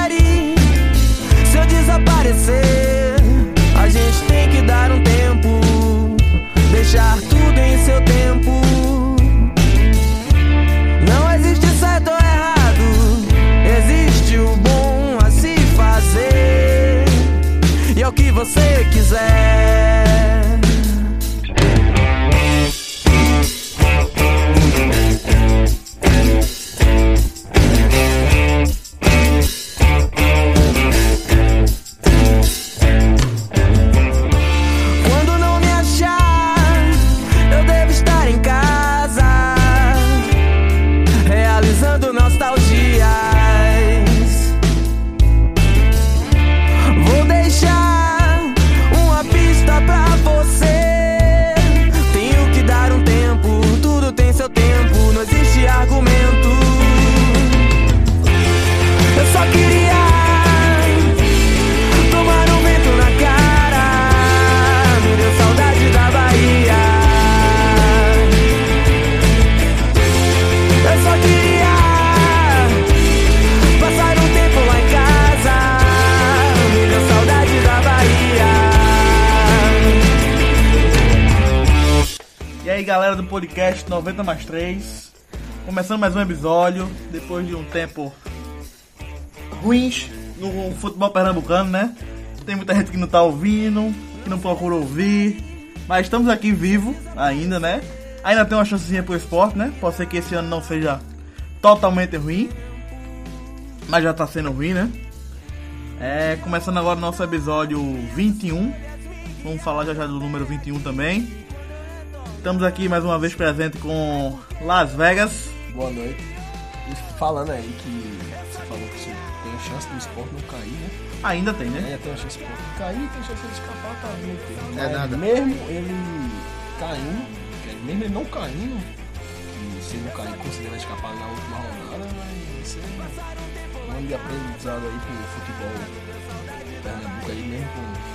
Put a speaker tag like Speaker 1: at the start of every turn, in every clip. Speaker 1: um é Misturando nostalgias. Vou deixar uma pista pra você. Tenho que dar um tempo, tudo tem seu tempo, não existe argumento. Eu só queria tomar um vento na cara. Me deu saudade da Bahia. Eu só queria passar um tempo lá em casa. Me deu saudade da Bahia.
Speaker 2: E aí galera do podcast 90 mais 3 Começando mais um episódio Depois de um tempo Ruins No futebol pernambucano, né Tem muita gente que não tá ouvindo Que não procura ouvir Mas estamos aqui vivo ainda, né Ainda tem uma chancezinha pro esporte, né Pode ser que esse ano não seja totalmente ruim Mas já tá sendo ruim, né é, começando agora o nosso episódio 21 Vamos falar já já do número 21 também Estamos aqui mais uma vez presente com Las Vegas.
Speaker 3: Boa noite. E falando aí que você falou que você tem a chance do esporte não cair, né?
Speaker 2: Ainda tem, né?
Speaker 3: Ainda tem a chance do esporte não cair, tem a chance de escapar, tá no termo.
Speaker 2: É
Speaker 3: Mas
Speaker 2: nada.
Speaker 3: Mesmo ele caindo, quer dizer, mesmo ele não caindo, e se ele não cair, conseguindo escapar na última rodada, vai ser um ano de aprendizado aí pro futebol Pernambuco aí, mesmo com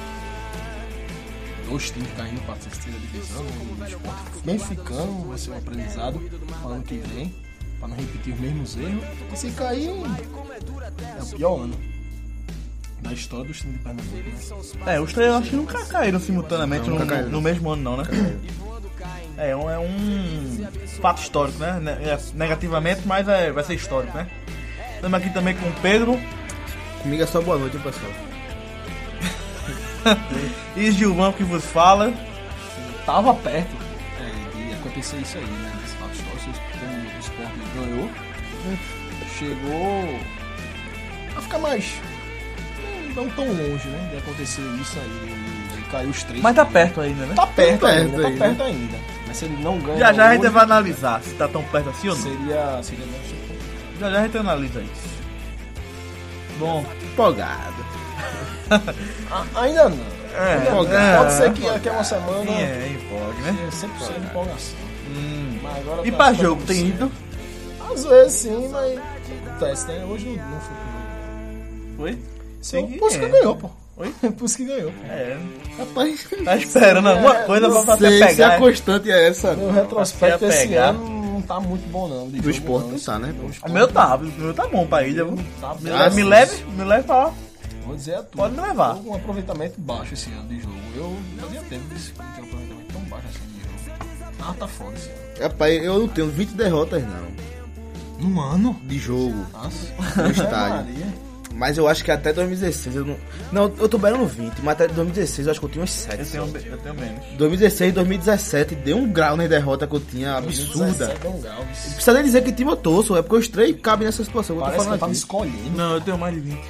Speaker 3: dois times caindo pra terceira divisão, o esporte bem ficando, vai ser um aprendizado pro ano que vem, pra não repetir os mesmos erros. E se cair, é o pior ano da história dos times de Pernambuco, né?
Speaker 2: É, os três eu acho que nunca caíram simultaneamente
Speaker 4: Não, nunca
Speaker 2: no,
Speaker 4: caíram.
Speaker 2: no mesmo ano, não, né? É, um- é um fato histórico, né? Ne- é, Negativamente, mas é- vai ser histórico, né? Estamos aqui também com o Pedro
Speaker 4: Comigo é só boa noite, pessoal.
Speaker 2: e Gilvão que vos fala.
Speaker 3: tava perto é, de acontecer isso aí, né? Desse fato histórico, como o Sport ganhou, chegou a ficar mais. não não tão longe, né? De acontecer isso aí, de cair os três.
Speaker 2: Mas tá perto ainda, né?
Speaker 3: Tá perto,
Speaker 4: Tá perto
Speaker 3: ainda, tá
Speaker 4: aí,
Speaker 3: perto ainda. Mas se ele não ganha.
Speaker 2: Já já a gente
Speaker 3: hoje,
Speaker 2: vai analisar se tá tão perto assim ou não.
Speaker 3: Seria. Seria mais- um
Speaker 2: Já já a gente analisa isso. Bom,
Speaker 4: Empolgado.
Speaker 3: A- Ah, ainda não. Ainda não.
Speaker 2: é,
Speaker 3: Pode ser que daqui a uma semana.
Speaker 2: sim, é, empolgue, né?
Speaker 3: Eu sempre sou de empolgação.
Speaker 2: Hum,
Speaker 3: Mas agora
Speaker 2: E
Speaker 3: tá-
Speaker 2: pra
Speaker 3: tá
Speaker 2: jogo,
Speaker 3: tudo
Speaker 2: tem
Speaker 3: certo.
Speaker 2: ido?
Speaker 3: Às vezes sim, mas acontece, né? Hoje não, não foi comigo.
Speaker 2: Foi?
Speaker 3: Sim,
Speaker 2: que-
Speaker 3: por isso que
Speaker 2: é.
Speaker 3: ganhou, pô.
Speaker 2: Oi?
Speaker 3: Por isso que ganhou, é, pô.
Speaker 2: É,
Speaker 4: Rapaz,
Speaker 2: Tá esperando alguma
Speaker 4: é.
Speaker 2: coisa pra
Speaker 4: não
Speaker 2: você
Speaker 4: sei se a
Speaker 2: pegar.
Speaker 4: constante é essa.
Speaker 3: Meu
Speaker 4: não.
Speaker 3: retrospecto
Speaker 2: se
Speaker 3: esse
Speaker 2: apegar.
Speaker 3: ano não tá muito bom, não. de
Speaker 4: Do
Speaker 3: jogo,
Speaker 4: esporte não
Speaker 3: Esse-
Speaker 4: tá, né, pô?
Speaker 3: do
Speaker 2: O
Speaker 3: esporte
Speaker 2: meu tá, o meu tá bom pra ilha. viu?
Speaker 3: não tá
Speaker 2: Me,
Speaker 3: bom.
Speaker 2: leve- me leve, me leve pra lá.
Speaker 3: Vou dizer a tu.
Speaker 2: Pode me levar.
Speaker 3: Tô com Um aproveitamento baixo esse ano de jogo. Eu fazia tempo disso que não tinha um aproveitamento tão baixo assim de jogo. Ah, tá foda esse ano.
Speaker 4: Rapaz, eu não tenho 20 derrotas, não.
Speaker 3: Num ano?
Speaker 4: De jogo.
Speaker 3: Nossa.
Speaker 4: No estádio. Mas eu acho que até 2016 eu não. Não, eu tô beirando 20, mas até 2016 eu acho que eu tinha uns 7.
Speaker 2: Eu tenho, um eu tenho menos.
Speaker 4: 2016, 2017, deu um grau na derrota que eu tinha, absurda.
Speaker 3: É um grau, isso.
Speaker 4: Precisa nem dizer que time eu torço, é porque os três cabem nessa situação. que Eu tô
Speaker 3: Parece que eu
Speaker 4: falando
Speaker 3: tava
Speaker 4: aqui.
Speaker 3: escolhendo.
Speaker 2: Não, eu tenho mais de 20.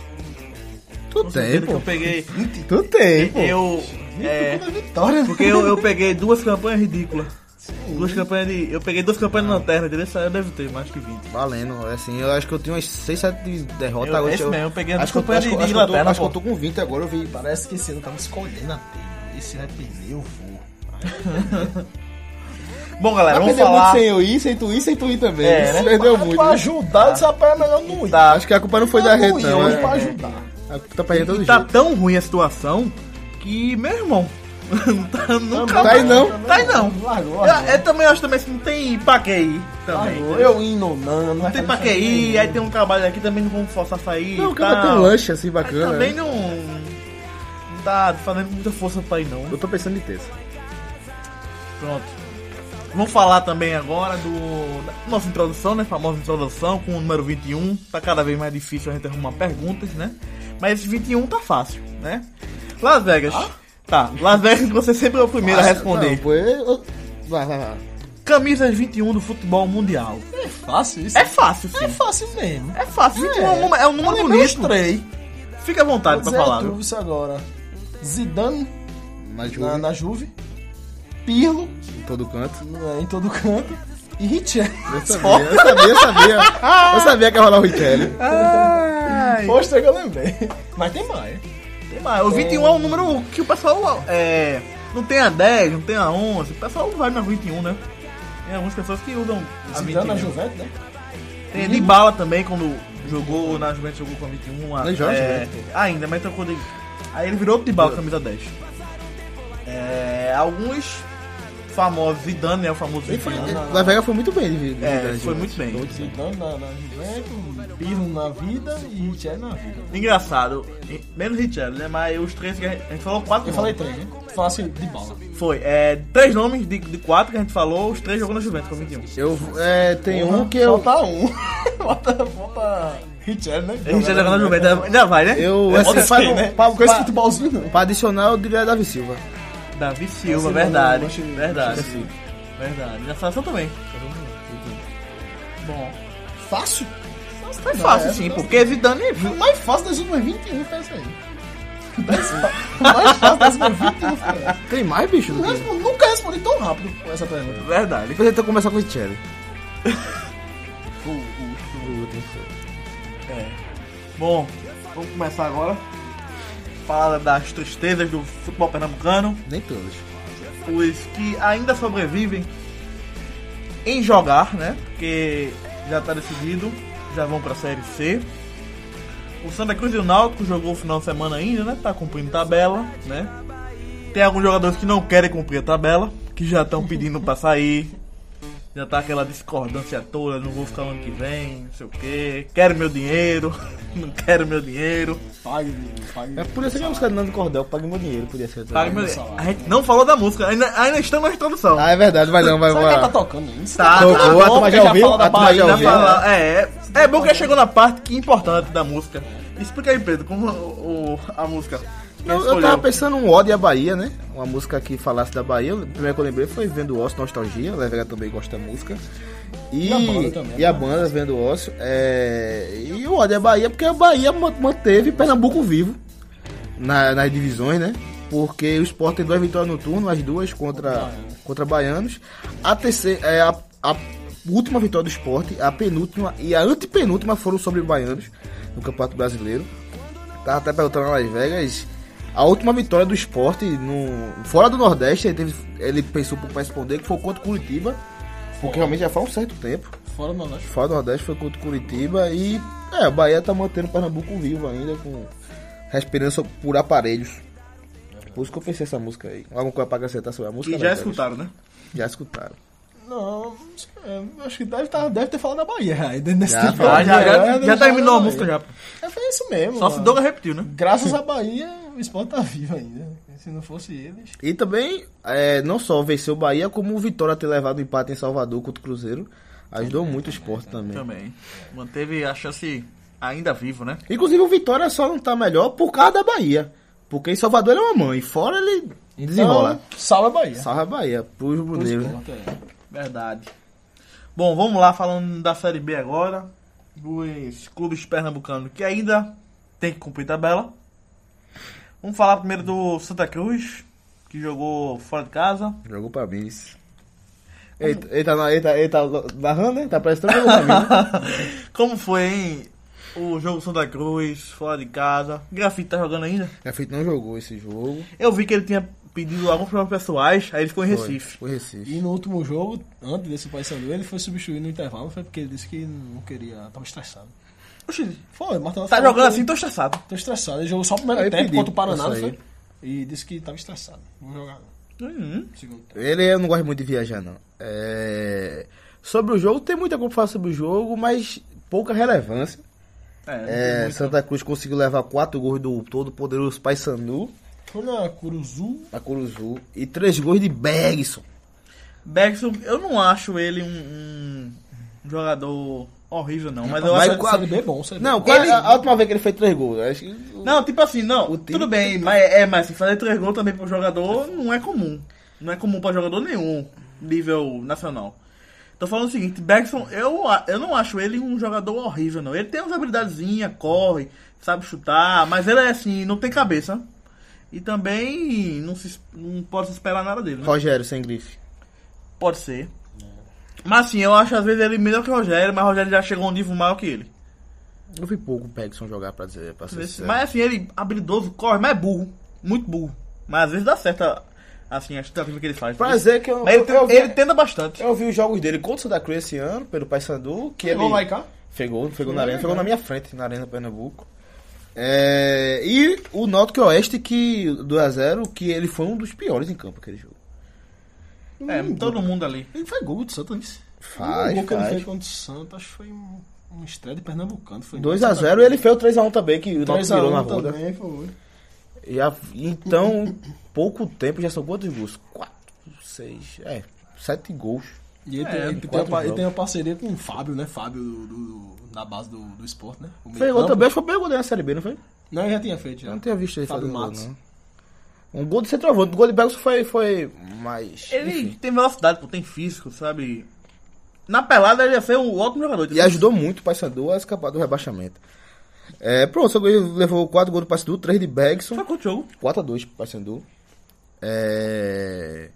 Speaker 4: Tu tem,
Speaker 2: que eu
Speaker 4: pô.
Speaker 2: peguei.
Speaker 4: Tu tem, pô.
Speaker 2: Eu. É.
Speaker 3: Toda vitória, né?
Speaker 2: Porque eu, eu peguei duas campanhas ridículas. Duas campanhas de. Eu peguei duas campanhas de lanterna, entendeu? Essa Eu devo ter mais que 20.
Speaker 4: Valendo, assim, eu acho que eu tinha umas 6, 7 derrotas
Speaker 2: Eu-
Speaker 4: agora.
Speaker 2: esse
Speaker 4: eu,
Speaker 2: mesmo, eu peguei a
Speaker 4: acho que eu,
Speaker 2: campanha
Speaker 4: acho, que-
Speaker 2: de- de
Speaker 4: acho que eu tô-
Speaker 2: Inglaterra,
Speaker 4: acho que eu
Speaker 2: pô.
Speaker 4: tô com 20 agora, eu vi.
Speaker 3: Parece que esse ano eu tava escolhendo a tela. Esse vai perder, eu vou.
Speaker 2: Bom, galera,
Speaker 4: Mas
Speaker 2: vamos
Speaker 4: perdeu
Speaker 2: falar.
Speaker 4: muito sem eu ir, sem tu ir, sem tu ir também.
Speaker 2: É,
Speaker 4: Isso
Speaker 2: né?
Speaker 4: Perdeu
Speaker 3: pra,
Speaker 4: muito.
Speaker 3: pra
Speaker 4: né?
Speaker 3: ajudar, esse rapaz é melhor não ir.
Speaker 4: Tá, acho que a culpa não foi da
Speaker 3: Não
Speaker 4: rede,
Speaker 3: ir
Speaker 4: não.
Speaker 3: hoje
Speaker 4: é.
Speaker 3: pra ajudar.
Speaker 4: A culpa tá perdendo todo
Speaker 2: Tá
Speaker 4: jeito.
Speaker 2: tão ruim a situação que, meu irmão. não tá- nunca
Speaker 4: Tá aí não.
Speaker 2: Tá aí não.
Speaker 3: Largou,
Speaker 2: Eu, eu também acho também se não tem pra que ir também.
Speaker 3: largou. Eu indo, não, é. não
Speaker 2: Não
Speaker 3: vai
Speaker 2: tem
Speaker 3: fazer
Speaker 2: pra que
Speaker 3: diferença
Speaker 2: ir,
Speaker 3: nenhuma.
Speaker 2: aí tem um trabalho aqui também, não vamos forçar a sair.
Speaker 4: Não,
Speaker 2: e
Speaker 4: o cara tem
Speaker 2: tal.
Speaker 4: um lanche assim
Speaker 2: Mas
Speaker 4: bacana.
Speaker 2: também
Speaker 4: né?
Speaker 2: não. Não tá fazendo muita força pra ir, não.
Speaker 4: Eu tô pensando em terça.
Speaker 2: Pronto. Vamos falar também agora do. da Nossa introdução, né? Famosa introdução com o número 21. Tá cada vez mais difícil a gente arrumar perguntas, né? Mas esse 21 tá fácil, né? Las Vegas.
Speaker 3: Ah?
Speaker 2: Tá, Las Vegas você sempre é o primeiro a responder.
Speaker 4: Não, pô, eu- Vai, vai, vai.
Speaker 2: Camisas 21 do futebol mundial.
Speaker 3: É fácil isso.
Speaker 2: É fácil, sim.
Speaker 3: É fácil mesmo.
Speaker 2: É fácil. 21 é, um número- é um número
Speaker 3: Eu
Speaker 2: bonito.
Speaker 3: lembrei.
Speaker 2: Fica à vontade pra
Speaker 3: Vou dizer a
Speaker 2: falar.
Speaker 4: né?
Speaker 2: viu?
Speaker 3: é, tu isso agora. Zidane
Speaker 4: Na Juve,
Speaker 3: na, na Juve. Pirlo
Speaker 4: em todo canto.
Speaker 3: né, em todo canto. E Richel.
Speaker 4: Eu sabia, eu sabia, eu sabia. Eu sabia que ia rolar o Richelli.
Speaker 2: Ai,
Speaker 3: Poxa, que eu lembrei. Mas tem mais.
Speaker 2: tem mais. O 21 é um número que o pessoal é, não tem a 10, não tem a 11. O pessoal vai na 21, né? Tem algumas pessoas que usam a
Speaker 3: Se tá na
Speaker 2: 21.
Speaker 3: Juventus, né?
Speaker 2: Tem de bala também, quando jogou na Juventus, jogou com a 21. a-
Speaker 4: Ele joga
Speaker 2: é,
Speaker 3: né?
Speaker 4: Juventus?
Speaker 2: ainda, mas trocou de. Aí ele virou de bala, camisa 10. É, alguns famosos, Zidane é o famoso
Speaker 4: Ele foi,
Speaker 2: 21.
Speaker 4: ele- La Vega foi muito bem, ele viu?
Speaker 2: É, foi muito bem.
Speaker 3: Zidane na, na Juventus, Pirlo na vida e Richel na vida.
Speaker 2: Engraçado, e- menos Richard, né? Mas os três que a gente, a gente falou quatro
Speaker 3: Eu falei
Speaker 2: nomes.
Speaker 3: três, né? Tu falasse de bala.
Speaker 2: Foi, é, três nomes de, de quatro que a gente falou, os três jogou na Juventus com 21.
Speaker 4: Eu, é, tem um
Speaker 3: Porra,
Speaker 4: que eu.
Speaker 3: Falta um. falta falta Richel, né?
Speaker 2: A gente jogou na Juventus, ainda vai, né?
Speaker 4: Eu,
Speaker 2: é,
Speaker 4: essa
Speaker 2: outro
Speaker 4: faz
Speaker 2: time,
Speaker 4: um-
Speaker 2: né?
Speaker 3: Pra, com esse futebolzinho, não.
Speaker 4: Pra adicionar, eu diria Davi Silva.
Speaker 2: Davi Silva,
Speaker 3: Esse é
Speaker 2: verdade.
Speaker 3: não, não achei-
Speaker 2: verdade.
Speaker 3: achei assim.
Speaker 2: Verdade. Na seleção também. Bom,
Speaker 3: Fácil?
Speaker 2: foi fácil
Speaker 3: é,
Speaker 2: sim,
Speaker 3: não.
Speaker 2: porque Zidane
Speaker 3: O mais fácil das últimas 21 foi essa aí. O mais fácil das últimas 21 foi essa.
Speaker 4: Tem mais, bicho?
Speaker 3: Eu
Speaker 4: Depois
Speaker 3: respondi- nunca respondi tão rápido com essa pergunta.
Speaker 2: Verdade.
Speaker 4: ele tem que começar com o Richelli.
Speaker 2: Bom, vamos começar agora. Fala das tristezas do futebol pernambucano.
Speaker 4: Nem todos.
Speaker 2: os que ainda sobrevivem em jogar, né? Porque já tá decidido, já vão pra Série C. O Santa Cruz e o Náutico jogou o final de semana ainda, né? Tá cumprindo tabela, né? Tem alguns jogadores que não querem cumprir a tabela, que já estão pedindo pra sair. Já tá aquela discordância toda, não vou ficar ano que vem, não sei o quê. Quero meu dinheiro, não quero meu dinheiro.
Speaker 3: Pague, pague.
Speaker 4: É por isso que a música do Nando Cordel, pague meu dinheiro, podia ser.
Speaker 2: Paga meu dinheiro. A gente não falou da música, ainda, ainda estamos na introdução.
Speaker 4: Ah, é verdade, vai não, vai
Speaker 3: Será que ela tá
Speaker 4: lá.
Speaker 3: tocando isso?
Speaker 2: Tá,
Speaker 4: Tocou,
Speaker 2: tá
Speaker 4: a
Speaker 2: bom,
Speaker 4: turma já
Speaker 2: já
Speaker 4: ouviu?
Speaker 2: fala da
Speaker 4: A turma já
Speaker 2: Bahia,
Speaker 4: ouviu. né?
Speaker 2: fala- É, é é bom que chegou na parte que é importante da música. Explica aí, Pedro, como o, o- a música. que
Speaker 4: Eu, eu
Speaker 2: escolheu.
Speaker 4: tava pensando um Ode à Bahia, né? Uma música que falasse da Bahia. O primeiro que eu lembrei foi Vendo Osso, Nostalgia. A Levega também gosta da música. E,
Speaker 3: E a banda também, né?
Speaker 4: e a banda Vendo Osso. É... E o Ode à Bahia, porque a Bahia ma- manteve Pernambuco vivo na- nas divisões, né? Porque o Sport tem duas vitórias no turno, as duas contra, contra baianos. A terceira, é, a, a última vitória do Sport, a penúltima e a antepenúltima foram sobre baianos no Campeonato Brasileiro. Tava até perguntando lá em Vegas. A última vitória do esporte no, fora do Nordeste, ele, teve, ele pensou pra responder que foi contra o Curitiba. Porque realmente já faz um certo tempo.
Speaker 3: Fora do Nordeste.
Speaker 4: Fora do Nordeste foi contra o Curitiba e é, o Bahia tá mantendo o Pernambuco vivo ainda, com a esperança por aparelhos. Por isso que eu pensei essa música aí. Alguma coisa pra acrescentar sobre a música?
Speaker 2: Que
Speaker 4: né,
Speaker 2: já
Speaker 4: Vegas?
Speaker 2: escutaram, né?
Speaker 4: Já escutaram.
Speaker 3: Não, é, acho que deve, tá, deve ter falado da Bahia ainda nesse
Speaker 4: Já
Speaker 3: tempo. É,
Speaker 2: Já,
Speaker 4: falaram,
Speaker 2: Ah, já, já,
Speaker 3: deve ter
Speaker 2: terminou a
Speaker 3: falado da
Speaker 2: música
Speaker 3: Bahia.
Speaker 2: já.
Speaker 3: É, foi isso mesmo.
Speaker 2: Só se
Speaker 3: mano.
Speaker 2: Doga repetiu, né?
Speaker 3: Graças à Bahia, o Sport tá vivo ainda. Se não fosse eles.
Speaker 4: E também, é, não só venceu o Bahia, como o Vitória ter levado o empate em Salvador contra o Cruzeiro. Ajudou muito o esporte também.
Speaker 2: Também. Manteve a chance ainda vivo, né?
Speaker 4: Inclusive o Vitória só não tá melhor por causa da Bahia. Porque em Salvador ele é uma mãe. Fora ele desenrola.
Speaker 3: Então, salve a Bahia.
Speaker 4: Salve a Bahia. Pros
Speaker 3: O
Speaker 4: bruneiros. né?
Speaker 3: Sport, é.
Speaker 2: Verdade. Bom, vamos lá, falando da Série B agora. Dos clubes pernambucanos que ainda tem que cumprir tabela. Vamos falar primeiro do Santa Cruz, que jogou fora de casa.
Speaker 4: Jogou pra mim. isso. Ele, ele, tá, na- ele, tá, ele tá narrando, né? Tá prestando jogo pra mim. né?
Speaker 2: Como foi, hein? O jogo Santa Cruz, fora de casa. Grafite tá jogando ainda?
Speaker 4: Grafite não jogou esse jogo.
Speaker 2: Eu vi que ele tinha pedido alguns problemas pessoais, aí ele ficou em
Speaker 4: Foi.
Speaker 2: Recife.
Speaker 4: Foi Recife.
Speaker 3: E no último jogo, antes desse Pai Sandu, ele foi substituído no intervalo. Foi porque ele disse que não queria. Tava estressado.
Speaker 2: Oxi,
Speaker 3: Foi, Martelo
Speaker 2: tá jogando assim, tô estressado.
Speaker 3: Tô estressado. Ele jogou só o primeiro
Speaker 4: Aí
Speaker 3: tempo
Speaker 4: pedi
Speaker 3: contra o Paraná,
Speaker 4: pra
Speaker 3: não
Speaker 4: sair.
Speaker 3: foi? E disse que tava estressado. Não vou jogar não.
Speaker 2: Uhum.
Speaker 3: Segundo tempo.
Speaker 4: Ele eu não gosto muito de viajar, não. É, Sobre o jogo, tem muita coisa pra falar sobre o jogo, mas pouca relevância. É,
Speaker 2: É,
Speaker 4: Santa Cruz conseguiu levar quatro gols do todo poderoso Paysandu,
Speaker 3: Foi na Curuzu.
Speaker 4: a Curuzu, e três gols de Bergson.
Speaker 2: Bergson, eu não acho ele um, um jogador horrível, não. Mas eu
Speaker 4: Mas
Speaker 2: acho.
Speaker 4: qual- quase-
Speaker 3: Série B é bom, série B.
Speaker 4: Não,
Speaker 2: Ele-
Speaker 4: a, a última vez que ele fez três gols. Acho que...
Speaker 2: Não, tipo assim, não.
Speaker 4: O time-
Speaker 2: Tudo bem, mas é, mas assim, fazer três gols também pro jogador não é comum. Não é comum pra jogador nenhum, nível nacional. Tô falando o seguinte, Bergson, eu, a- eu não acho ele um jogador horrível, não. Ele tem umas habilidadezinhas, corre, sabe chutar, mas ele é assim, não tem cabeça. E também não, se, es- não pode se esperar nada dele, né?
Speaker 4: Rogério, sem grife.
Speaker 2: Pode ser. Mas assim, eu acho às vezes ele melhor que o Rogério, mas o Rogério já chegou a um nível maior que ele.
Speaker 4: Eu vi pouco o Pegson jogar pra dizer, pra ser sincero.
Speaker 2: Mas assim, ele habilidoso, corre, mas é burro. Muito burro. Mas às vezes dá certo, a- assim, a tentativa que ele faz.
Speaker 4: Prazer que eu,
Speaker 2: Mas ele,
Speaker 4: é, eu, eu
Speaker 2: tenta-
Speaker 4: vi,
Speaker 2: ele tenta bastante.
Speaker 4: eu vi os jogos dele contra o Santa Cruz esse ano, pelo Paysandu, que ele...
Speaker 3: Vamos lá e cá.
Speaker 4: Pegou, pegou na arena, pegou
Speaker 3: né?
Speaker 4: na minha frente, na Arena Pernambuco. É, e o Náutico Oeste, que 2x0, que ele foi um dos piores em campo aquele jogo.
Speaker 2: É, todo mundo ali.
Speaker 3: Ele faz gol do Santa, isso.
Speaker 4: Faz,
Speaker 3: O gol que ele
Speaker 4: faz.
Speaker 3: fez contra o Santa, acho que foi um, um estreia de Pernambucano.
Speaker 4: 2x0 ele fez o 3x1 também, que o Náutico virou na roda.
Speaker 3: um também, foi.
Speaker 4: Já, então, pouco tempo, já são quantos gols? 4, 6, é, 7 gols.
Speaker 3: E ele,
Speaker 2: É,
Speaker 3: tem, ele tem
Speaker 4: quatro
Speaker 3: uma, ele
Speaker 4: jogos.
Speaker 3: tem uma parceria com o Fábio, né? Fábio do, do- do- da base do, do esporte, né? O meio
Speaker 4: Fez gol
Speaker 3: campo.
Speaker 4: também, acho que foi o primeiro gol dele na Série B, não foi?
Speaker 3: Não, ele já tinha feito já.
Speaker 4: Eu não tinha visto ele
Speaker 3: Né? Fábio
Speaker 4: fazer gol,
Speaker 3: Matos.
Speaker 4: não. Um gol de centroavante, o gol de Bergson foi, foi mais...
Speaker 2: Ele tem velocidade, pô, tem físico, sabe? Na pelada ele ia ser um ótimo jogador.
Speaker 4: E ajudou muito o Paysandu a escapar do rebaixamento. É, pronto, o São Luís levou 4 gols do Paysandu, 3 de
Speaker 2: Foi
Speaker 4: Bergson,
Speaker 2: contra o jogo.
Speaker 4: 4x2 pro Paysandu. É...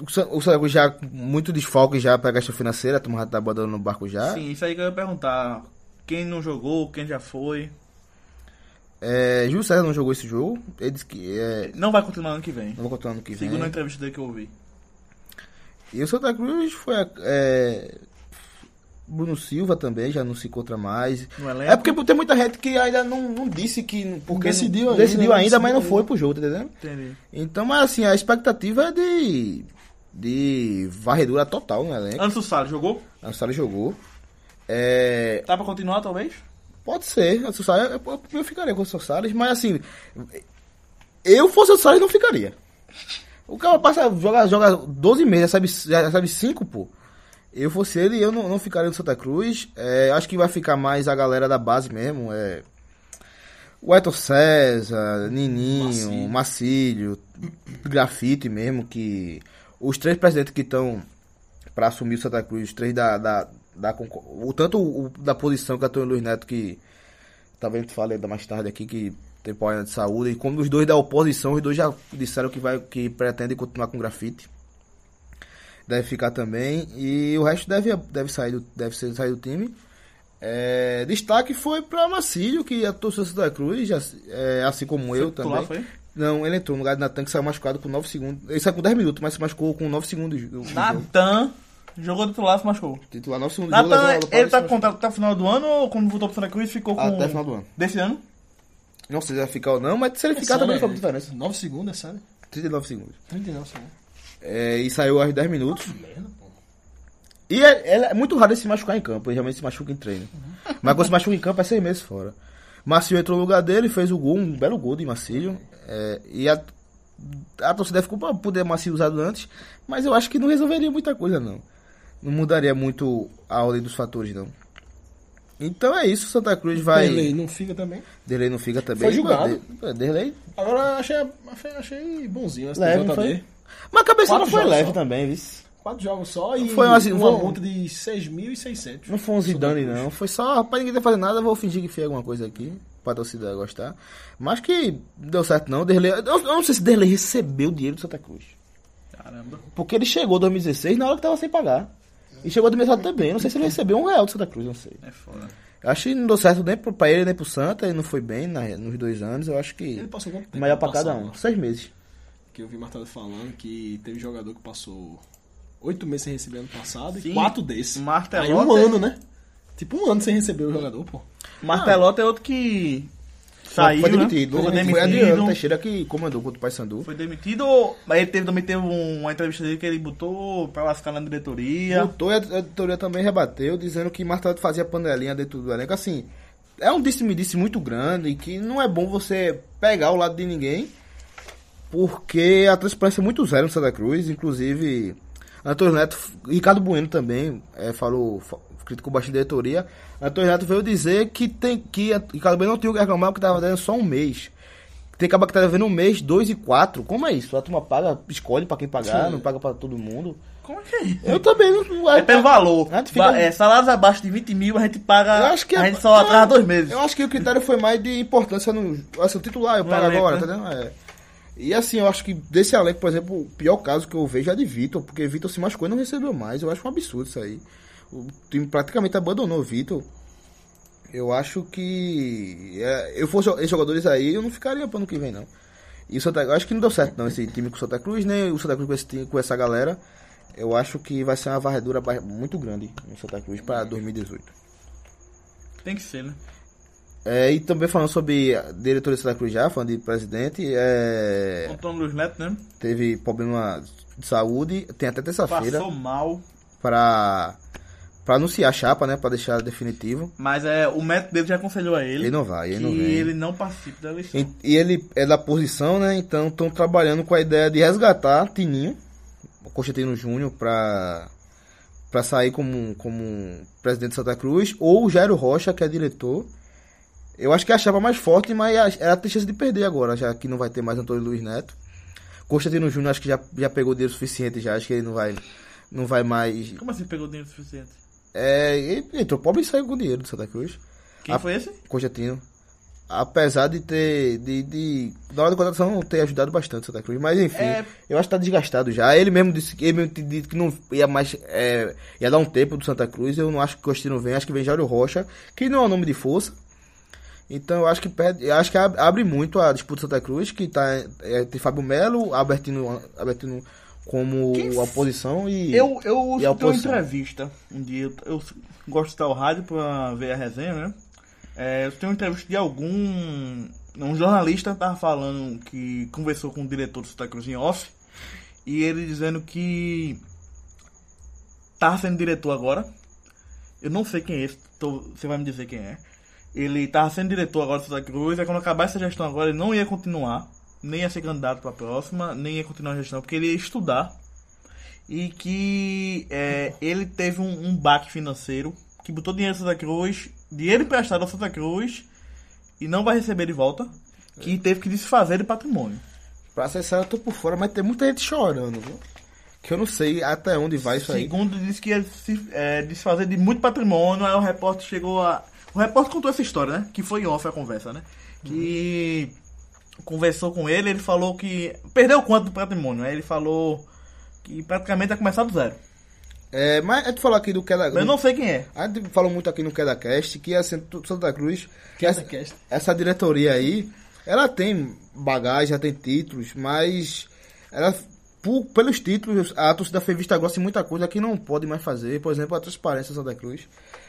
Speaker 4: O San- O Santa Cruz já com muito desfalque já para gasto financeira, a turma já tá botando no barco já.
Speaker 2: Sim, isso aí que eu ia perguntar. Quem não jogou, quem já foi.
Speaker 4: É, Júlio César não jogou esse jogo, ele disse que é,
Speaker 2: Não vai continuar ano que vem.
Speaker 4: não vou contar ano que vem.
Speaker 2: Segundo a entrevista dele que eu ouvi.
Speaker 4: E o Santa Cruz foi. É, Bruno Silva também já não se encontra mais.
Speaker 2: No elenco.
Speaker 4: É porque tem muita gente que ainda não, não disse que. Porque
Speaker 3: decidiu
Speaker 4: não-
Speaker 3: ainda,
Speaker 4: decidiu
Speaker 3: não
Speaker 4: ainda, mas não
Speaker 3: decidiu
Speaker 4: foi pro jogo, tá entendendo?
Speaker 2: Entendi.
Speaker 4: Então, mas assim, a expectativa é de. de varredura total no elenco.
Speaker 2: Anderson Salles jogou?
Speaker 4: A Sara jogou. É,
Speaker 2: Tá pra continuar, talvez?
Speaker 4: Pode ser. O Sossales, eu, eu- eu ficaria com o Sossales, mas assim. Eu fosse o Sossales, não ficaria. O cara passa, joga, joga 12 meses, já sabe, já sabe 5, pô. Eu fosse ele, eu não, não ficaria no Santa Cruz. É, acho que vai ficar mais a galera da base mesmo. É. O Eto César, Nininho, Macílio.
Speaker 3: Macílio.
Speaker 4: Grafite mesmo, que. Os três presidentes que estão para assumir o Santa Cruz, os três da, da, da concor- o tanto o, da posição que Antônio Luiz Neto que talvez tu fale ainda mais tarde aqui que tem problema de saúde e como os dois da oposição, os dois já disseram que vai que pretendem continuar com o grafite. Deve ficar também e o resto deve deve sair do, deve ser, sair do time. É, destaque foi para Macílio, que a torcida do Santa Cruz, já- é, assim como eu
Speaker 2: Tu
Speaker 4: também.
Speaker 2: lá foi?
Speaker 4: Não, ele entrou no lugar do Natan, que saiu machucado com 9 segundos. Ele saiu com 10 minutos, mas se machucou com 9 segundos. do- do jogo.
Speaker 2: Natan jogou do outro lado, se machucou.
Speaker 4: Titular 9 segundos. do jogo, levou a
Speaker 2: Natan,
Speaker 4: bola para
Speaker 2: ele tá
Speaker 4: se
Speaker 2: com contrato até o final do ano ou quando voltou pro Santa Cruz ficou com.
Speaker 4: Até o final do ano.
Speaker 2: Desse ano?
Speaker 4: Não sei se vai ficar ou não, mas se ele ficar também não faz muita diferença.
Speaker 3: 9 segundos, é sério?
Speaker 4: 39 segundos.
Speaker 3: 39 segundos.
Speaker 4: É, e saiu aos 10 minutos.
Speaker 3: Merda, pô.
Speaker 4: E é, é- é muito raro ele se machucar em campo, ele realmente se machuca em treino.
Speaker 2: Uhum.
Speaker 4: Mas quando se machuca em campo é seis meses fora. Marcinho entrou no lugar dele, fez o gol, um belo gol de Marcinho. É, e a, a torcida ficou pra poder Marcinho usado antes, mas eu acho que não resolveria muita coisa, não. Não mudaria muito a ordem dos fatores, não. Então é isso, Santa Cruz vai.
Speaker 3: Derlei não fica também.
Speaker 4: Derlei não fica também.
Speaker 3: Foi julgado.
Speaker 4: De- Derlei
Speaker 3: Agora achei, achei, achei bonzinho esse
Speaker 4: Leve, não
Speaker 3: TJD.
Speaker 4: Mas a cabeçada
Speaker 3: Quatro
Speaker 4: foi
Speaker 3: jogos
Speaker 4: leve
Speaker 3: só.
Speaker 4: também, viu?
Speaker 3: Quatro jogos só e
Speaker 4: Foi uma-
Speaker 3: uma
Speaker 4: uma-
Speaker 3: multa de 6.600.
Speaker 4: Não foi um Zidane, não. Foi só, rapaz, ninguém tá fazendo nada, eu vou fingir que fez alguma coisa aqui, pra torcida gostar. Mas que deu certo não, Derlei... Eu, eu não sei se Derlei recebeu o dinheiro do Santa Cruz.
Speaker 2: Caramba.
Speaker 4: Porque ele chegou em 2016 na hora que tava sem pagar. E chegou do mesmo também. Não sei se ele recebeu um real do Santa Cruz, não sei.
Speaker 2: É foda.
Speaker 4: Eu acho que não deu certo nem pro- pra ele, nem pro Santa. Ele não foi bem na- nos dois anos. Eu acho que
Speaker 3: Ele passou quanto tempo?
Speaker 4: melhor pra
Speaker 3: passado,
Speaker 4: cada um. Seis meses.
Speaker 3: Que eu vi Martelo falando que teve jogador que passou oito meses sem receber ano passado
Speaker 2: Sim. é
Speaker 3: e quatro desse.
Speaker 2: Martelota-
Speaker 3: Aí um ano, né? Tipo um ano sem receber o jogador, pô.
Speaker 2: Martelota é outro que. Saiu.
Speaker 4: foi
Speaker 2: né?
Speaker 4: demitido.
Speaker 2: Foi
Speaker 4: Foi tá Adriano
Speaker 2: demitido.
Speaker 4: Teixeira que comandou contra o Paysandu.
Speaker 2: Foi demitido, ou- mas ele teve, também teve um- uma entrevista dele que ele botou pra lascar na diretoria.
Speaker 4: Voltou e a editoria também rebateu, dizendo que Martelotto fazia panelinha dentro do elenco. Assim, é um disse-me-disse muito grande e que não é bom você pegar o lado de ninguém, porque a transparência é muito zero no Santa Cruz. Inclusive, Antônio Neto, Ricardo Bueno também eh, falou, fa- criticou bastante a diretoria. Antônio Neto veio dizer que tem que Ricardo Bueno não tinha o que reclamar porque estava dando só um mês. Tem que acabar que tá devendo um mês, dois e quatro. Como é isso? A turma paga, escolhe pra quem pagar,
Speaker 3: Sim.
Speaker 4: não paga pra todo mundo.
Speaker 2: Como é que é isso?
Speaker 4: Eu também não- não.
Speaker 2: É pelo valor.
Speaker 4: A gente fica-
Speaker 2: Ba- é, salários abaixo de 20 mil a gente paga.
Speaker 4: Eu acho que
Speaker 2: a
Speaker 4: é-
Speaker 2: gente só atrasa dois meses.
Speaker 4: Eu acho que o critério foi mais de importância no. Assim, o titular eu
Speaker 2: No
Speaker 4: pago
Speaker 2: elenco, né?
Speaker 4: agora, tá entendendo? É. E assim, eu acho que desse elenco, por exemplo, o pior caso que eu vejo é de Vitor, porque Vitor se machucou e não recebeu mais. Eu acho um absurdo isso aí. O time praticamente abandonou o Vitor. Eu acho que. é, eu fosse esses jogadores aí, eu não ficaria para ano que vem, não. E o Santa eu acho que não deu certo, não, esse time com o Santa Cruz, nem o Santa Cruz com, esse time- com essa galera. Eu acho que vai ser uma varredura ba- muito grande no Santa Cruz para 2018.
Speaker 2: Tem que ser, né?
Speaker 4: É, e também falando sobre a diretoria do Santa Cruz já, falando de presidente, é,
Speaker 2: Antônio Luiz Neto, né?
Speaker 4: teve problema de saúde, tem até terça-feira
Speaker 2: Passou mal.
Speaker 4: para para anunciar a chapa, né, para deixar definitivo.
Speaker 2: Mas é, o médico dele já aconselhou a ele.
Speaker 4: Ele não vai, ele não
Speaker 2: que
Speaker 4: vem.
Speaker 2: ele não participe da eleição.
Speaker 4: E, e ele é da posição, né? Então estão trabalhando com a ideia de resgatar Tininho, o Constantino Júnior, para para sair como, como presidente de Santa Cruz, ou o Jairo Rocha, que é diretor. Eu acho que é a chapa mais forte, mas a- ela tem chance de perder agora, já que não vai ter mais Antônio Luiz Neto. Constantino Júnior acho que já, já pegou dinheiro suficiente, já acho que ele não vai não vai mais.
Speaker 2: Como assim pegou dinheiro suficiente?
Speaker 4: É, ele entrou pobre e saiu com dinheiro de Santa Cruz.
Speaker 2: Quem
Speaker 4: A-
Speaker 2: foi esse?
Speaker 4: Constantino. Apesar de ter. De, de- na hora da contratação ter ajudado bastante o Santa Cruz. Mas enfim,
Speaker 2: É.
Speaker 4: eu acho que tá desgastado já. Ele mesmo disse que ele mesmo tinha dito que não ia mais. é, ia dar um tempo do Santa Cruz. Eu não acho que o Constantino vem, acho que vem Jairo Rocha, que não é um nome de força. Então eu acho que perde, eu acho que ab- abre muito a disputa do Santa Cruz, que tá. é, tem Fábio Melo, Albertino, Albertino como
Speaker 2: Quem-
Speaker 4: oposição e.
Speaker 2: Eu, eu
Speaker 4: e
Speaker 2: escutei
Speaker 4: a
Speaker 2: uma
Speaker 4: oposição?
Speaker 2: entrevista um dia. Eu, eu gosto de estar o rádio pra ver a resenha, né? É, eu tenho uma entrevista de algum. Um jornalista tava falando que conversou com o diretor do Santa Cruz em off. E ele dizendo que. Tava sendo diretor agora. Eu não sei quem é esse, tô- você vai me dizer quem é. Ele tava sendo diretor agora do Santa Cruz, aí quando acabar essa gestão agora, ele não ia continuar, nem ia ser candidato pra próxima, nem ia continuar a gestão, porque ele ia estudar e que é, ele teve um, um baque financeiro que botou dinheiro no Santa Cruz, dinheiro emprestado ao Santa Cruz e não vai receber de volta,
Speaker 4: É.
Speaker 2: que teve que desfazer de patrimônio.
Speaker 4: Pra ser sincero, eu tô por fora, mas tem muita gente chorando, viu? Que eu não sei até onde vai isso aí.
Speaker 2: Segundo disse que ia se é, desfazer de muito patrimônio, aí o repórter chegou a. O repórter contou essa história, né? Que foi em off a conversa, né? Que conversou com ele, ele falou que. Perdeu quanto do patrimônio? Aí ele falou que praticamente ia começar do zero.
Speaker 4: É, mas é tu falar aqui do Queda
Speaker 2: Mas eu não sei quem é.
Speaker 4: A gente falou muito aqui no QuedaCast que assim, tu- Santa Cruz, que essa,
Speaker 3: QuedaCast.
Speaker 4: essa diretoria aí, ela tem bagagem, ela tem títulos, mas ela, por- pelos títulos, a torcida foi vista grossa em muita coisa que não pode mais fazer, por exemplo, a transparência do Santa Cruz.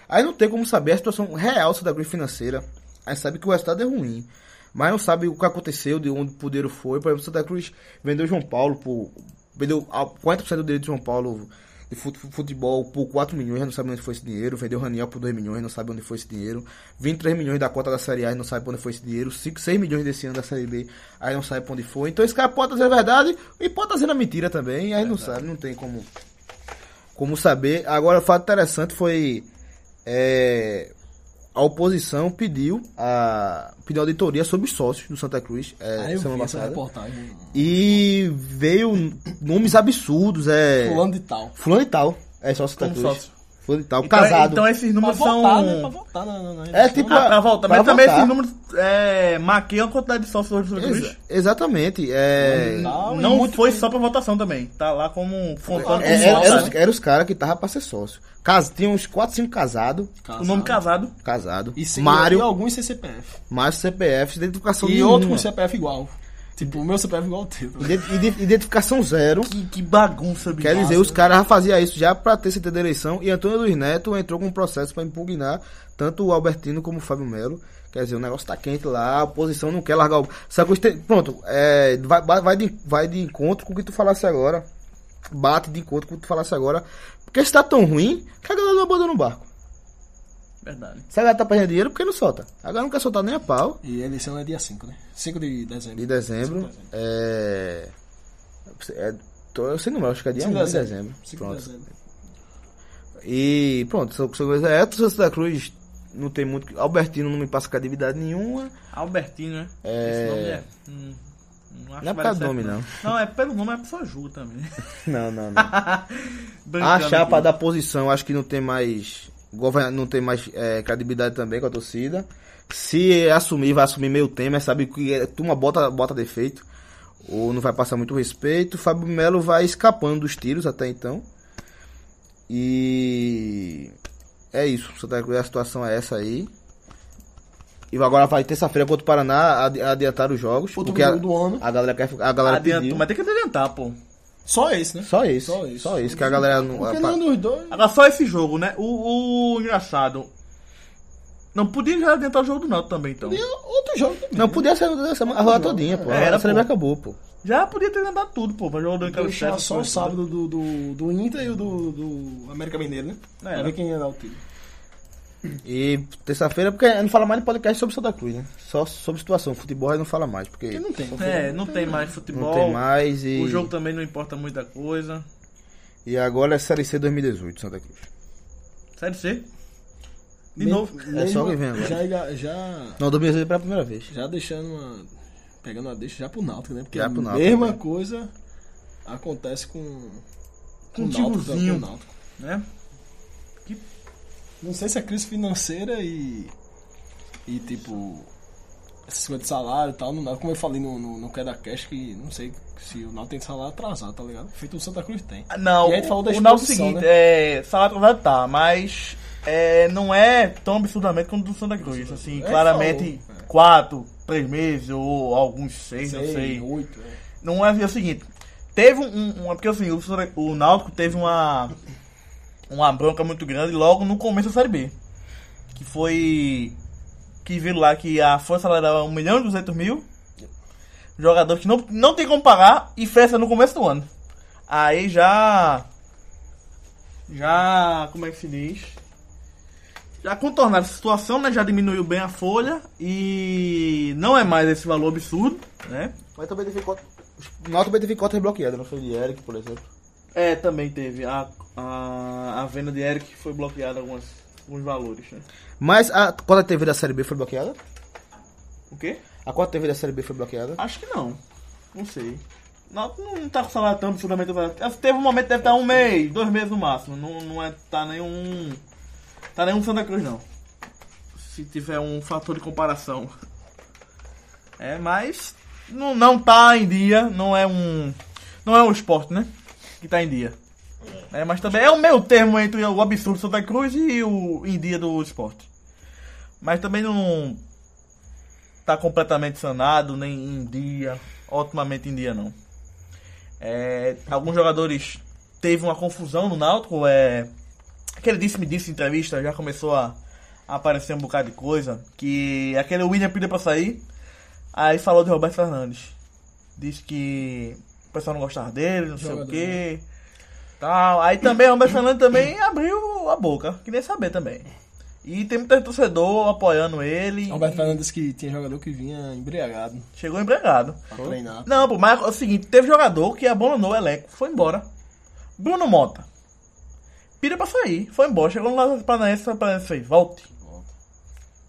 Speaker 4: Aí não tem como saber a situação real do Santa Cruz financeira. Aí sabe que o resultado é ruim. Mas não sabe o que aconteceu, de onde o poder foi. Por exemplo, Santa Cruz vendeu João Paulo por. Vendeu a- 40% do direito de João Paulo de fut- futebol por 4 milhões, não sabe onde foi esse dinheiro. Vendeu Raniel por 2 milhões, não sabe onde foi esse dinheiro. 23 milhões da cota da Série A, não sabe onde foi esse dinheiro. 5, 6 milhões desse ano da Série B, aí não sabe pra onde foi. Então esse cara pode dizer a verdade e pode dizer a mentira também. Aí não sabe, não tem como como saber. Agora, o fato interessante foi. é, a oposição pediu a pediu auditoria sobre os sócios do Santa Cruz é,
Speaker 3: Aí Ah, eu vi
Speaker 4: semana
Speaker 3: essa
Speaker 4: passada.
Speaker 3: reportagem.
Speaker 4: E veio n- nomes absurdos. É,
Speaker 3: Fulano de tal.
Speaker 4: Fulano e tal. É sócio do Santa
Speaker 2: Como
Speaker 4: Cruz.
Speaker 2: sócio.
Speaker 4: Fulano e tal.
Speaker 3: é-
Speaker 2: Então,
Speaker 4: É casado.
Speaker 2: então esses
Speaker 3: Pra
Speaker 2: números são.
Speaker 3: votar, né? Pra votar na, né? na, na
Speaker 4: é
Speaker 3: eleição.
Speaker 4: tipo.
Speaker 2: Ah, pra voltar. Mas
Speaker 4: pra
Speaker 2: também
Speaker 4: votar.
Speaker 2: esses números é, maquiam a quantidade de sócios hoje do Santa Cruz.
Speaker 4: Exa- exatamente. É,
Speaker 3: Tal, e
Speaker 2: Não
Speaker 3: muito
Speaker 2: foi
Speaker 3: que-
Speaker 2: só pra votação também. Tá lá como contando como
Speaker 4: é, era, era
Speaker 3: né?
Speaker 2: sócio.
Speaker 4: os, era os caras que tava pra ser sócio. Cas, tinha uns 4, 5 casados.
Speaker 2: O nome casado.
Speaker 4: Casado.
Speaker 3: E sem,
Speaker 4: Mário.
Speaker 3: E alguns sem CPF.
Speaker 4: Mas CPF, identificação
Speaker 3: E
Speaker 4: nenhuma.
Speaker 3: outro com CPF igual. Tipo, o meu CPF igual ao teu.
Speaker 4: Ide- ide- Identificação zero.
Speaker 2: Que, que bagunça, bicho.
Speaker 4: Quer dizer, os caras já faziam isso já pra ter certeza da eleição. E Antônio Luiz Neto entrou com um processo pra impugnar tanto o Albertino como o Fábio Melo. Quer dizer, o negócio tá quente lá, a oposição não quer largar o. Só que os te- Pronto, é, vai, vai- vai de, vai de encontro com o que tu falasse agora. Bate de encontro com o que tu falasse agora. Porque está tão ruim que a galera não abandona o barco.
Speaker 2: Verdade.
Speaker 4: Se a galera tá perdendo dinheiro, porque não solta. A galera não quer soltar nem a pau.
Speaker 3: E a eleição é dia 5, né? 5 de dezembro.
Speaker 4: de dezembro. É. é tô, eu sei não, acho que é dia 1 de dezembro.
Speaker 3: 5 de
Speaker 4: Pronto.
Speaker 3: dezembro.
Speaker 4: E pronto, são são coisas. É, o Santa Cruz não tem muito. que- Albertino não me passa credibilidade nenhuma.
Speaker 2: Albertino, né?
Speaker 4: É.
Speaker 2: Esse nome é. hum, acho
Speaker 4: Não é
Speaker 2: que
Speaker 4: por
Speaker 2: vai
Speaker 4: causa
Speaker 2: dar
Speaker 4: do nome,
Speaker 2: certo, não. Não, é pelo nome, é por sua Ju também.
Speaker 4: Não, não, não. A
Speaker 2: Brincando
Speaker 4: chapa
Speaker 2: aqui.
Speaker 4: da posição acho que não tem mais. governa- Não tem mais é, credibilidade também com a é, torcida. Se assumir, vai assumir meio tema, sabe que é, turma bota, bota defeito. ou não vai passar muito respeito. Fábio Melo vai escapando dos tiros até então. E é isso. Santa Cruz, a situação é essa aí. E agora vai terça-feira contra o Paraná adi- adiantar os jogos.
Speaker 3: Outro
Speaker 4: porque a,
Speaker 3: jogo do ano.
Speaker 4: a galera quer a galera
Speaker 2: Adianto,
Speaker 4: pediu.
Speaker 2: mas tem que adiantar, pô.
Speaker 3: Só esse, né?
Speaker 4: Só um, é, isso.
Speaker 3: Só esse.
Speaker 4: Só isso que a galera não
Speaker 3: Porque
Speaker 4: a-
Speaker 3: nenhum dos dois.
Speaker 2: Agora só esse jogo, né? O, o engraçado. Não podia já adiantar o jogo do Náutico também, então.
Speaker 3: E outro jogo também.
Speaker 4: Não podia ser a semana- a roda todinha, pô.
Speaker 2: É, era,
Speaker 4: a semana
Speaker 2: pô.
Speaker 4: acabou, pô.
Speaker 2: Já podia ter adiantado tudo, pô. Pra jogar o Daniel
Speaker 3: Deixar só um o sábado do, do, do Inter e o do, do América Mineiro, né?
Speaker 2: É,
Speaker 3: pra
Speaker 2: né?
Speaker 3: ver quem ia dar o tiro.
Speaker 4: E terça-feira, porque não fala mais de podcast sobre Santa Cruz, né? Só sobre situação. Futebol aí não fala mais, porque
Speaker 3: Porque não tem.
Speaker 2: É, não tem mais
Speaker 4: não
Speaker 2: futebol.
Speaker 4: tem mais. E,
Speaker 2: O jogo também não importa muita coisa.
Speaker 4: e agora é Série C 2018, Santa Cruz.
Speaker 2: Série C. De
Speaker 3: Me-
Speaker 2: novo.
Speaker 4: É só quem vem agora.
Speaker 3: Já, já,
Speaker 4: Não, 2018 pela primeira vez.
Speaker 3: já deixando uma. Pegando uma deixa já pro Náutico, né? Porque
Speaker 4: Já
Speaker 3: a
Speaker 4: pro Náutico,
Speaker 3: mesma
Speaker 4: né?
Speaker 3: coisa acontece com.
Speaker 2: Com o
Speaker 3: Náutico,
Speaker 2: Tigozinho.
Speaker 3: com o Náutico.
Speaker 2: Né?
Speaker 3: Não sei se é crise financeira e. E tipo. Essas coisas de salário e tal, não dá. Como eu falei no, no, no Queda Cash, que não sei se o Náutico tem salário atrasado, tá ligado? Feito o Santa Cruz tem.
Speaker 2: Ah, Não,
Speaker 3: E aí tu falou da
Speaker 2: o Náutico é o
Speaker 3: exposição, né?
Speaker 2: seguinte, é, salário atrasado tá, mas é, não é tão absurdamente quanto o do Santa Cruz. Assim,
Speaker 3: É,
Speaker 2: claramente
Speaker 3: falou, é.
Speaker 2: quatro, três meses ou alguns seis, não sei.
Speaker 3: oito, é.
Speaker 2: Não é, é o seguinte, teve um, um- uma, porque assim, o, Santa- o Náutico teve uma uma bronca muito grande logo no começo da Série B, que foi que viram lá que a força salarial é 1 milhão e 200 mil, jogador que não, não tem como pagar e festa no começo do ano. Aí já. Já. Como é que se diz? Já contornaram a situação, né? Já diminuiu bem a folha e não é mais esse valor absurdo, né?
Speaker 4: Mas também teve cota. O Náutico também teve cota bloqueada, não foi de Eric, por exemplo.
Speaker 2: É, também teve. A, a, a venda de Eric foi bloqueada algumas, alguns valores, né?
Speaker 4: Mas a cota TV da Série B foi bloqueada?
Speaker 2: O quê?
Speaker 4: A cota TV da Série B foi bloqueada?
Speaker 2: Acho que não. Não sei. Não, não tá com salário tão absurdamente. atrasado. Teve um momento que deve estar um mês, dois meses no máximo. Não, não é, tá nenhum. Tá nenhum Santa Cruz, não. Se tiver um fator de comparação. É, mas. Não, não tá em dia. Não é um. Não é um esporte, né? Que tá em dia. É, mas também é o meio termo entre o absurdo do Santa Cruz e o em dia do esporte. Mas também não tá completamente sanado, nem em dia, otimamente em dia não. É, alguns jogadores teve uma confusão no Náutico, é, aquele disse-me disse em entrevista, já começou a, a aparecer um bocado de coisa, que aquele William pediu pra sair, aí falou de Roberto Fernandes. Disse que o pessoal não gostava dele, não
Speaker 3: Jogador,
Speaker 2: sei o quê. Tal. Aí também o Roberto Fernandes também abriu a boca, queria saber também. E tem muito torcedor apoiando ele.
Speaker 3: Alberto
Speaker 2: e-
Speaker 3: Fernandes disse que tinha jogador que vinha embriagado
Speaker 2: Chegou empregado.
Speaker 3: pra treinar.
Speaker 2: Não, pô, mas é o seguinte, teve jogador que abandonou o elenco, foi embora. Bruno Mota. Pira pra sair, foi embora. Chegou no Lázaro Paranaense, o Lázaro Paranaense fez, volte.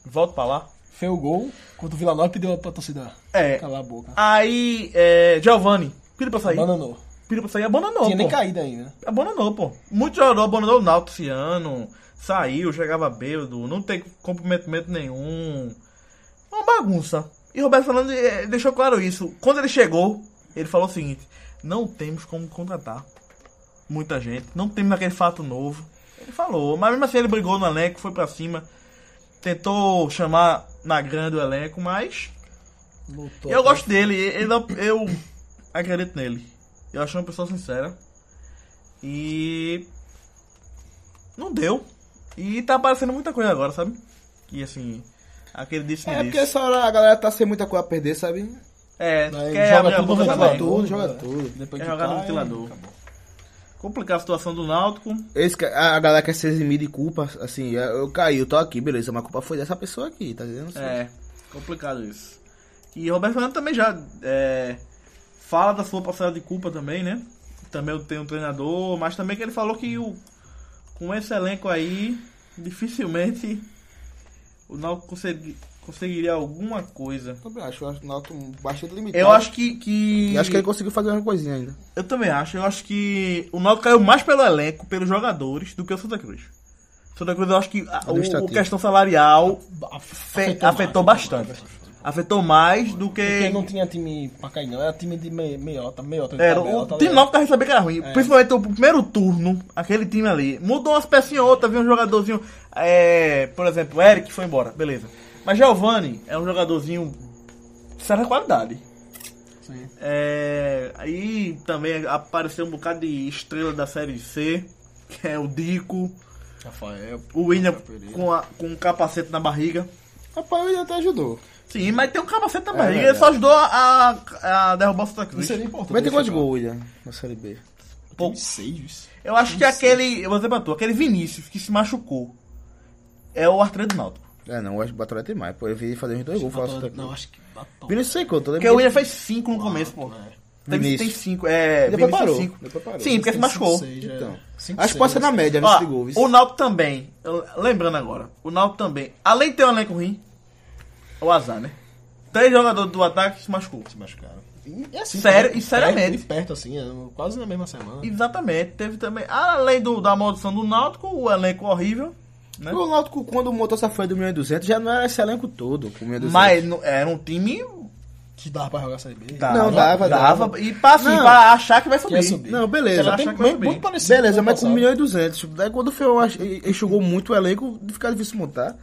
Speaker 2: Volta pra lá.
Speaker 3: Fez o gol, quando o Vila Nova pediu pra torcida
Speaker 2: É.
Speaker 3: calar a boca.
Speaker 2: Aí, é, Giovanni, pira pra sair.
Speaker 3: Abandonou.
Speaker 2: Pira pra sair, abandonou,
Speaker 3: Tinha nem
Speaker 2: pô.
Speaker 3: caído ainda.
Speaker 2: Abandonou, pô. Muito jogador abandonou o Náutico esse ano. Saiu, chegava bêbado, não tem comprometimento nenhum. É uma bagunça. E Roberto Fernandes eh, deixou claro isso. Quando ele chegou, ele falou o seguinte: não temos como contratar muita gente, não temos aquele fato novo. Ele falou, mas mesmo assim ele brigou no elenco, foi pra cima, tentou chamar na grande o elenco, mas
Speaker 3: Lutou.
Speaker 2: eu gosto dele, ele- é eu acredito nele. Eu acho uma pessoa sincera. E. Não deu. E tá aparecendo muita coisa agora, sabe? E assim. Aquele disse
Speaker 4: É porque essa hora a galera tá sem muita coisa a perder, sabe?
Speaker 2: É,
Speaker 3: Aí
Speaker 2: quer
Speaker 3: joga
Speaker 2: abrir a
Speaker 3: tudo,
Speaker 2: boca
Speaker 3: joga
Speaker 2: também.
Speaker 3: tudo.
Speaker 4: joga tudo.
Speaker 3: Depois
Speaker 2: É
Speaker 3: que
Speaker 2: jogar no
Speaker 3: cai,
Speaker 2: ventilador.
Speaker 3: acabou.
Speaker 2: Complicar a situação do Náutico.
Speaker 4: Esse, que- a, a galera quer se eximir de culpa, assim, é, eu caí, eu tô aqui, beleza, mas a culpa foi dessa pessoa aqui, tá entendendo?
Speaker 2: É, complicado isso. E Roberto Fernandes também já é, fala da sua parcela de culpa também, né? Também eu tenho um treinador, mas também que ele falou que o, com esse elenco aí, dificilmente o Náutico consegui- conseguiria alguma coisa.
Speaker 4: Também acho, eu acho o Náutico bastante limitado.
Speaker 2: Eu acho que. que...
Speaker 4: tá. E acho que é ele conseguiu fazer uma coisinha ainda.
Speaker 2: Eu também acho. Eu acho que o Náutico caiu mais pelo elenco, pelos jogadores, do que o Santa Cruz. O Santa Cruz, eu acho que a, o,
Speaker 4: Administrativo.
Speaker 2: o questão salarial fe-
Speaker 3: Afetou
Speaker 2: afetou,
Speaker 3: mais, afetou
Speaker 2: bastante.
Speaker 3: bastante.
Speaker 2: afetou mais do
Speaker 3: Porque
Speaker 2: que.
Speaker 3: não tinha time pra cair, não. Era time de me- meiota, meiota. de
Speaker 2: Era,
Speaker 3: tabela,
Speaker 2: É, o
Speaker 3: tá
Speaker 2: time
Speaker 3: ligado?
Speaker 2: novo que a gente sabia que era ruim. Principalmente o primeiro turno, aquele time ali. Mudou umas pecinhas ou outras, viu um jogadorzinho. É, por exemplo, o Eric foi embora, beleza. Mas Giovanni é um jogadorzinho de certa qualidade.
Speaker 3: Sim.
Speaker 2: É, aí também apareceu um bocado de estrela da Série C, que é o Dico,
Speaker 3: Rafael.
Speaker 2: o William
Speaker 3: Pereira.
Speaker 2: com, a- com um capacete na barriga.
Speaker 4: Rapaz, ele até ajudou.
Speaker 2: Sim, mas tem um capacete na barriga, ele
Speaker 4: verdade.
Speaker 2: só ajudou a, a, a derrubar o Santa Cruz.
Speaker 3: Isso seria importante.
Speaker 4: Vai ter quantos
Speaker 3: gols?
Speaker 4: gols, William, na Série B?
Speaker 2: Pô,
Speaker 3: Seis.
Speaker 2: Eu acho que aquele. Eu vou dizer pra tu, aquele Vinícius que se machucou é o artilheiro do Náutico.
Speaker 4: É, não, eu acho que o Batalha tem mais. Pô, eu vi ele fazer uns dois gols. falar sobre-
Speaker 3: Não, acho que batom.
Speaker 4: Vinícius sei quanto,
Speaker 2: Porque o William fez 5 no começo, pô.
Speaker 3: né?
Speaker 2: Tem, tem
Speaker 4: Vinícius.
Speaker 2: cinco. É,
Speaker 4: Depois
Speaker 2: Vinícius
Speaker 4: parou,
Speaker 2: cinco.
Speaker 4: depois parou.
Speaker 2: Sim, porque se machucou.
Speaker 3: Seis, é.
Speaker 4: Então,
Speaker 3: Cinco,
Speaker 4: acho que pode ser
Speaker 3: seis. né?
Speaker 4: na média, né,
Speaker 2: Ó,
Speaker 4: nesse de gols.
Speaker 2: o Náutico também, eu- lembrando agora, o Náutico também, além de ter um elenco ruim, é o azar, né? Três jogadores do ataque se machucou.
Speaker 3: Se machucaram. E assim,
Speaker 2: Sério,
Speaker 3: perto-
Speaker 2: e seriamente.
Speaker 3: perto- Perto, assim, é, quase na mesma semana.
Speaker 2: Exatamente, teve também, além do, da maldição do Náutico, o elenco horrível, né?
Speaker 4: O Náutico, quando montou essa folha do 1.200, já não era esse elenco todo com 1.200.
Speaker 2: Mas não- era um time...
Speaker 3: Que dava pra jogar Série B.
Speaker 2: Dava,
Speaker 4: Não, dava, dava.
Speaker 2: E pra, assim,
Speaker 4: Não.
Speaker 2: pra achar que vai
Speaker 3: Que ia
Speaker 2: subir.
Speaker 3: subir.
Speaker 4: Não, beleza.
Speaker 2: Ela
Speaker 3: Ela
Speaker 2: tem
Speaker 3: tem
Speaker 2: que vai
Speaker 3: muito,
Speaker 2: bem.
Speaker 3: muito parecido.
Speaker 4: Beleza,
Speaker 3: com o
Speaker 4: mas com
Speaker 3: passado.
Speaker 4: 1 milhão e 200. Daí quando o Feu ach- enxugou muito o elenco, fica difícil montar.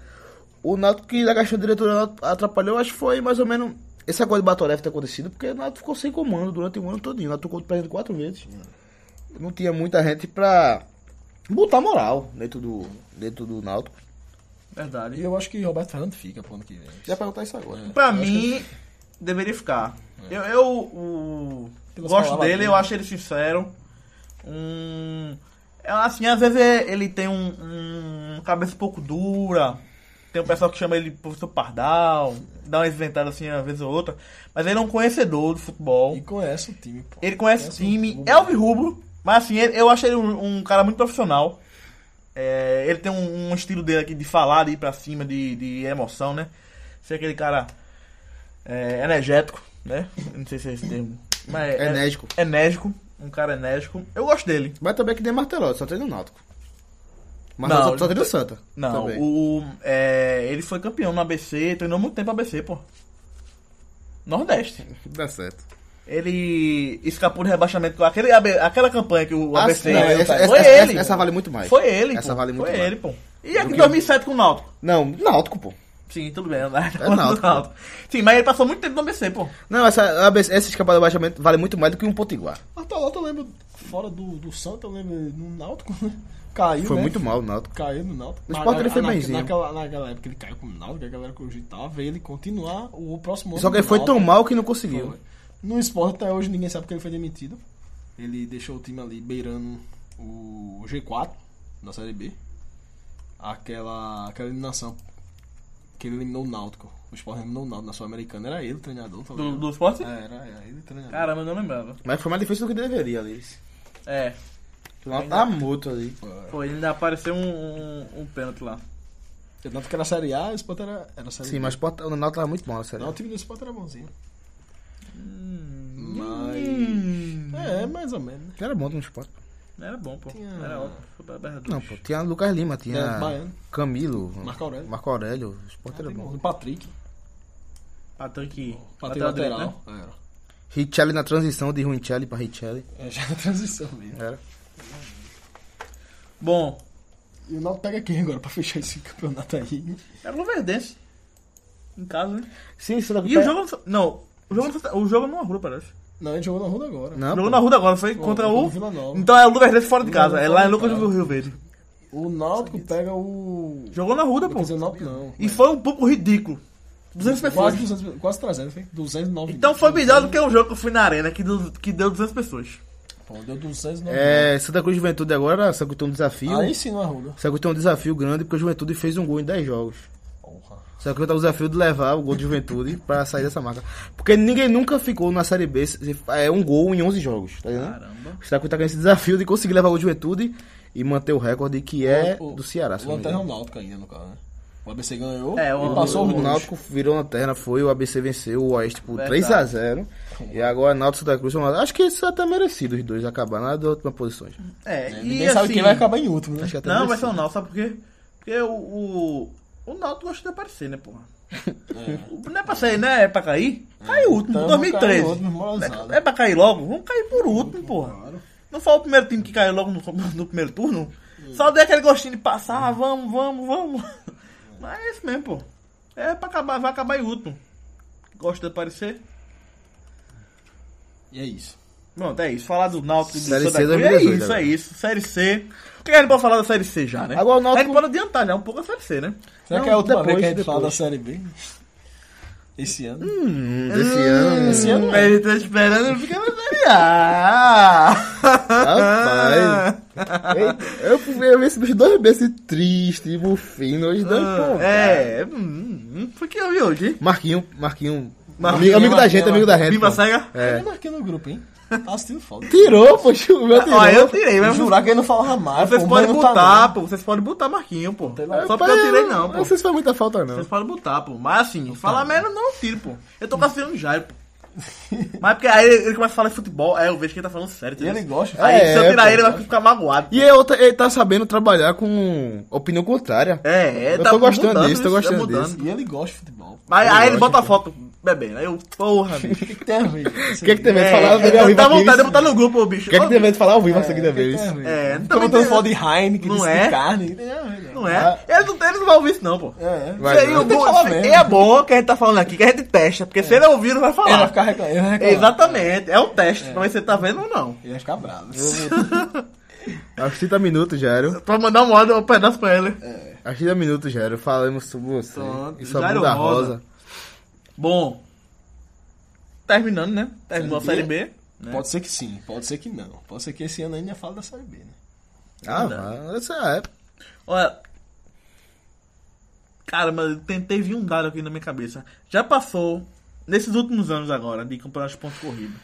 Speaker 4: O Náutico que da questão diretora atrapalhou, acho que foi mais ou menos essa coisa do Batoref ter acontecido, porque o Náutico ficou sem comando durante o ano todinho. O Náutico ficou perdendo quatro vezes. Não tinha muita gente pra botar moral dentro do, dentro do Náutico.
Speaker 2: Verdade.
Speaker 3: E eu acho que Roberto Fernando fica pro ano que vem.
Speaker 4: Já perguntar isso agora.
Speaker 2: Pra mim, deveria ficar. Eu, eu, o-
Speaker 3: Pelas
Speaker 2: gosto
Speaker 3: palavras
Speaker 2: dele,
Speaker 3: dele.
Speaker 2: eu acho ele sincero. Hum, é assim, às vezes é- ele tem um, um cabeça um pouco dura. Tem um pessoal que chama ele de professor Pardal. Dá uma inventada assim, uma vez ou outra. Mas ele é um conhecedor do futebol.
Speaker 3: E conhece o time, pô.
Speaker 2: Ele conhece o
Speaker 3: Conhece
Speaker 2: time,
Speaker 3: o-
Speaker 2: é o rubro, mas assim, ele- eu acho ele um, um cara muito profissional. É, ele tem um, um estilo dele aqui de falar, de ir pra cima, de, de emoção, né? Ser aquele cara é, energético, né? Eu Não sei se é esse termo. Mas é-
Speaker 4: Enérgico.
Speaker 2: enérgico, um cara enérgico. Eu gosto dele.
Speaker 4: Mas também é que nem Marteló, só treina o Náutico. Mas
Speaker 2: Não,
Speaker 4: só, só treina o Santa.
Speaker 2: Não,
Speaker 4: também.
Speaker 2: o, é, ele foi campeão no ABC, treinou muito tempo no ABC, pô. Nordeste.
Speaker 4: Dá certo.
Speaker 2: Ele escapou do rebaixamento com aquele, AB aquela campanha que o
Speaker 4: Ah,
Speaker 2: ABC.
Speaker 4: sim, não, essa,
Speaker 2: foi
Speaker 4: essa-
Speaker 2: ele.
Speaker 4: essa- essa vale muito mais.
Speaker 2: Foi ele,
Speaker 4: Essa
Speaker 2: pô.
Speaker 4: vale muito
Speaker 2: Foi
Speaker 4: mais.
Speaker 2: ele, pô. E aqui em 2007 com o Náutico.
Speaker 4: Não, Náutico, pô.
Speaker 2: Sim, tudo bem. Né?
Speaker 4: É Náutico.
Speaker 2: Sim, mas ele passou muito tempo no ABC, pô.
Speaker 4: Não, essa, ABC, essa escapada de baixamento vale muito mais do que um potiguar.
Speaker 3: Martelota eu lembro, fora do, do Santa, eu lembro no Náutico, né? Caiu,
Speaker 4: Foi
Speaker 3: né?
Speaker 4: muito mal o Náutico.
Speaker 3: Caiu no Náutico.
Speaker 4: O
Speaker 3: Na-
Speaker 4: Sport ele foi
Speaker 3: na-
Speaker 4: benzinho.
Speaker 3: Naquela, naquela época ele caiu com o Náutico, a galera cogitava ele continuar o próximo ano.
Speaker 4: Só que ele
Speaker 3: no
Speaker 4: foi tão
Speaker 3: Náutico.
Speaker 4: mal que não conseguiu.
Speaker 3: Foi. No Sport até hoje ninguém sabe porque ele foi demitido. Ele deixou o time ali beirando o G4 da Série B. Aquela, aquela eliminação que ele eliminou o Náutico. O Sport eliminou o Náutico na Sul-Americana. Era ele o treinador, tá
Speaker 2: Do,
Speaker 3: ligado?
Speaker 2: do esporte.
Speaker 3: É, era, era ele o treinador.
Speaker 2: Caramba, eu não lembrava.
Speaker 4: Mas foi mais difícil do que deveria ali.
Speaker 2: É.
Speaker 4: O Náutico tá morto ali.
Speaker 2: Pô, ele ainda apareceu um, um, um pênalti lá.
Speaker 3: O Náutico É, era Série A, o Sport era, era Série
Speaker 4: Sim,
Speaker 3: B.
Speaker 4: mas o Porto- o Náutico tava muito mal na série.
Speaker 3: Não, o time do Sport era bonzinho.
Speaker 2: Hum,
Speaker 3: Mas.
Speaker 4: Hum.
Speaker 3: É, mais ou menos, né?
Speaker 4: Era bom no esporte.
Speaker 2: Era bom, pô.
Speaker 3: Tinha-
Speaker 2: Era ótimo. Foi pra Berra
Speaker 4: Não, pô. Tinha Lucas Lima,
Speaker 3: Era
Speaker 4: tinha
Speaker 3: É, baiano.
Speaker 4: Camilo,
Speaker 3: Marco Aurélio.
Speaker 4: Hum. Marco Aurélio. O esporte era bom.
Speaker 3: O Patrick.
Speaker 2: Patrick.
Speaker 3: Patrick
Speaker 2: lateral direito,
Speaker 3: lateral. É,
Speaker 2: né?
Speaker 3: Era.
Speaker 4: Richelli na transição de Ruincelli pra Richelli.
Speaker 3: É, já na transição mesmo.
Speaker 4: Era.
Speaker 2: Bom,
Speaker 4: É.
Speaker 3: E o Náutico pega quem agora pra fechar esse campeonato aí?
Speaker 2: era o Verdense. Em casa, né?
Speaker 4: Sim, isso
Speaker 2: E o jogo. Não, o jogo, o jogo não arruda, parece.
Speaker 3: Não, a gente jogou tá- na Ruda agora.
Speaker 4: Não,
Speaker 2: Jogou
Speaker 4: pô.
Speaker 2: na Ruda agora, foi contra
Speaker 3: contra
Speaker 2: o.
Speaker 3: o Vila Nova.
Speaker 2: Então é o Luverdense fora de
Speaker 3: Vila
Speaker 2: casa.
Speaker 3: Nova
Speaker 2: É lá em
Speaker 3: fora de
Speaker 2: Lucas
Speaker 3: casa.
Speaker 2: do Rio Verde.
Speaker 3: O Náutico pega o.
Speaker 2: Jogou na Ruda,
Speaker 3: Quer
Speaker 2: pô.
Speaker 3: dizer, o Náutico não. é.
Speaker 2: E foi um pouco ridículo. 200 pessoas.
Speaker 3: Quase, 200, quase 300, hein? 209.
Speaker 2: Então foi melhor do que o jogo que eu fui na arena, que deu, que deu 200 pessoas.
Speaker 3: Pô, deu 209.
Speaker 4: É, Santa Cruz Juventude agora, Santa Cruz tem um desafio.
Speaker 3: Aí sim, é na Ruda.
Speaker 4: Santa Cruz tem um desafio grande porque o Juventude fez um gol em 10 jogos.
Speaker 3: Porra.
Speaker 4: Só que eu tava o desafio de levar o gol de juventude pra sair dessa marca. Porque ninguém nunca ficou na Série B se- é um gol em 11 jogos, tá ligado?
Speaker 2: Caramba.
Speaker 4: O Sacramento tá ganhando esse desafio de conseguir levar o gol de juventude e manter o recorde que é
Speaker 3: O- o-
Speaker 4: do Ceará. se
Speaker 3: O
Speaker 4: não me
Speaker 3: Lanterna é o
Speaker 4: engano.
Speaker 3: Náutico ainda, no caso, né? O ABC ganhou
Speaker 2: É, o-
Speaker 3: e passou
Speaker 4: O
Speaker 3: o
Speaker 4: Náutico virou lanterna, foi, o ABC venceu o Oeste por
Speaker 2: Verdade.
Speaker 4: 3x0. E agora Náutico Santa Cruz. Acho que isso é até merecido os dois acabar na última posições.
Speaker 2: É, e
Speaker 3: Ninguém
Speaker 2: assim,
Speaker 3: sabe quem vai acabar em último, né?
Speaker 4: Acho que é até
Speaker 2: Não, vai
Speaker 4: merecido.
Speaker 2: ser o nosso, sabe por quê? Porque o, o, O Náutico gosta de aparecer, né, porra? O- Não é pra sair, né? É pra cair? Caiu o último,
Speaker 3: Então,
Speaker 2: 2013.
Speaker 3: caiu o último, molezado.
Speaker 2: é, é pra cair logo? Vamos cair por último, porra.
Speaker 3: Claro.
Speaker 2: Não foi o primeiro time que caiu logo no, no primeiro turno? Só deu aquele gostinho de passar, ah, vamos, vamos, vamos. Mas é isso mesmo, pô. É pra acabar, vai acabar em último. Gosta de aparecer?
Speaker 3: E é isso.
Speaker 2: Pronto, é isso. Falar do Náutico e do
Speaker 4: Série
Speaker 2: Santa
Speaker 4: C
Speaker 2: Cruz, É
Speaker 4: 2018
Speaker 2: isso,
Speaker 4: agora.
Speaker 2: é isso. Série C. O que a gente pode falar da Série C já, né?
Speaker 4: Agora o Náutico-
Speaker 2: A gente pode adiantar já um pouco a Série C, né?
Speaker 3: Será
Speaker 4: Não,
Speaker 3: que é a última
Speaker 4: depois,
Speaker 3: vez que a gente fala da
Speaker 4: depois.
Speaker 3: Série B? Esse ano?
Speaker 4: Hum, desse ano.
Speaker 3: Esse ano é.
Speaker 2: Ele tá esperando porque vai variar.
Speaker 4: Rapaz. Ei, eu fui eu vi esse bicho dois meses triste, bufino, hoje dois
Speaker 3: Ah,
Speaker 4: pô, cara.
Speaker 2: É, hum, hum, foi que eu vi hoje.
Speaker 4: Marquinho, Marquinho.
Speaker 2: Marquinho,
Speaker 4: amigo, amigo da
Speaker 2: é
Speaker 4: gente,
Speaker 3: Marquinho,
Speaker 4: amigo da gente.
Speaker 2: Bimba
Speaker 4: pô.
Speaker 2: cega.
Speaker 4: É.
Speaker 3: Eu marquei no grupo, hein? Tá assistindo falta.
Speaker 4: Tirou, poxa, o meu tirou.
Speaker 2: Ó, Ah, eu tirei, mas
Speaker 3: Jurar que ele não falava mais.
Speaker 2: vocês
Speaker 3: pô,
Speaker 2: podem
Speaker 3: mas não tá
Speaker 2: botar,
Speaker 3: não.
Speaker 4: né?
Speaker 2: pô. Vocês podem botar Marquinho, pô.
Speaker 4: Eu-
Speaker 2: Só porque eu tirei não,
Speaker 4: Não
Speaker 2: pô.
Speaker 4: sei tá. se faz muita falta,
Speaker 2: Vocês
Speaker 4: não.
Speaker 2: podem botar, pô. Mas assim, falar merda eu não tiro, pô. Eu tô caçando Jairo, pô. Mas é porque aí ele começa a falar de futebol, aí eu vejo que ele tá falando sério.
Speaker 3: E
Speaker 2: entendeu?
Speaker 3: ele gosta.
Speaker 2: Aí se eu
Speaker 4: É,
Speaker 2: tirar
Speaker 4: pô.
Speaker 2: ele, ele vai ficar magoado.
Speaker 4: E é outra, ele tá sabendo trabalhar com opinião contrária.
Speaker 2: É, é,
Speaker 4: Eu tô gostando disso, tô
Speaker 2: isso,
Speaker 4: gostando disso.
Speaker 3: E ele gosta de futebol.
Speaker 2: Mas
Speaker 4: Eu
Speaker 2: aí ele
Speaker 4: gosto,
Speaker 2: bota a foto bebendo. Aí eu, porra, bicho.
Speaker 3: O que, que tem a ver?
Speaker 4: O que é que tem medo de
Speaker 2: É,
Speaker 4: falar? ao
Speaker 2: eu
Speaker 4: vivo
Speaker 2: dá
Speaker 4: aqui,
Speaker 2: vontade de
Speaker 4: isso?
Speaker 2: botar no grupo, ô, bicho.
Speaker 4: O que é que
Speaker 2: Ô,
Speaker 4: tem medo de falar ao vivo a
Speaker 3: É,
Speaker 4: segunda
Speaker 3: o que que
Speaker 4: vez?
Speaker 3: tem a ver?
Speaker 2: É, não
Speaker 3: Tô
Speaker 2: também
Speaker 3: botando
Speaker 2: tem-
Speaker 3: foto de Heineken,
Speaker 2: Não
Speaker 3: não
Speaker 2: é?
Speaker 3: é? carne. Não é?
Speaker 2: Não é?
Speaker 4: Ah.
Speaker 2: Eles não, eles não vão ouvir isso, não, pô.
Speaker 3: É, é.
Speaker 4: Vai,
Speaker 2: Isso aí,
Speaker 4: vai.
Speaker 2: o
Speaker 3: Tem que
Speaker 2: bom-
Speaker 3: falar mesmo.
Speaker 2: é bom que a gente tá falando aqui, que a gente testa, porque se ele ouvir, não vai
Speaker 3: Ele vai
Speaker 2: falar.
Speaker 3: ficar reclamando. Ele vai reclamar.
Speaker 2: Exatamente, é um teste, pra ver se ele tá vendo ou não.
Speaker 3: Ele vai ficar bravo.
Speaker 4: Aos 30 minutos, Jairo.
Speaker 2: Pra mandar um áudio, um pedaço pra ele.
Speaker 3: É.
Speaker 4: Aos 30 minutos, Jairo. Falamos sobre você.
Speaker 2: Pronto,
Speaker 4: E sua
Speaker 2: Jairo
Speaker 4: bunda
Speaker 2: Rosa.
Speaker 4: rosa.
Speaker 2: Bom, terminando, né? Terminou a Série
Speaker 3: Série B?
Speaker 2: B. né?
Speaker 3: Pode ser que sim, pode ser que não. Pode ser que esse ano ainda fala da Série B, né?
Speaker 4: Ah, vai. Essa é.
Speaker 2: Olha. Cara, mas eu tentei vir um dado aqui na minha cabeça. Já passou, nesses últimos anos agora, de campeonato de pontos corridos.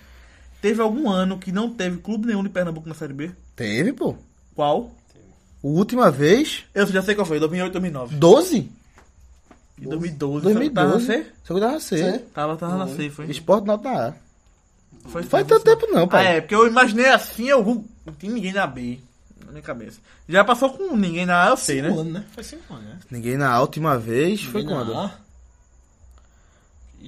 Speaker 2: Teve algum ano que não teve clube nenhum de Pernambuco na Série B?
Speaker 4: Teve, pô.
Speaker 2: Qual?
Speaker 4: Última vez,
Speaker 2: Eu já sei qual foi, 2008, 2009.
Speaker 4: 12?
Speaker 2: E Tá, 2012. Tava na
Speaker 4: 2012.
Speaker 2: C?
Speaker 4: Só que dava C.
Speaker 2: Tava, tava
Speaker 4: Hum.
Speaker 2: na C, foi.
Speaker 4: Esporte não tá.
Speaker 2: Foi,
Speaker 4: Faz tanto tempo não,
Speaker 2: Ah,
Speaker 4: pai.
Speaker 2: é, porque eu imaginei assim, eu não tinha ninguém na B na minha cabeça. Já passou com ninguém na A, eu sei, né?
Speaker 3: Um ano, né? Foi cinco anos, né?
Speaker 4: Ninguém na última vez foi
Speaker 3: Ninguém
Speaker 4: quando?
Speaker 3: na A.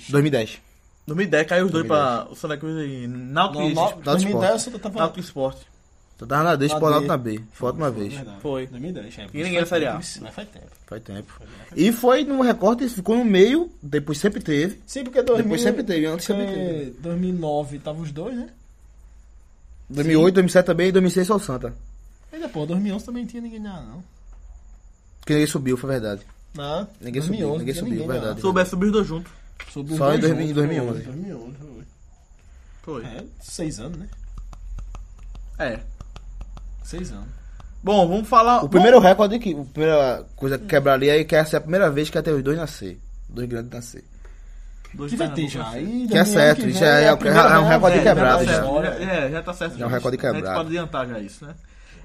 Speaker 4: 2010.
Speaker 2: 2010 caiu os dois pra o Santa Cruz e Náutico
Speaker 3: Não,
Speaker 2: e tipo,
Speaker 3: no-
Speaker 2: Náutico
Speaker 3: 2010 eu só tava...
Speaker 2: Náutico Esporte.
Speaker 4: Só Então, tava na D,
Speaker 3: Na
Speaker 4: Esporte
Speaker 3: D.
Speaker 4: na B. Foi a última vez.
Speaker 3: Verdade.
Speaker 2: Foi.
Speaker 3: 2010, é.
Speaker 2: ninguém na Série A.
Speaker 3: Mas faz tempo.
Speaker 4: Faz tempo. E foi no recorte, ficou no meio, depois sempre teve.
Speaker 3: Sim, porque 2000...
Speaker 4: Depois sempre teve, antes sempre
Speaker 3: porque 2009 tava os dois, né?
Speaker 4: 2008, 2007 também e 2006 só o Santa.
Speaker 3: E depois, 2011 também tinha ninguém na A, não.
Speaker 4: Que ninguém subiu, foi verdade.
Speaker 3: Na
Speaker 4: Ninguém
Speaker 3: 2011
Speaker 4: subiu,
Speaker 3: não
Speaker 4: ninguém
Speaker 3: tinha
Speaker 4: subiu,
Speaker 3: na A.
Speaker 4: verdade.
Speaker 2: Souber subir os dois juntos.
Speaker 3: Subiu
Speaker 4: Só em
Speaker 3: dois
Speaker 4: 2000,
Speaker 3: juntos,
Speaker 4: 2011.
Speaker 3: 2011, foi.
Speaker 2: Foi.
Speaker 3: É, seis anos, né?
Speaker 2: É.
Speaker 3: Seis anos.
Speaker 2: Bom, vamos falar.
Speaker 4: O primeiro recorde que. A primeira coisa que quebrar ali é que essa é a primeira vez que até os dois nascer. Dois grandes nascer.
Speaker 2: Dois
Speaker 3: Que vai ter
Speaker 2: Pernambuco,
Speaker 3: já.
Speaker 2: né?
Speaker 3: aí,
Speaker 4: Que é
Speaker 3: Damião,
Speaker 4: certo,
Speaker 3: vem
Speaker 4: já é-
Speaker 3: a primeira
Speaker 4: é um
Speaker 3: vez,
Speaker 4: recorde
Speaker 3: né?
Speaker 4: quebrado,
Speaker 2: já.
Speaker 4: já.
Speaker 2: tá certo. É, já tá certo.
Speaker 4: Já é um recorde
Speaker 2: A gente
Speaker 4: quebrado.
Speaker 2: pode adiantar já isso, né?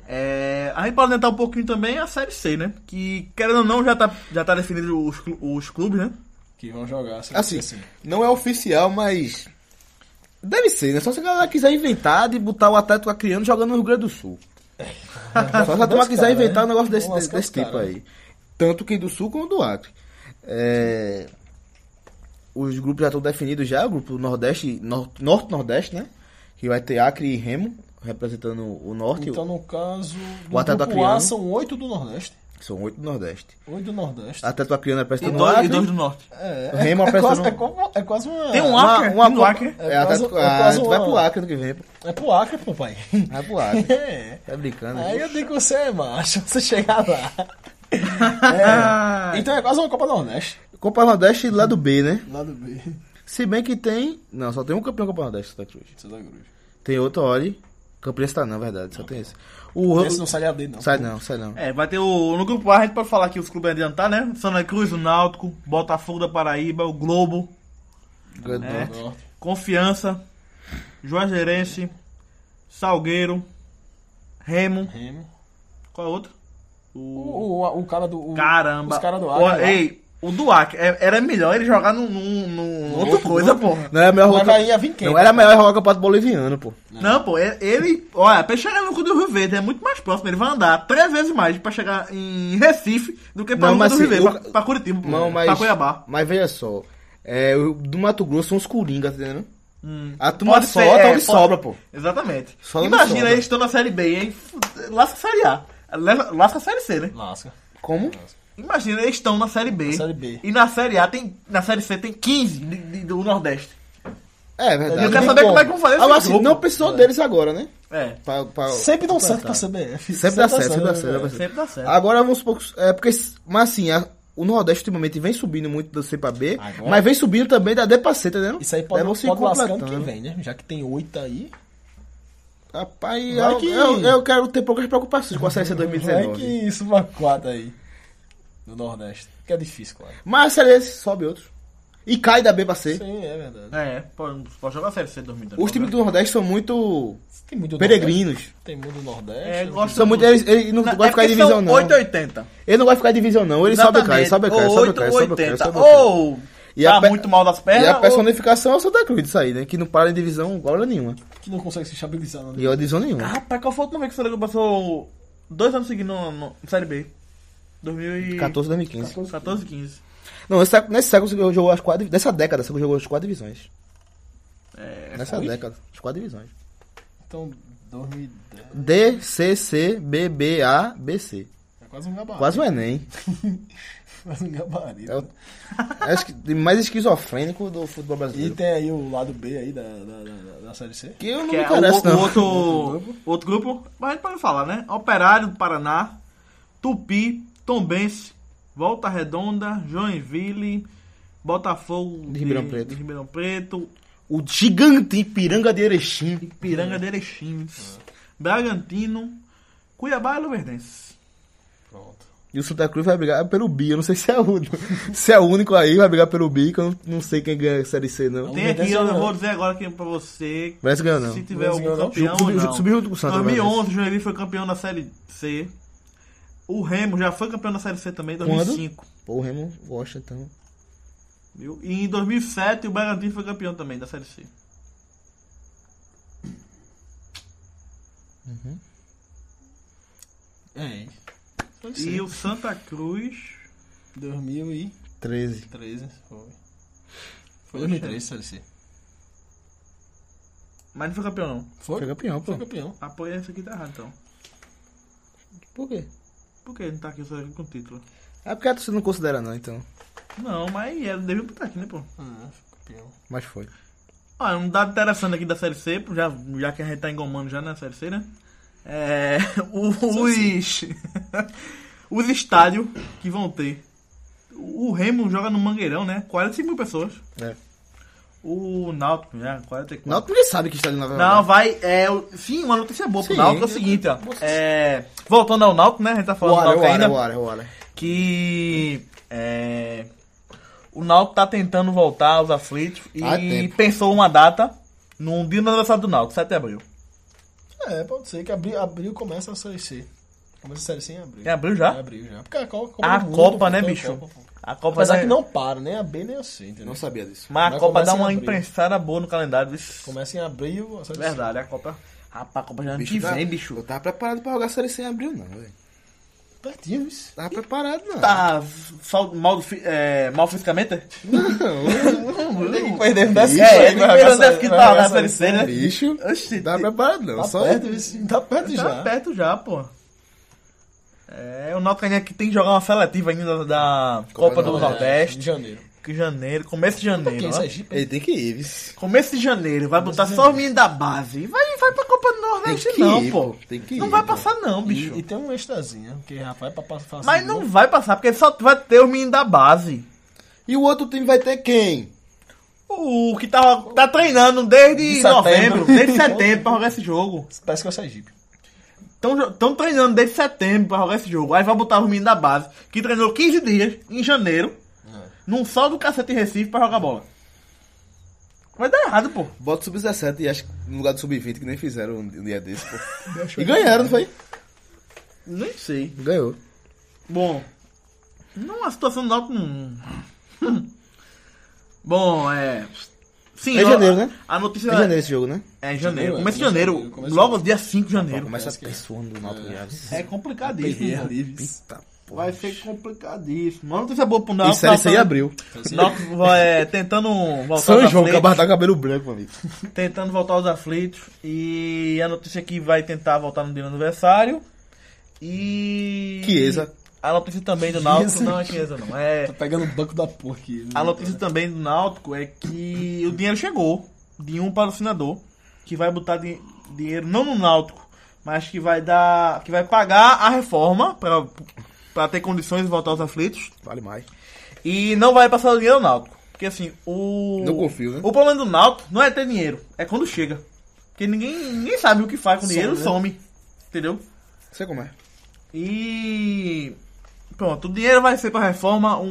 Speaker 2: É, a gente pode adiantar um pouquinho também a Série C, né? Que, querendo ou não, já tá, já tá definido os, clu- os clubes, né?
Speaker 3: Que vão jogar assim.
Speaker 4: Assim, não é oficial, mas. Deve ser, né? Só se a galera quiser inventar de botar o Atlético Acreano jogando no Rio Grande do Sul. Só se a turma
Speaker 3: Lascar,
Speaker 4: quiser inventar um
Speaker 3: É. né?
Speaker 4: negócio desse,
Speaker 3: Vamos lascar
Speaker 4: desse
Speaker 3: os
Speaker 4: tipo
Speaker 3: caras,
Speaker 4: aí. Tanto que do Sul como do Acre. É, Os grupos já estão definidos já, o grupo Nordeste, Nor- Norte-Nordeste, né? Que vai ter Acre e Remo, representando o Norte.
Speaker 3: Então, no caso.
Speaker 4: O
Speaker 3: O
Speaker 4: Atlético
Speaker 3: grupo A
Speaker 4: Acreano.
Speaker 3: são oito do Nordeste.
Speaker 4: São oito do Nordeste.
Speaker 3: Oito do Nordeste.
Speaker 4: Atlético Acreano
Speaker 2: E
Speaker 4: representando o
Speaker 2: dois, e
Speaker 4: Acre.
Speaker 2: dois do Norte.
Speaker 3: É,
Speaker 4: O Remo
Speaker 3: é, é, quase,
Speaker 4: apresentando-
Speaker 3: é, como- é quase uma.
Speaker 2: Tem um
Speaker 4: Uma,
Speaker 2: Acre?
Speaker 4: uma,
Speaker 2: Tem no Acre?
Speaker 4: É,
Speaker 3: É quase-
Speaker 4: Atlético-
Speaker 3: é
Speaker 4: ah,
Speaker 3: quase
Speaker 4: tu vai
Speaker 3: uma-
Speaker 4: pro Acre ano que vem, pô.
Speaker 3: É pro Acre, pô, pai.
Speaker 4: Vai pro Acre.
Speaker 3: É.
Speaker 4: Tá brincando.
Speaker 3: Aí
Speaker 4: Aí
Speaker 3: eu digo que você é macho, você chegar
Speaker 4: Ah.
Speaker 3: lá. É. Então é quase uma Copa Nordeste.
Speaker 4: Copa Nordeste lá do B, né?
Speaker 3: Lá do B.
Speaker 4: Se bem que tem. Não, só tem um campeão da Copa Nordeste, Santa Cruz.
Speaker 3: Santa Cruz.
Speaker 4: Tem outro, olha. Campinense tá não, verdade, só tem esse. O
Speaker 3: Esse não sai da D, não.
Speaker 4: Sai não, sai não.
Speaker 2: É, vai ter o. No grupo A a gente pode falar aqui os clubes a adiantar, né? Santa Cruz, o Náutico, Botafogo da Paraíba, o Globo,
Speaker 4: Grande
Speaker 2: É.
Speaker 4: nome.
Speaker 3: Norte.
Speaker 2: Confiança, Juazeirense, Salgueiro, Remo.
Speaker 3: Remo.
Speaker 2: Qual é o outro? O.
Speaker 3: O, o, o cara do. o-
Speaker 2: Caramba!
Speaker 3: Os caras do
Speaker 2: Ó,
Speaker 3: Acre. lá.
Speaker 2: Ei, o O Duarte é- era melhor ele jogar num, num- num- outra
Speaker 3: outro
Speaker 2: coisa, porra.
Speaker 4: Não era melhor
Speaker 3: Mas
Speaker 4: roca...
Speaker 3: aí ia vir quem?
Speaker 4: Não era melhor jogar campeonato boliviano, pô.
Speaker 2: Não, pô, ele- ele. Olha, pra chegar no cu do Rio Verde é muito mais próximo. Ele vai andar três vezes mais pra chegar em Recife do que pra
Speaker 4: Não,
Speaker 2: Luca
Speaker 4: mas
Speaker 2: do Rio
Speaker 4: assim,
Speaker 2: Verde,
Speaker 4: o-
Speaker 2: pra, pra Curitiba, pô,
Speaker 4: Não, mas.
Speaker 2: pra Cuiabá.
Speaker 4: Mas veja só. É, o do Mato Grosso são os coringas, tá entendendo? A turma
Speaker 2: Pode ser,
Speaker 4: solta
Speaker 2: é,
Speaker 4: tá onde
Speaker 2: pode-
Speaker 4: sobra, pô.
Speaker 2: Exatamente.
Speaker 4: Só não
Speaker 2: Imagina
Speaker 4: sobra.
Speaker 2: eles estão na Série B, hein? Fu- Lasca a Série A. Le- Lasca a Série C, né?
Speaker 3: Lasca.
Speaker 4: Como?
Speaker 2: Imagina, eles estão na Série B.
Speaker 3: Série B.
Speaker 2: E na Série A tem. Na Série C tem 15 de- de- do Nordeste.
Speaker 4: É verdade.
Speaker 2: Eu quero saber como é que vão fazer esse
Speaker 4: Agora, assim,
Speaker 2: grupo.
Speaker 4: não precisou deles agora, né?
Speaker 2: É.
Speaker 4: Pra- pra-
Speaker 3: Sempre dão certo pra CBF.
Speaker 4: Sempre dá certo, sempre dá certo.
Speaker 3: velho.
Speaker 4: dá
Speaker 2: Sempre dá certo.
Speaker 4: Agora vamos supor. que- É porque. Mas assim, a- o Nordeste ultimamente vem subindo muito do C pra B,
Speaker 3: Agora-
Speaker 4: mas vem subindo também da D pra C, tá entendendo?
Speaker 3: Isso aí pode,
Speaker 4: Aí vão
Speaker 3: pode
Speaker 4: se
Speaker 3: lascar ano que
Speaker 4: completando.
Speaker 3: vem, né? Já que tem oito aí.
Speaker 4: Rapaz,
Speaker 3: Vai
Speaker 4: eu,
Speaker 3: que-
Speaker 4: eu, eu quero ter poucas preocupações com a Série C
Speaker 3: É
Speaker 4: 2019.
Speaker 3: que isso, uma quadra aí. Do Nordeste. Que é difícil, claro.
Speaker 4: Mas a Série C sobe outros. E cai da B pra C.
Speaker 3: Sim, é verdade.
Speaker 2: É, pode, pode jogar a Série C em 2019.
Speaker 4: Ah. Os times do Nordeste são muito
Speaker 3: Tem muito do
Speaker 4: peregrinos.
Speaker 3: Nordeste, Tem muito do
Speaker 2: É,
Speaker 3: Nordeste.
Speaker 2: gosto
Speaker 4: São muito, eles, eles não gostam de ficar em divisão, não.
Speaker 2: 880.
Speaker 4: Ele não vai ficar em divisão, não. Ele sobe e cai, sobe e cai, sobe e cai, sobe e cai, sobe e cai.
Speaker 2: Ou
Speaker 4: E
Speaker 2: tá
Speaker 4: a pe-
Speaker 2: muito mal das pernas.
Speaker 4: E a
Speaker 2: ou-
Speaker 4: personificação é o Santa Cruz disso aí, né? Que não para em divisão hora nenhuma.
Speaker 3: Que não consegue se estabilizar. né? Não.
Speaker 4: E eu divisão nenhuma.
Speaker 2: Rapaz, qual foi a última vez que o Santa Cruz passou dois anos seguidos no, no Série B? 2014,
Speaker 4: 14, 2015.
Speaker 2: 15.
Speaker 4: Não, esse século- nesse século você jogou as quatro. Nessa década, você jogou as quatro divisões.
Speaker 2: É,
Speaker 4: Nessa
Speaker 3: foi?
Speaker 4: década, as quatro divisões.
Speaker 3: Então, 2010.
Speaker 4: D, C, C, B, B, A, B, C.
Speaker 3: É quase um gabarito.
Speaker 4: Quase o Enem.
Speaker 3: Quase um gabarito.
Speaker 4: É o acho que mais esquizofrênico do futebol
Speaker 3: E
Speaker 4: brasileiro.
Speaker 3: tem aí o lado B aí da, da, da, da Série C.
Speaker 4: Que eu não
Speaker 2: que
Speaker 4: me
Speaker 2: é
Speaker 4: interesso,
Speaker 2: o, o
Speaker 4: não.
Speaker 2: outro, outro grupo, mas a gente pode falar, né? Operário do Paraná, Tupi, Tombense, Volta Redonda, Joinville, Botafogo
Speaker 4: De Ribeirão Preto.
Speaker 2: de Ribeirão Preto,
Speaker 4: O gigante Ipiranga de Erechim.
Speaker 2: Piranga de Erechim, Bragantino, Cuiabá e Luverdense.
Speaker 3: Pronto.
Speaker 4: E o Santa Cruz vai brigar pelo bi. Eu não sei se é o único. se é o único aí, vai brigar pelo bi, que eu não, não sei quem ganha a Série C, não.
Speaker 2: Tem aqui, eu vou dizer agora aqui pra você.
Speaker 4: Parece que ganhou, não.
Speaker 2: Se tiver
Speaker 3: Parece que
Speaker 2: algum
Speaker 3: ganhou, não.
Speaker 2: campeão.
Speaker 4: Subiu-
Speaker 2: ou não.
Speaker 4: subiu junto com o Santa,
Speaker 2: 2011, o Joinville foi campeão na Série C. O Remo já foi campeão na Série C também em 2005.
Speaker 4: Pô, o Remo gosta, então.
Speaker 2: viu? E em 2007 o Bragantino foi campeão também da Série C.
Speaker 3: É. Série
Speaker 2: E
Speaker 3: C.
Speaker 2: o Santa Cruz.
Speaker 3: 2013
Speaker 4: 13.
Speaker 3: foi. Foi 2013, Série C.
Speaker 2: Mas não foi campeão, não.
Speaker 3: Foi?
Speaker 4: Foi campeão, pô.
Speaker 3: Foi campeão.
Speaker 2: Apoia esse aqui tá errado, então.
Speaker 4: Por quê?
Speaker 2: Por que não tá aqui só com o título?
Speaker 4: É porque a torcida não considera, não, então.
Speaker 2: Não, mas é, devia botar aqui, né, pô?
Speaker 3: Ah, foi campeão.
Speaker 4: Mas foi.
Speaker 2: Olha, um dado interessante aqui da Série C, já, já que a gente tá engomando já na Série C, né? É, os, os estádios que vão ter. O Remo joga no Mangueirão, né? 45 mil pessoas.
Speaker 4: É.
Speaker 2: O Náutico, né? já, 44.
Speaker 4: Náutico ninguém sabe que está ali na
Speaker 2: Não, vai. É, o- sim, uma notícia boa pro
Speaker 4: Sim.
Speaker 2: Náutico é o seguinte, ó. É, voltando ao Náutico, né? A gente tá
Speaker 4: O
Speaker 2: falando
Speaker 4: Ara,
Speaker 2: do
Speaker 4: o
Speaker 2: Náutico
Speaker 4: Ara,
Speaker 2: ainda
Speaker 4: o Ara, o Ara.
Speaker 2: que é, o Náutico tá tentando voltar aos aflitos e
Speaker 4: Há tempo.
Speaker 2: pensou uma data num dia do aniversário do Náutico, 7 de abril.
Speaker 3: É, pode ser que abril, abril começa a Série C. Começa a Série C em abril.
Speaker 2: Em abril já?
Speaker 3: Em abril já. Porque a Copa,
Speaker 2: É, tá? a
Speaker 3: do É, Mundo,
Speaker 2: Copa, né,
Speaker 3: então,
Speaker 2: bicho?
Speaker 3: Copa, pô.
Speaker 2: A Copa
Speaker 3: Apesar
Speaker 2: né?
Speaker 3: que não para, nem a B nem a C, entendeu?
Speaker 4: sabia disso.
Speaker 2: Mas a
Speaker 3: Mas
Speaker 2: Copa
Speaker 3: começa
Speaker 2: dá
Speaker 3: em
Speaker 2: uma
Speaker 3: abril.
Speaker 2: imprensada boa no calendário. Isso.
Speaker 3: Começa em abril a Série C.
Speaker 2: Verdade, a Copa. Rapaz, a Copa já ano que
Speaker 4: tá-
Speaker 2: vem, bicho.
Speaker 4: tava preparado pra jogar a Série C em abril, não, velho.
Speaker 3: Pertinho, isso.
Speaker 4: Tava preparado, não.
Speaker 2: Tá sal- mal, do fi- é, mal fisicamente? É,
Speaker 3: Perdendo
Speaker 2: é, perdendo dessa que tá na Série C, né?
Speaker 4: Bicho,
Speaker 2: Oxi,
Speaker 4: tava preparado, não.
Speaker 3: Tá
Speaker 4: Só
Speaker 3: perto, isso. Tá perto
Speaker 2: tá
Speaker 3: já.
Speaker 2: perto já, pô. É, o Náutico ainda que tem que jogar uma seletiva ainda da da Copa do
Speaker 4: do
Speaker 2: Nordeste.
Speaker 3: Em janeiro.
Speaker 2: Que janeiro, começo de janeiro.
Speaker 3: Quem?
Speaker 2: ó.
Speaker 3: Sergipe?
Speaker 4: Ele tem que ir, vice.
Speaker 2: Começo de janeiro, vai botar só o menino da base. Vai, vai pra Copa do Nordeste,
Speaker 4: Tem que
Speaker 2: não,
Speaker 4: ir,
Speaker 2: pô.
Speaker 4: pô. Tem que
Speaker 2: não
Speaker 4: ir,
Speaker 2: vai
Speaker 4: pô.
Speaker 2: passar, não, bicho.
Speaker 3: E, e tem um extrazinho, né? porque rapaz, pra passar.
Speaker 2: Mas não vai passar, porque só vai ter o menino da base.
Speaker 4: E o outro time vai ter quem?
Speaker 2: O que tá, tá treinando desde
Speaker 3: De setembro.
Speaker 2: novembro, desde setembro pra jogar esse jogo.
Speaker 3: Parece que é o Sergipe.
Speaker 2: Estão treinando desde setembro pra jogar esse jogo. Aí vai botar o menino da base, que treinou 15 dias em janeiro, num sol do cacete em Recife pra jogar bola. Vai dar errado, pô.
Speaker 4: Bota o sub-17 e acho que no lugar do sub-20 que nem fizeram um dia desse, pô. e ganharam, não foi?
Speaker 2: Nem sei.
Speaker 4: Ganhou.
Speaker 2: Bom, não, a situação do Náutico não, Bom, é. Sim,
Speaker 4: É
Speaker 2: ó,
Speaker 4: janeiro, né?
Speaker 2: A notícia
Speaker 4: É janeiro esse jogo, né?
Speaker 2: É em janeiro.
Speaker 3: é,
Speaker 2: Começa de
Speaker 3: começa em
Speaker 2: janeiro.
Speaker 3: janeiro, começa-
Speaker 2: Logo dia 5 de janeiro.
Speaker 4: Começa a
Speaker 3: Parece que é.
Speaker 4: pessoa do Náutico Chaves.
Speaker 2: É complicadíssimo.
Speaker 3: Perder livres.
Speaker 4: Eita porra.
Speaker 2: Vai ser complicadíssimo. Uma notícia boa pro Náutico.
Speaker 4: Isso aí, isso aí
Speaker 2: Náutico-
Speaker 4: abriu.
Speaker 2: Náutico vai, é, tentando voltar
Speaker 4: São
Speaker 2: aos
Speaker 4: João,
Speaker 2: aflitos,
Speaker 4: acabar tá com cabelo branco, meu amigo.
Speaker 2: Tentando voltar aos aflitos. E a notícia é que vai tentar voltar no dia do aniversário. E...
Speaker 4: Chiesa.
Speaker 2: A notícia também do Náutico.
Speaker 3: Chiesa.
Speaker 2: Não é Chiesa, não. É...
Speaker 3: Tá pegando o banco da porra aqui. né?
Speaker 2: A notícia também do Náutico é que o dinheiro chegou de um patrocinador que vai botar di- dinheiro não no Náutico, mas que vai dar, que vai pagar a reforma pra para ter condições de voltar aos aflitos
Speaker 4: Vale mais.
Speaker 2: e não vai passar o dinheiro ao Náutico, porque assim, o
Speaker 4: Não confio, né?
Speaker 2: O problema do Náutico não é ter dinheiro, é quando chega. Porque ninguém, ninguém sabe o que faz com o dinheiro,
Speaker 4: né?
Speaker 2: some, entendeu?
Speaker 4: Sei como é.
Speaker 2: E pronto, o dinheiro vai ser para reforma um,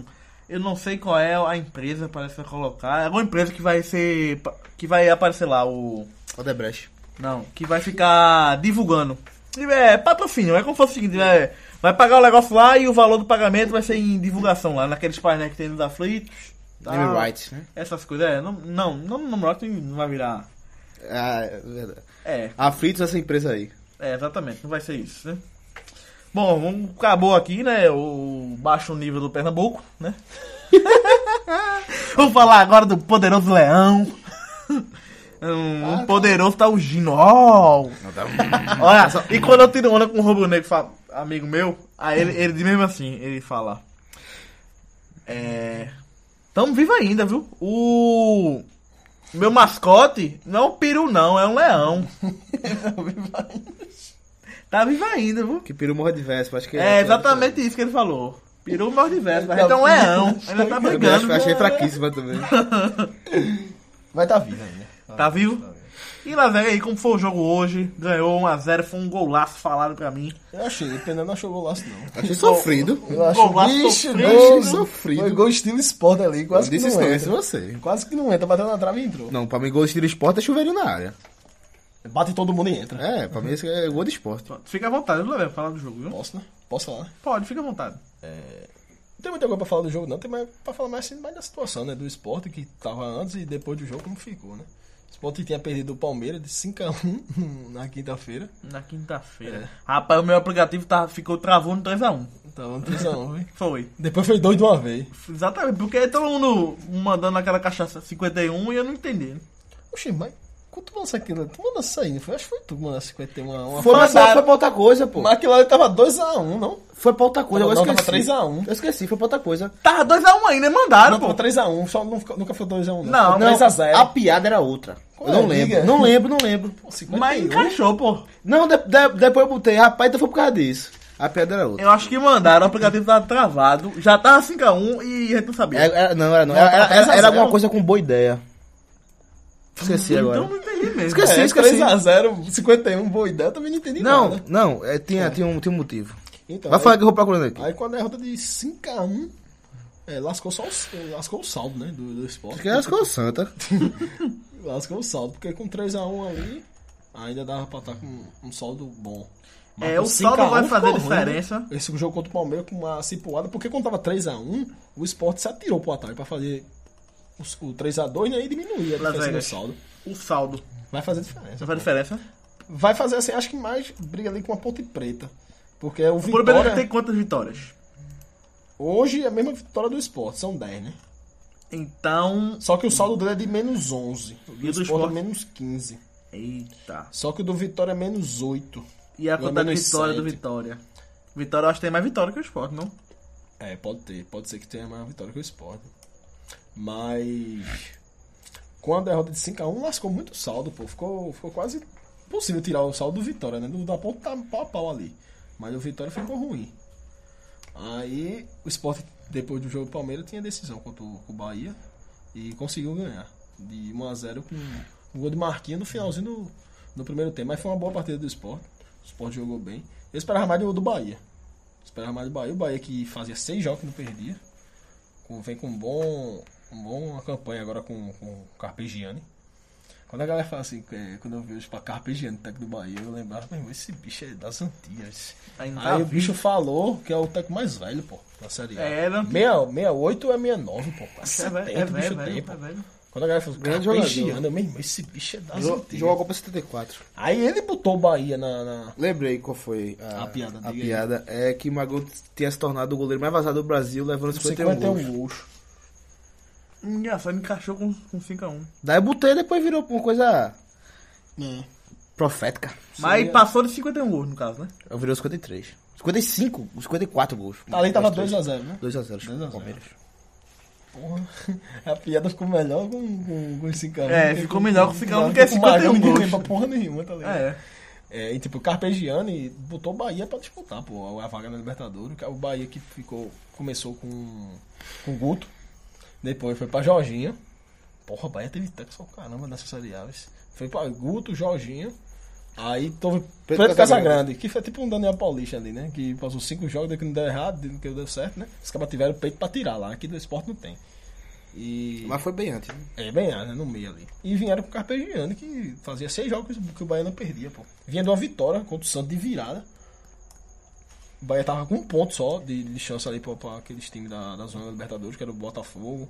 Speaker 2: um- eu não sei qual é a empresa parece colocar, é uma empresa que vai ser que vai aparecer lá o
Speaker 4: Odebrecht.
Speaker 2: não, que vai ficar divulgando. E, É patrocínio, é como se fosse o seguinte, é, vai pagar o negócio lá e o valor do pagamento vai ser em divulgação lá, naqueles painéis que tem nos aflitos. tal,
Speaker 4: Name rights, né?
Speaker 2: Essas coisas, é, não, não, não, não, não vai virar.
Speaker 4: Ah, é verdade.
Speaker 2: É,
Speaker 4: Aflitos essa empresa aí.
Speaker 2: É, exatamente, não vai ser isso, né? Bom, vamos- acabou aqui, né? O baixo nível do Pernambuco, né? vamos falar agora do poderoso leão. Um, um poderoso taugino. Ó! Olha só, e quando eu tiro onda com um roubo negro, fala- amigo meu, aí ele, ele diz mesmo assim, ele fala. É. Tamo vivo ainda, viu? O. Meu mascote não é um peru, não, é um leão. Tá vivo ainda, viu?
Speaker 4: Que peru morra de véspera, acho que
Speaker 2: É exatamente isso que ele falou. Peru morre de velho, mas então é um leão. Ainda tá
Speaker 4: Eu acho
Speaker 2: brigando.
Speaker 4: que eu achei fraquíssima também.
Speaker 3: Vai tá vivo ainda.
Speaker 2: Tá vivo? E lá vem aí, como foi o jogo hoje? Ganhou 1x0, foi um golaço falado pra mim.
Speaker 3: Eu achei, dependendo, não achou golaço, não.
Speaker 4: Achei sofrido.
Speaker 3: Eu acho
Speaker 2: Golaço
Speaker 3: Vixe,
Speaker 2: sofrido.
Speaker 3: gol,
Speaker 4: Sofrido.
Speaker 3: Foi gol estilo esporte ali,
Speaker 4: Eu
Speaker 3: quase que
Speaker 4: disse isso,
Speaker 3: não
Speaker 4: conhece
Speaker 3: entra.
Speaker 4: você.
Speaker 3: Quase que não entra, bateu na trave e entrou.
Speaker 4: Não, pra mim gol de estilo esporte é chuveirinho na área.
Speaker 3: Bate em todo mundo e entra.
Speaker 4: É, pra mim esse é gol de esporte.
Speaker 2: Pronto, Fica à vontade, não vai falar do jogo, viu?
Speaker 3: Posso, né? Posso falar?
Speaker 2: Pode, fica à vontade.
Speaker 3: Não tem muita coisa pra falar do jogo, não. Tem mais pra falar mais, assim, mais da situação, né? Do esporte que tava antes e depois do jogo, como ficou, né? O esporte tinha perdido o Palmeiras de 5x1 na quinta-feira.
Speaker 2: Na quinta-feira. É. Rapaz, o meu aplicativo tá, ficou travou no 3x1.
Speaker 3: Tava um no 3x1, hein?
Speaker 2: Foi.
Speaker 3: Depois foi dois de uma vez.
Speaker 2: Exatamente, porque todo mundo mandando aquela cachaça 51 e eu não entendi.
Speaker 3: Oxi, mas quanto tu lança aquilo? Tu manda isso aí, não foi? Acho que foi tu que mandasse 51 uma
Speaker 4: Foi, mas
Speaker 2: Mandaram.
Speaker 4: foi pra outra coisa, pô.
Speaker 3: Mas aquilo ali tava 2x1, não?
Speaker 4: Foi pra outra coisa,
Speaker 3: Não,
Speaker 4: agora eu
Speaker 3: não, tava
Speaker 4: esqueci.
Speaker 3: 3x1.
Speaker 4: Eu esqueci, foi pra outra coisa.
Speaker 2: Tava 2x1 ainda, né? mandaram,
Speaker 3: Não,
Speaker 2: pô.
Speaker 3: foi 3x1, só não ficou- nunca foi 2x1,
Speaker 2: Não,
Speaker 3: Foi
Speaker 2: não,
Speaker 3: 3x0.
Speaker 4: A piada era outra.
Speaker 3: Qual
Speaker 4: eu
Speaker 3: é,
Speaker 4: não lembro.
Speaker 3: diga?
Speaker 4: Não lembro, não lembro.
Speaker 3: Pô,
Speaker 2: Mas
Speaker 3: 51?
Speaker 2: encaixou, pô.
Speaker 4: Não, de- de- depois eu botei. Rapaz, então foi por causa disso. A piada era outra.
Speaker 2: Eu acho que mandaram, o aplicativo tava travado, já tava 5x1 e a gente não sabia.
Speaker 4: Era- era- É, não, era não. Era, era, era- era alguma coisa com boa ideia. Esqueci agora.
Speaker 2: Então não entendi mesmo.
Speaker 4: Esqueci,
Speaker 3: é,
Speaker 4: esqueci.
Speaker 3: 3x0, 51, boa ideia, eu também não entendi
Speaker 4: Não,
Speaker 3: nada.
Speaker 4: não, é, tinha, tinha, um, tinha um motivo.
Speaker 3: Então,
Speaker 4: Vai
Speaker 3: aí-
Speaker 4: falar que eu vou procurando aqui.
Speaker 3: Aí com a derrota de 5x1, é, lascou só o, lascou o saldo, né? Do, do esporte.
Speaker 4: Porque acho que é o Santa.
Speaker 3: Lascou o um saldo, porque com 3x1 ali, ainda dava pra estar com um saldo bom.
Speaker 2: É,
Speaker 3: com
Speaker 2: o saldo
Speaker 3: 5x1
Speaker 2: vai fazer
Speaker 3: ficou ruim, né?
Speaker 2: diferença.
Speaker 3: Esse jogo contra o Palmeiras com uma cipuada, porque quando tava 3x1, o esporte se atirou pro ataque pra fazer os- o 3x2 né, e diminuir a
Speaker 2: Las
Speaker 3: diferença do
Speaker 2: Vegas.
Speaker 3: saldo.
Speaker 2: O saldo.
Speaker 3: Vai fazer diferença.
Speaker 2: Não faz diferença?
Speaker 3: Vai fazer assim, acho que mais briga ali com a Ponte Preta. Porque o
Speaker 2: O Palmeiras
Speaker 3: Vitória,
Speaker 2: tem quantas vitórias?
Speaker 3: hoje é a mesma vitória do esporte, são 10, né?
Speaker 2: Então.
Speaker 3: Só que o saldo dele é de menos 11. O
Speaker 2: E
Speaker 3: do
Speaker 2: o do
Speaker 3: Sport
Speaker 2: Sport?
Speaker 3: é menos 15.
Speaker 2: Eita.
Speaker 3: Só que o do Vitória é menos 8.
Speaker 2: E a
Speaker 3: Pelo
Speaker 2: quantidade de
Speaker 3: menos
Speaker 2: vitória do
Speaker 3: sete.
Speaker 2: Vitória? Vitória eu acho que tem mais vitória que o Sport, não?
Speaker 3: É, pode ter. Pode ser que tenha mais vitória que o Sport. Mas. Com a derrota de 5x1, lascou muito o saldo, pô. Ficou, ficou quase possível tirar o saldo do Vitória, né? Do da ponta tá pau a pau ali. Mas o Vitória ficou ruim. Aí o Sport, depois do jogo do Palmeiras, tinha decisão contra o, com o Bahia e conseguiu ganhar. De 1x0 com o gol de Marquinhos no finalzinho do, do primeiro tempo. Mas foi uma boa partida do Sport. O Sport jogou bem. Eu esperava mais um do, do Bahia. Esperava mais do Bahia. O Bahia que fazia seis jogos que não perdia. Com- vem com um bom, um bom uma campanha agora com, com o Carpegiani. Com Quando a galera fala assim, é, quando eu vejo os placar pedindo técnico do Bahia, eu lembrava, meu irmão, esse bicho é das antigas.
Speaker 2: Ainda
Speaker 3: Aí o
Speaker 2: vi.
Speaker 3: bicho falou que é o técnico mais velho, pô, da Série A.
Speaker 2: É, era.
Speaker 3: 60, 68 é 69, pô. É
Speaker 2: É
Speaker 3: 70
Speaker 2: velho, é velho,
Speaker 3: bicho tem,
Speaker 2: velho,
Speaker 3: pô.
Speaker 2: é velho.
Speaker 3: Quando a galera falou,
Speaker 4: Grande
Speaker 3: cara,
Speaker 4: jogador.
Speaker 3: Giana, meu irmão, esse bicho é das
Speaker 4: Jogou,
Speaker 3: antigas.
Speaker 4: jogou a Copa 74.
Speaker 3: Aí ele botou o Bahia na... na-
Speaker 4: Lembrei qual foi a,
Speaker 3: A piada, diga
Speaker 4: A
Speaker 3: aí.
Speaker 4: piada é que Magrão tinha se tornado o goleiro mais vazado do Brasil, levando 51,
Speaker 3: 51
Speaker 4: gols.
Speaker 3: gols.
Speaker 2: Engraçado, Hum, encaixou com, com 5x1.
Speaker 4: Daí botei depois virou uma coisa
Speaker 3: É.
Speaker 4: profética.
Speaker 2: Mas passou de 51 gols, no caso, né?
Speaker 4: Eu virou 53. 55, 54 gols.
Speaker 3: Tá, Ali tava
Speaker 4: 2x0.
Speaker 3: 2x0, né? 2 a
Speaker 4: 2x0,
Speaker 3: zero.
Speaker 4: Palmeiras.
Speaker 3: Porra, a piada ficou melhor com, com, com esse cara.
Speaker 2: É,
Speaker 3: Porque
Speaker 2: ficou
Speaker 3: com-
Speaker 2: melhor com esse cara do
Speaker 3: com
Speaker 2: que é
Speaker 3: o Magrão
Speaker 2: 51
Speaker 3: Ninguém
Speaker 2: gols.
Speaker 3: lembra porra nenhuma, tá ligado?
Speaker 2: É.
Speaker 3: É, e tipo, o Carpegiani botou o Bahia pra disputar, pô, a vaga na Libertadores. O Bahia que ficou, começou com, com o Guto, depois foi pra Jorginho. Porra, o Bahia teve tanques pra caramba nessas seriais. Foi pra Guto, Jorginho, aí teve Preto,
Speaker 4: Preto Casagrande,
Speaker 3: Casagrande, que foi tipo um Daniel Paulista ali, né? Que passou cinco jogos, daí que não deu errado, daí que deu certo, né? Os caras tiveram peito pra tirar lá, aqui do esporte não tem. E...
Speaker 4: Mas foi bem antes. né?
Speaker 3: É, bem né, no meio ali. E vieram com o Carpegiani, que fazia seis jogos que o Bahia não perdia, pô. Vinha de uma vitória contra o Santos de virada. O Bahia tava com um ponto só de, de chance ali pra, pra aqueles times da, da Zona Libertadores, que era o Botafogo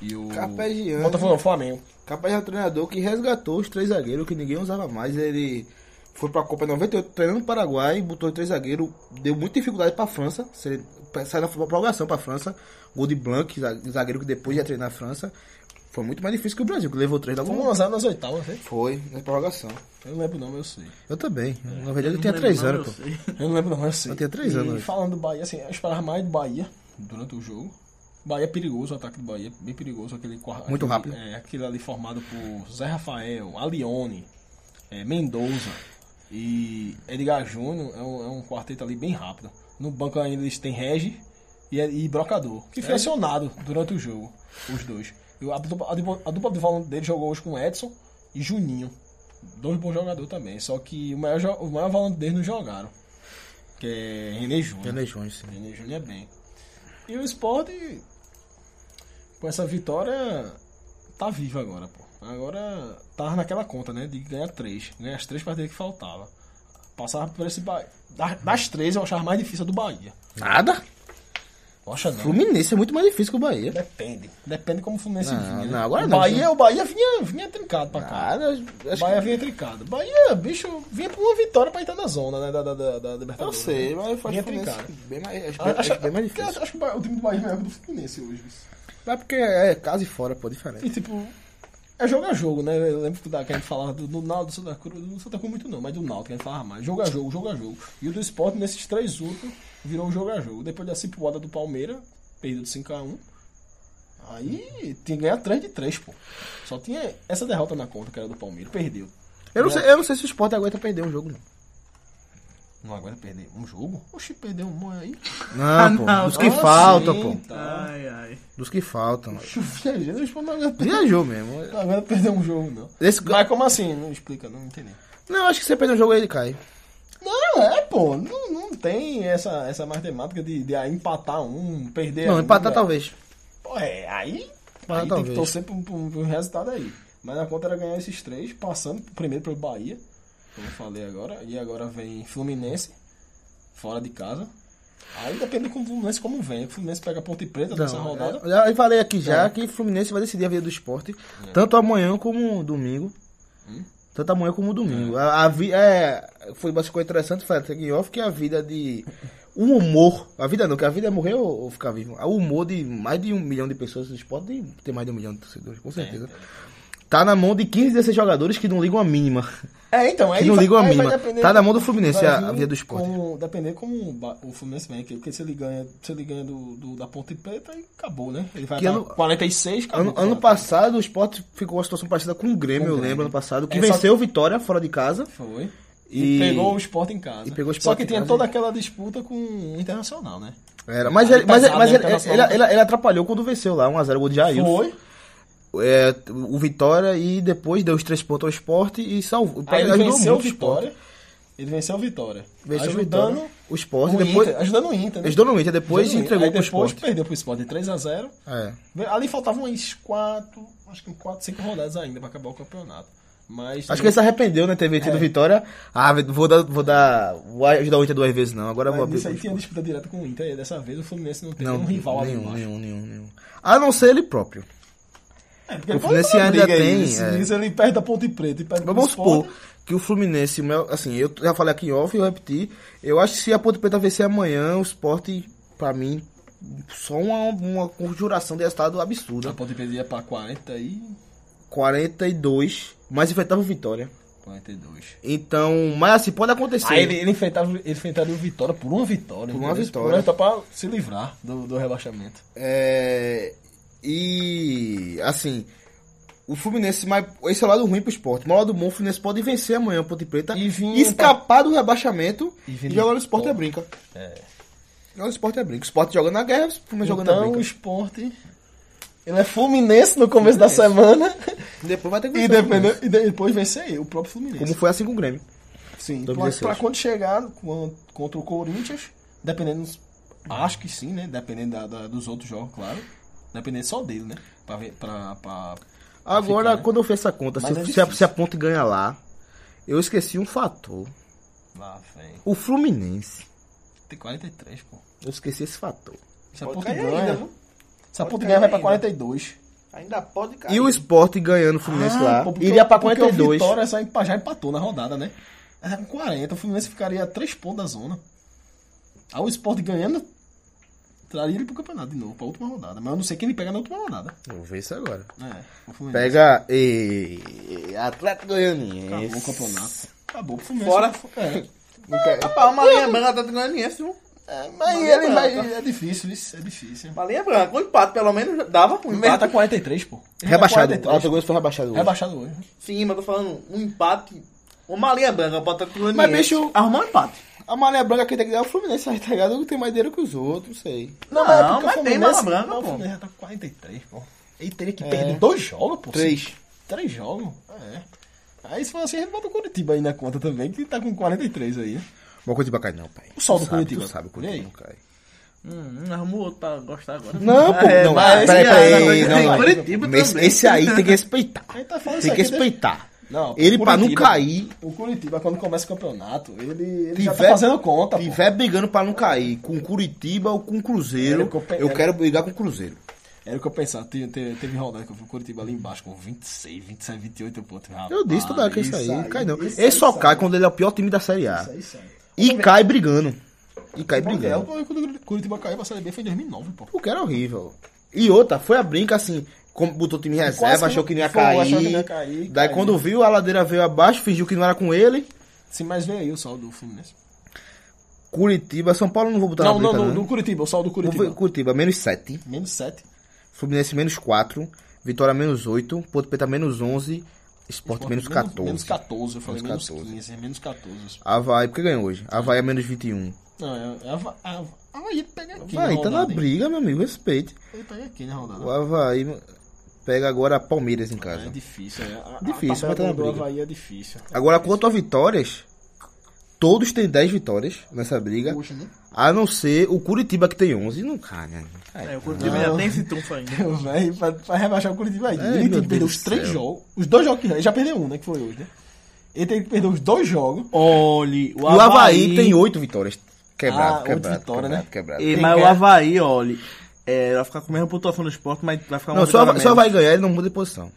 Speaker 3: e o...
Speaker 4: Carpegiani.
Speaker 3: Botafogo não, Flamengo.
Speaker 4: Capaz é um treinador que resgatou os três zagueiros que ninguém usava mais. Ele foi pra Copa 98 treinando no Paraguai, botou os três zagueiros, deu muita dificuldade pra França. se ele- pra- Saiu na prorrogação pra França. Gol de Blanc, za- zagueiro que depois ia treinar a França. Foi muito mais difícil que o Brasil, que levou três logo.
Speaker 3: Foi um azar nas oitavas, né?
Speaker 4: Foi, na prorrogação.
Speaker 3: Eu não lembro não, mas eu sei.
Speaker 4: Eu também. Na verdade, eu tinha três
Speaker 2: É, Não,
Speaker 4: anos,
Speaker 2: eu
Speaker 4: pô.
Speaker 2: sei.
Speaker 3: Eu não lembro não, mas eu sei.
Speaker 4: Eu tinha três
Speaker 3: E
Speaker 4: anos.
Speaker 3: falando do Bahia, assim, eu esperava mais do Bahia durante o jogo. Bahia é perigoso, o ataque do Bahia é bem perigoso. Aquele, quar-
Speaker 4: Muito
Speaker 3: aquele-
Speaker 4: rápido.
Speaker 3: É, aquele ali formado por Zé Rafael, Alione, é, Mendoza e Edgar Júnior. É um, é um quarteto ali bem rápido. No banco ainda eles têm Regi e, e Brocador, que foi acionado durante o jogo, os dois. E a, dupla, a dupla- a dupla de volante dele jogou hoje com Edson e Juninho. Dois bons jogadores também, só que o maior, jo- o maior volante deles não jogaram. Que é René Júnior.
Speaker 4: René Jones, sim.
Speaker 3: René Júnior é bem. E o Sport, com essa vitória, tá vivo agora, pô. Agora tá naquela conta, né? De ganhar três. Ganhar as três partidas que faltava. Passava por esse Bahia. Das, das três eu achava mais difícil a do Bahia.
Speaker 4: Nada?
Speaker 3: Poxa, não.
Speaker 4: Fluminense é muito mais difícil que o Bahia.
Speaker 3: Depende. Depende como o Fluminense
Speaker 4: Não,
Speaker 3: vinha. né?
Speaker 4: não, agora
Speaker 3: o
Speaker 4: não,
Speaker 3: Bahia,
Speaker 4: só-
Speaker 3: o Bahia vinha, vinha trincado pra cá.
Speaker 4: Nada.
Speaker 3: O
Speaker 4: Acho
Speaker 3: Bahia vinha trincado. Bahia, bicho, vinha por uma vitória pra entrar na zona, né? Da, da, da, da
Speaker 4: que... Eu
Speaker 3: Libertadores. né?
Speaker 4: sei, mas eu
Speaker 3: Vinha
Speaker 4: faço Fluminense é
Speaker 3: trincado.
Speaker 4: bem mais, acho, bem,
Speaker 3: Acho,
Speaker 4: né? acho bem mais difícil.
Speaker 3: acho, acho que o Bahia- o time do Bahia é melhor que o do Fluminense hoje. bicho.
Speaker 4: Mas porque é casa e fora, pô, diferente.
Speaker 3: E tipo, é jogo a jogo, né? Eu lembro que da- que a gente falava do, do Náutico, do Santa Cruz, do Santa Cruz muito não, mas do Náutico que a gente falava mais. Jogo a jogo, jogo a jogo. E o do Sport, nesses três últimos, virou um jogo a jogo. Depois da cipuada do Palmeiras, perdeu de 5x1. Aí tinha que ganhar 3 de 3, pô. Só tinha essa derrota na conta, que era do Palmeiras. Perdeu.
Speaker 4: Eu não, sei, eu não sei se o Sport aguenta perder um jogo, não.
Speaker 3: Não aguenta perder um jogo? Oxi, perdeu um aí.
Speaker 4: Não, pô.
Speaker 2: não.
Speaker 4: Dos que
Speaker 3: Ah,
Speaker 4: faltam,
Speaker 3: sim,
Speaker 4: pô.
Speaker 3: Tá.
Speaker 2: Ai, ai.
Speaker 4: Dos que faltam.
Speaker 3: Oxi, eu viajei, o Sport não aguenta,
Speaker 4: Viajou mesmo.
Speaker 3: não aguenta perder um jogo, não.
Speaker 4: Esse...
Speaker 3: Mas como assim? Não explica, não entendi.
Speaker 4: Não, acho que se você perder um jogo aí ele cai.
Speaker 3: Não, é, pô. Não, não tem essa, essa matemática de, de ah, empatar um, perder
Speaker 4: Não,
Speaker 3: um,
Speaker 4: empatar
Speaker 3: né?
Speaker 4: talvez.
Speaker 3: Pô, é, aí,
Speaker 4: Empatar
Speaker 3: aí tem que
Speaker 4: talvez.
Speaker 3: torcer pro, pro, pro resultado aí. Mas a conta era ganhar esses três, passando primeiro pelo Bahia, como eu falei agora. E agora vem Fluminense, fora de casa. Aí depende como o Fluminense como vem. O Fluminense pega Ponte Preta nessa
Speaker 4: Não,
Speaker 3: rodada.
Speaker 4: é, já- eu falei aqui já
Speaker 3: É.
Speaker 4: que o Fluminense vai decidir a vida do esporte, tanto amanhã como domingo. Tanto amanhã como domingo. A, a vi- é, foi uma coisa interessante, foi até em off, que a vida de... O humor, a vida não, que a vida é morrer ou, ou ficar vivo. O humor de mais de um milhão de pessoas no esporte, tem- tem mais de um milhão de torcedores,
Speaker 3: É.
Speaker 4: com certeza. Tá na mão de 15 desses jogadores que não ligam a mínima.
Speaker 3: É, então, aí
Speaker 4: Que não
Speaker 3: vai-
Speaker 4: ligam a
Speaker 3: aí vai
Speaker 4: mínima.
Speaker 3: depender-
Speaker 4: Tá na mão do Fluminense
Speaker 3: vai
Speaker 4: a, a
Speaker 3: vir
Speaker 4: via do esporte.
Speaker 3: como- depender como o Ba- o Fluminense vem, porque se ele ganha, se ele ganha do, do- da Ponte Preta, aí acabou, né? Ele vai
Speaker 4: Que
Speaker 3: pra
Speaker 4: ano-
Speaker 3: 46, acabou.
Speaker 4: Ano, ano passado o esporte ficou uma situação parecida com o
Speaker 3: Tá
Speaker 4: Grêmio,
Speaker 3: Com o
Speaker 4: eu lembro,
Speaker 3: Grêmio.
Speaker 4: ano passado, que
Speaker 3: É, só
Speaker 4: venceu o Vitória fora de casa.
Speaker 3: Foi.
Speaker 4: E-
Speaker 3: E, pegou o Sport em casa.
Speaker 4: e pegou o
Speaker 3: Só
Speaker 4: Sport
Speaker 3: que
Speaker 4: em
Speaker 3: tinha
Speaker 4: casa.
Speaker 3: toda aquela disputa com o Internacional, né?
Speaker 4: Era, mas
Speaker 3: Aí
Speaker 4: ele, mas, ele-
Speaker 3: passado,
Speaker 4: mas
Speaker 3: né,
Speaker 4: ele, ele,
Speaker 3: internacional.
Speaker 4: ele- ele atrapalhou quando venceu lá, 1x0 gol de Jair.
Speaker 3: Foi.
Speaker 4: É, o Vitória e depois deu os três pontos ao esporte e salvou.
Speaker 3: Aí ele
Speaker 4: ajudou
Speaker 3: venceu o
Speaker 4: muito Sport.
Speaker 3: Vitória. Ele venceu o Vitória.
Speaker 4: Venceu o
Speaker 3: ajudando
Speaker 4: Vitória, o
Speaker 3: o
Speaker 4: esporte.
Speaker 3: Inter,
Speaker 4: depois,
Speaker 3: ajudando o Inter, né?
Speaker 4: Eles dão no Inter, depois
Speaker 3: Ajudando o Inter.
Speaker 4: entregou
Speaker 3: Aí
Speaker 4: pro
Speaker 3: depois
Speaker 4: esporte.
Speaker 3: perdeu pro Sport de 3x0.
Speaker 4: É.
Speaker 3: Né, Ali faltavam uns 4, acho que 4, 5 rodadas ainda pra acabar o campeonato. Mas um-
Speaker 4: Acho que ele se arrependeu, né? Ter
Speaker 3: É.
Speaker 4: vencido vitória. Ah, vou dar, vou dar. Vou ajudar o Inter duas vezes, não. Agora eu vou
Speaker 3: mas
Speaker 4: abrir.
Speaker 3: isso aí
Speaker 4: pro-
Speaker 3: tinha disputa direta com o Inter, e dessa vez o Fluminense não teve
Speaker 4: Não,
Speaker 3: um rival ali
Speaker 4: nenhum,
Speaker 3: embaixo.
Speaker 4: nenhum, nenhum, nenhum. A não ser ele próprio.
Speaker 2: É, porque
Speaker 4: O
Speaker 2: foi
Speaker 4: Fluminense
Speaker 2: uma
Speaker 4: ainda
Speaker 2: briga aí,
Speaker 4: tem,
Speaker 2: isso.
Speaker 3: Se
Speaker 4: é.
Speaker 3: isso ele perde a Ponte Preta e perde
Speaker 4: Mas vamos
Speaker 3: pro Sport,
Speaker 4: supor que o Fluminense, o meu- assim, eu já falei aqui em off e eu repeti. Eu acho que se a Ponte Preta vencer amanhã, o esporte, pra mim, só uma, uma conjuração de resultado
Speaker 3: A
Speaker 4: absurda.
Speaker 3: Ponte Preta ia pra 40 e
Speaker 4: 42, mas enfrentava o Vitória.
Speaker 3: 42.
Speaker 4: Então, mas assim, pode acontecer.
Speaker 3: Aí ele, ele, enfrentava, ele enfrentaria o Vitória por uma vitória.
Speaker 4: Por uma
Speaker 3: entendeu?
Speaker 4: vitória.
Speaker 3: Por uma vitória pra se livrar do, do rebaixamento.
Speaker 4: É, e assim, o Fluminense, mas esse é o lado ruim pro esporte. Mas o lado bom, o Fluminense pode vencer amanhã a Ponte Preta,
Speaker 3: E vir-
Speaker 4: escapar do rebaixamento
Speaker 3: E
Speaker 4: e,
Speaker 3: vir-
Speaker 4: jogar no esporte é brinca. Jogar no esporte é brinca. O esporte jogando na guerra, o Fluminense jogando na
Speaker 3: então o
Speaker 4: brinca.
Speaker 3: Sport ele é Fluminense no começo da semana
Speaker 4: Depois vai ter que
Speaker 3: e,
Speaker 4: vencer o é Fluminense.
Speaker 3: dependendo- e de- depois vencer eu, o próprio Fluminense.
Speaker 4: Como foi assim com o Grêmio.
Speaker 3: Sim, pra,
Speaker 4: 2016.
Speaker 3: pra quando chegar quan- contra o Corinthians, dependendo, dos- acho que sim, né? Dependendo da- da- dos outros jogos, claro. Dependendo só dele, né? Pra, ver- pra, pra- pra
Speaker 4: Agora,
Speaker 3: ficar, né?
Speaker 4: quando eu fiz essa conta, se,
Speaker 3: Mas é
Speaker 4: se a,
Speaker 3: difícil.
Speaker 4: se a Ponte ganha lá, eu esqueci um fator.
Speaker 3: Lá, velho.
Speaker 4: O Fluminense.
Speaker 3: Tem 43, pô.
Speaker 4: Eu esqueci esse fator.
Speaker 3: Se a
Speaker 5: Pode
Speaker 3: Ponte
Speaker 5: cair
Speaker 3: ganha,
Speaker 5: ainda, viu?
Speaker 3: se a Ponte
Speaker 5: Pode
Speaker 3: ganha, vai
Speaker 5: cair
Speaker 3: pra
Speaker 5: ainda.
Speaker 3: 42.
Speaker 5: Ainda pode cair.
Speaker 4: E o esporte ganhando o Fluminense lá,
Speaker 3: Ah, pô, porque
Speaker 4: Tá. iria
Speaker 3: o-
Speaker 4: pra
Speaker 3: porque
Speaker 4: 42.
Speaker 3: O Vitória só empa- já empatou na rodada, né? Aí tá com 40, o Fluminense ficaria a 3 pontos da zona. Aí o Sport ganhando, traria ele pro campeonato de novo, pra última rodada. Mas eu não sei quem ele pega na última rodada.
Speaker 4: Vou ver isso agora.
Speaker 3: É, o Fluminense.
Speaker 4: Pega e Atlético Goianiense.
Speaker 3: Acabou o campeonato. Acabou pro Fluminense.
Speaker 5: Fora.
Speaker 3: É.
Speaker 4: Não quer-
Speaker 5: Rapaz, uma linha branca tá Goianiense, viu?
Speaker 3: É, mas
Speaker 5: Mas
Speaker 3: ele
Speaker 5: é
Speaker 3: vai.
Speaker 5: branca.
Speaker 3: É difícil isso, é difícil.
Speaker 5: Uma linha branca. Um empate, pelo menos, dava. Um
Speaker 3: Ele
Speaker 5: empate.
Speaker 3: tá 43, pô. Ele
Speaker 4: É Rebaixado. O
Speaker 3: Tá
Speaker 4: Atlético
Speaker 3: 43.
Speaker 4: Goianiense foi rebaixado hoje.
Speaker 3: Rebaixado hoje.
Speaker 5: Sim, mas eu tô falando um empate. Uma linha branca pra Atlético Goianiense.
Speaker 4: Mas, bicho,
Speaker 5: Arrumar um empate.
Speaker 4: A Maré Branca quem tem que dar é o Fluminense, tá ligado? Tem mais dinheiro que os outros, não sei.
Speaker 5: Não,
Speaker 3: é porque o
Speaker 5: mas tem
Speaker 3: Fluminense-
Speaker 5: bola branca,
Speaker 3: o
Speaker 5: pô.
Speaker 3: Fluminense já tá com 43, pô. Ele teria que perder dois jogos, pô.
Speaker 4: É. Três.
Speaker 3: Três jogos? É. Aí se for assim, a gente bota o Curitiba aí na conta também, que tá com 43 aí.
Speaker 4: Mas o Curitiba cai não, pai.
Speaker 3: O sol do
Speaker 4: Tu sabe,
Speaker 3: Curitiba.
Speaker 4: Tu sabe, o
Speaker 3: E aí?
Speaker 4: Curitiba não cai.
Speaker 2: Hum, arrumou outro pra gostar agora.
Speaker 4: Não, pô,
Speaker 2: é,
Speaker 4: não.
Speaker 2: mas-
Speaker 4: Peraí,
Speaker 2: é,
Speaker 4: peraí.
Speaker 2: mas-
Speaker 4: Não, não.
Speaker 2: Curitiba
Speaker 4: Mas
Speaker 2: também.
Speaker 4: Esse aí tem que respeitar.
Speaker 3: Aí tá falando
Speaker 4: Tem
Speaker 3: isso
Speaker 4: que
Speaker 3: aqui, né?
Speaker 4: respeitar.
Speaker 3: Não, pô,
Speaker 4: Ele, pra não
Speaker 3: Curitiba-
Speaker 4: cair,
Speaker 3: O Curitiba, quando começa o campeonato, ele, ele já tá
Speaker 4: Tiver-
Speaker 3: fazendo conta, pô.
Speaker 4: tiver brigando pra não cair com o Curitiba ou com o
Speaker 3: Era
Speaker 4: Cruzeiro,
Speaker 3: o que eu pe-
Speaker 4: eu
Speaker 3: era-
Speaker 4: quero brigar com o Cruzeiro.
Speaker 3: Era o que eu pensava. Teve, teve, teve rodada que eu vi o Curitiba ali embaixo, com 26, 27, 28 pontos. Rapaz,
Speaker 4: Eu disse toda hora que isso aí, não cai não.
Speaker 3: Ah, isso
Speaker 4: Ele
Speaker 3: aí
Speaker 4: só
Speaker 3: sai.
Speaker 4: cai quando ele é o pior time da Série A.
Speaker 3: Isso aí sai.
Speaker 4: E cai brigando. E cai
Speaker 3: Brigando.
Speaker 4: Tá brigando.
Speaker 3: Quando é, o Curitiba caiu pra Série B foi em 2009, pô.
Speaker 4: Porque era horrível. E outra, foi a brinca assim. Como botou o time em
Speaker 3: Quase que
Speaker 4: reserva, achou que não ia
Speaker 3: foi,
Speaker 4: cair.
Speaker 3: achou que não ia cair,
Speaker 4: Daí
Speaker 3: caiu.
Speaker 4: quando viu, a ladeira veio abaixo, fingiu que não era com ele.
Speaker 3: Sim, mas veio aí o saldo do Fluminense.
Speaker 4: Curitiba, São Paulo não vou botar
Speaker 3: Não,
Speaker 4: na
Speaker 3: não,
Speaker 4: brinca,
Speaker 3: não,
Speaker 4: não.
Speaker 3: do Curitiba, o saldo do
Speaker 4: Vou né? ver
Speaker 3: Curitiba.
Speaker 4: Curitiba, menos 7.
Speaker 3: Menos 7.
Speaker 4: Fluminense, menos 4. Vitória, menos 8. Ponto Preta, menos 11. Esporte, menos 14.
Speaker 3: Menos 14, eu falei menos,
Speaker 4: Menos
Speaker 3: 15, é menos 14.
Speaker 4: Havaí, porque ganhou hoje. Havaí é menos 21.
Speaker 3: Não, é, é, Hava- Hava- Havaí ele pega aqui.
Speaker 4: Vai, tá na
Speaker 3: rodada, hein?
Speaker 4: briga, meu amigo, respeite.
Speaker 3: Ele pega aqui na rodada.
Speaker 4: O Havaí pega agora Palmeiras em
Speaker 3: É
Speaker 4: casa.
Speaker 3: difícil, é. A,
Speaker 4: Difícil,
Speaker 3: a tabela
Speaker 4: mas tá na
Speaker 3: do
Speaker 4: briga.
Speaker 3: Havaí é difícil.
Speaker 4: Agora, quanto a vitórias, todos têm 10 vitórias nessa briga,
Speaker 3: Hoje, né?
Speaker 4: a não ser o Curitiba, que tem 11. Não cai, né?
Speaker 2: É, o Curitiba já tem esse trunfo ainda.
Speaker 3: Véi, pra, pra rebaixar o Curitiba aí.
Speaker 4: É,
Speaker 3: ele
Speaker 4: meu
Speaker 3: tem que perder
Speaker 4: Deus
Speaker 3: os
Speaker 4: do
Speaker 3: três
Speaker 4: céu.
Speaker 3: jogos. Os dois jogos que ele já perdeu um, né? Que foi hoje, né? Ele tem que perder os dois jogos.
Speaker 2: Olhe,
Speaker 4: E o Havaí tem 8 vitórias. Quebrado,
Speaker 3: Ah,
Speaker 4: quebrado,
Speaker 3: oito vitórias,
Speaker 4: quebrado,
Speaker 3: né?
Speaker 4: quebrado.
Speaker 2: E,
Speaker 3: Quem
Speaker 2: mas o
Speaker 3: quer?
Speaker 2: Havaí, olha, é, vai ficar com a mesma pontuação do esporte, mas vai
Speaker 3: um
Speaker 2: ficar uma
Speaker 4: Não, só,
Speaker 2: vitória a
Speaker 4: só
Speaker 2: menos.
Speaker 4: vai ganhar, ele não muda de posição.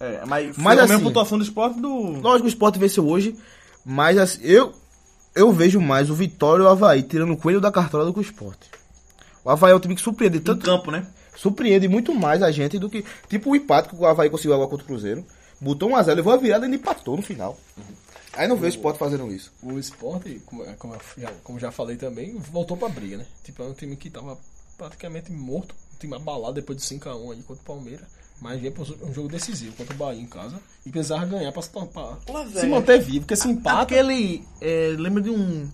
Speaker 2: É, mas
Speaker 4: Mas
Speaker 2: mas a
Speaker 4: assim-
Speaker 2: mesma pontuação do esporte do.
Speaker 4: Lógico, o Sport venceu hoje, mas assim, eu, eu vejo mais o Vitória e o Havaí tirando o coelho da cartola do que o Sport. O Havaí é um time que surpreende
Speaker 2: Do
Speaker 4: tanto,
Speaker 2: campo, né?
Speaker 4: surpreende muito mais a gente do que. Tipo o empate que o Havaí conseguiu agora contra o Cruzeiro. Botou 1x0, levou a virada e ele empatou no final. Aí não vê o Sport fazendo isso.
Speaker 3: O Sport, como, é, como, eu já, como já falei também, voltou pra briga, né? Tipo, é um time que tava praticamente morto, um time abalado depois de 5x1 aí contra o Palmeiras. Mas veio pra um jogo decisivo contra o Bahia em casa e precisava ganhar pra se, tampar,
Speaker 5: Lá,
Speaker 3: se
Speaker 5: velho.
Speaker 3: manter vivo, porque se empata.
Speaker 2: Aquele. É, lembra de um.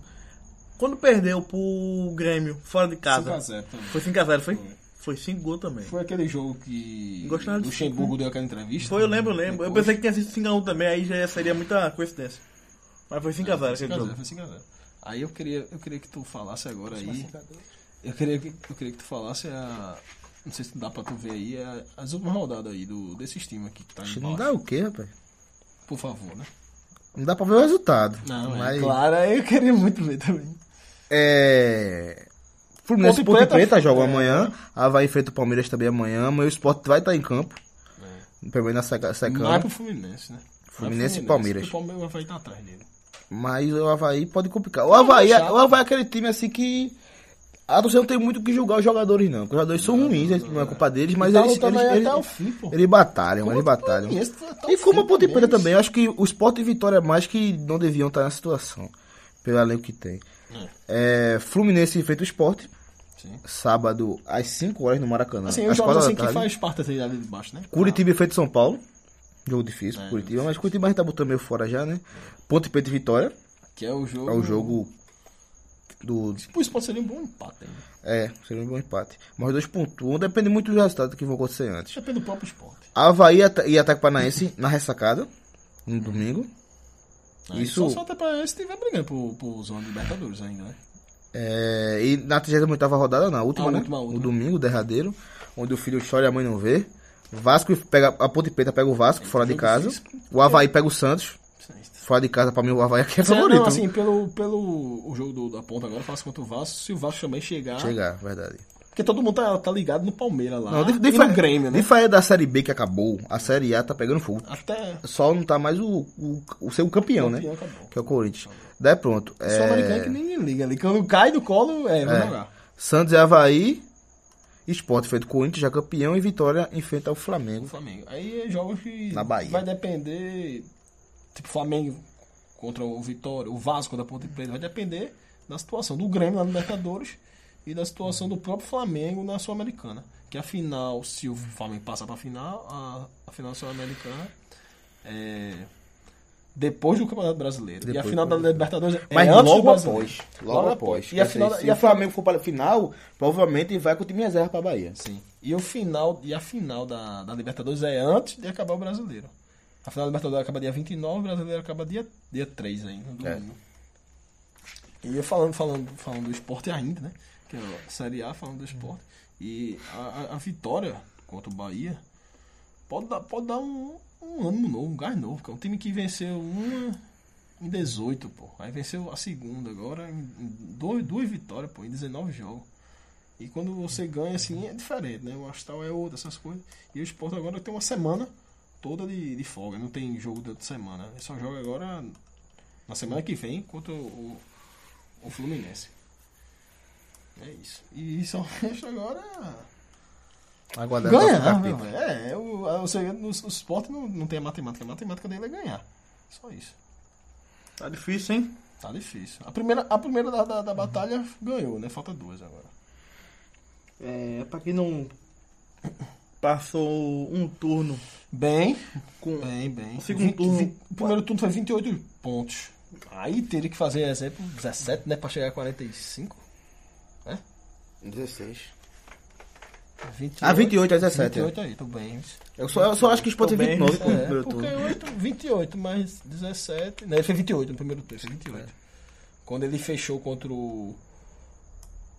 Speaker 2: Quando perdeu pro Grêmio, fora de casa.
Speaker 3: 5x0 também.
Speaker 2: Foi 5x0, foi? Foi 5 gols também.
Speaker 3: Foi aquele jogo que
Speaker 2: Gostava de
Speaker 3: Luxemburgo deu aquela entrevista.
Speaker 2: Foi, eu lembro, eu lembro. Eu
Speaker 3: Depois.
Speaker 2: pensei que tinha sido 5x1 também, aí já seria muita coincidência. Mas foi 5x0 aquele
Speaker 3: 5 a 0,
Speaker 2: jogo.
Speaker 3: foi 5 a 0. Aí eu queria, eu queria que tu falasse agora aí. Eu queria, que- eu queria que tu falasse a. Não sei se dá pra tu ver aí a- as últimas rodadas aí do, desses times aqui que tá
Speaker 4: Acho
Speaker 3: embaixo.
Speaker 4: que Não dá o quê, rapaz?
Speaker 3: Por favor, né?
Speaker 4: Não dá pra ver o resultado.
Speaker 3: Não, é
Speaker 4: mas,
Speaker 3: claro, eu queria muito ver também.
Speaker 4: É. Fluminense e
Speaker 3: Ponte
Speaker 4: Ponte Preta,
Speaker 3: Preta-
Speaker 4: joga
Speaker 3: é.
Speaker 4: amanhã. Havaí enfrenta o Palmeiras também amanhã. Amanhã o Sport vai estar em campo.
Speaker 3: É.
Speaker 4: Pelo menos nessa
Speaker 3: Vai
Speaker 4: secando.
Speaker 3: pro Fluminense, né? Vai
Speaker 4: É Fluminense e
Speaker 3: pro
Speaker 4: Palmeiras.
Speaker 3: O Palmeiras vai estar atrás dele.
Speaker 4: Mas o Havaí pode complicar. O Havaí,
Speaker 3: deixar.
Speaker 4: o Havaí é aquele time assim que. A torcida não tem muito o que julgar os jogadores, não. Os jogadores são ruins, não é culpa deles, mas
Speaker 3: tá
Speaker 4: eles,
Speaker 3: lutando
Speaker 4: eles,
Speaker 3: aí
Speaker 4: eles,
Speaker 3: até o fim, pô.
Speaker 4: eles batalham,
Speaker 3: Como
Speaker 4: eles
Speaker 3: o
Speaker 4: batalham.
Speaker 3: Fluminense tá- tá
Speaker 4: E
Speaker 3: o
Speaker 4: como a Ponte Preta
Speaker 3: Fluminense.
Speaker 4: também, eu acho que o Sport e Vitória é mais que não deviam estar nessa situação, pelo elenco que tem. É, Fluminense enfrenta o Sport,
Speaker 3: Sim.
Speaker 4: sábado às 5 horas no Maracanã.
Speaker 3: Assim, eu
Speaker 4: às
Speaker 3: jogo
Speaker 4: quatro da
Speaker 3: assim que
Speaker 4: tarde.
Speaker 3: faz parte da realidade de baixo, né?
Speaker 4: Curitiba enfrenta São Paulo. Jogo difícil,
Speaker 3: É,
Speaker 4: Curitiba, mas Curitiba a gente tá botando meio fora já, né? Ponte Preta e Vitória.
Speaker 3: Ah, Que é o jogo.
Speaker 4: É o jogo do.
Speaker 3: Pô, isso pode ser um bom empate ainda.
Speaker 4: É, seria um bom empate. Mas os dois pontuam, depende muito do resultado que vão acontecer antes.
Speaker 3: Isso é pelo próprio esporte.
Speaker 4: Havaí ata- e Ataque Paranaense na ressacada, no domingo.
Speaker 3: Né?
Speaker 4: Isso-
Speaker 3: Só falta pra ele se tiver brigando pro, pro Zona de Libertadores ainda, né?
Speaker 4: É, e na 38 rodada, na última,
Speaker 3: A
Speaker 4: né?
Speaker 3: Ah, última, a última.
Speaker 4: O domingo, derradeiro, onde o filho chora e a mãe não vê. Vasco pega a Ponte Preta pega o Vasco fora de
Speaker 3: jogo
Speaker 4: casa.
Speaker 3: É difícil.
Speaker 4: O Havaí pega o Santos.
Speaker 3: tá-
Speaker 4: Fora de casa, pra mim, o Havaí aqui é favorito.
Speaker 3: Não, assim, pelo, pelo o jogo do- da ponta agora, faço contra o Vasco. Se o Vasco também chegar.
Speaker 4: Chegar, verdade.
Speaker 3: Porque todo mundo tá, tá ligado no Palmeiras lá.
Speaker 4: Não,
Speaker 3: Não,
Speaker 4: dif-
Speaker 3: e
Speaker 4: difer-
Speaker 3: no Grêmio, né?
Speaker 4: Diferente da Série B que acabou, a Série A tá pegando fogo.
Speaker 3: Até.
Speaker 4: Só não tá mais o, o, o seu campeão, né?
Speaker 3: Campeão, acabou.
Speaker 4: Que é o Corinthians. Daí pronto.
Speaker 3: É... Só o americano que
Speaker 4: É...
Speaker 3: nem liga ali. Quando cai do colo, é, vai jogar.
Speaker 4: Santos e Havaí. Sport feito Corinthians, já campeão. E Vitória enfrenta o Flamengo.
Speaker 3: O Flamengo. Aí é jogos que
Speaker 4: Na Bahia.
Speaker 3: vai depender. Tipo, Flamengo contra o Vitória, o Vasco da Ponte Preta, vai depender da situação do Grêmio lá no Libertadores e da situação do próprio Flamengo na Sul-Americana. Que a final, se o Flamengo passar pra final, a, a final Sul-Americana é. Depois do Campeonato Brasileiro. e a
Speaker 4: Depois
Speaker 3: final
Speaker 4: do-
Speaker 3: da Libertadores
Speaker 4: Mas
Speaker 3: é antes do
Speaker 4: logo
Speaker 3: Brasileiro.
Speaker 4: após. Logo após.
Speaker 3: E a
Speaker 4: Quer
Speaker 3: final,
Speaker 4: dizer,
Speaker 3: da-
Speaker 4: se
Speaker 3: e a
Speaker 4: o Flamengo for para a final, provavelmente vai com o time reserva para Bahia.
Speaker 3: Sim. E o final, e a final da, da Libertadores é antes de acabar o brasileiro. A final da Libertadores acaba dia 29, o brasileiro acaba dia, dia 3 ainda, no
Speaker 4: É.
Speaker 3: domingo. E eu falando, falando, falando do esporte ainda, né? Que é a Série A falando do esporte. E a, a- a vitória contra o Bahia pode dar, pode dar um, um ânimo novo, um gás novo. Que é um time que venceu uma em 18, pô. Aí venceu a segunda agora, em, em dois, duas vitórias, pô, em 19 jogos. E quando você ganha, assim, é diferente, né? O astral é outro, essas coisas. E o esporte agora tem uma semana toda de, de folga, não tem jogo durante a semana. Ele só joga agora na semana que vem contra o, o Fluminense. É isso. E só resta agora
Speaker 4: Aguardar o
Speaker 3: ganhar,
Speaker 4: próximo
Speaker 3: meu
Speaker 4: capítulo.
Speaker 3: velho. É, o, a- o segredo no, no esporte não, não tem a matemática. A matemática dele é ganhar. Só isso.
Speaker 2: Tá difícil, hein?
Speaker 3: Tá difícil. A primeira, a primeira da, da, da batalha ganhou, né? Falta duas agora.
Speaker 2: É, pra quem não passou um turno
Speaker 3: Bem,
Speaker 2: com
Speaker 3: bem, bem.
Speaker 2: O segundo
Speaker 3: Vinte-
Speaker 2: turno-
Speaker 3: vinte- o primeiro turno foi 28 pontos. Aí teria que fazer, exemplo, 17, né? Pra chegar a 45.
Speaker 4: 16.
Speaker 3: 28,
Speaker 4: Ah, 28 a 17.
Speaker 3: 28 aí, tô bem.
Speaker 4: Eu, só, eu só acho que o Sport é
Speaker 2: Tô bem,
Speaker 4: 29 com o
Speaker 3: É,
Speaker 4: primeiro
Speaker 3: porque
Speaker 4: turno.
Speaker 3: 8, 28 mais 17. Né, foi 28 no primeiro turno, foi 28.
Speaker 4: É.
Speaker 3: Quando ele fechou contra o.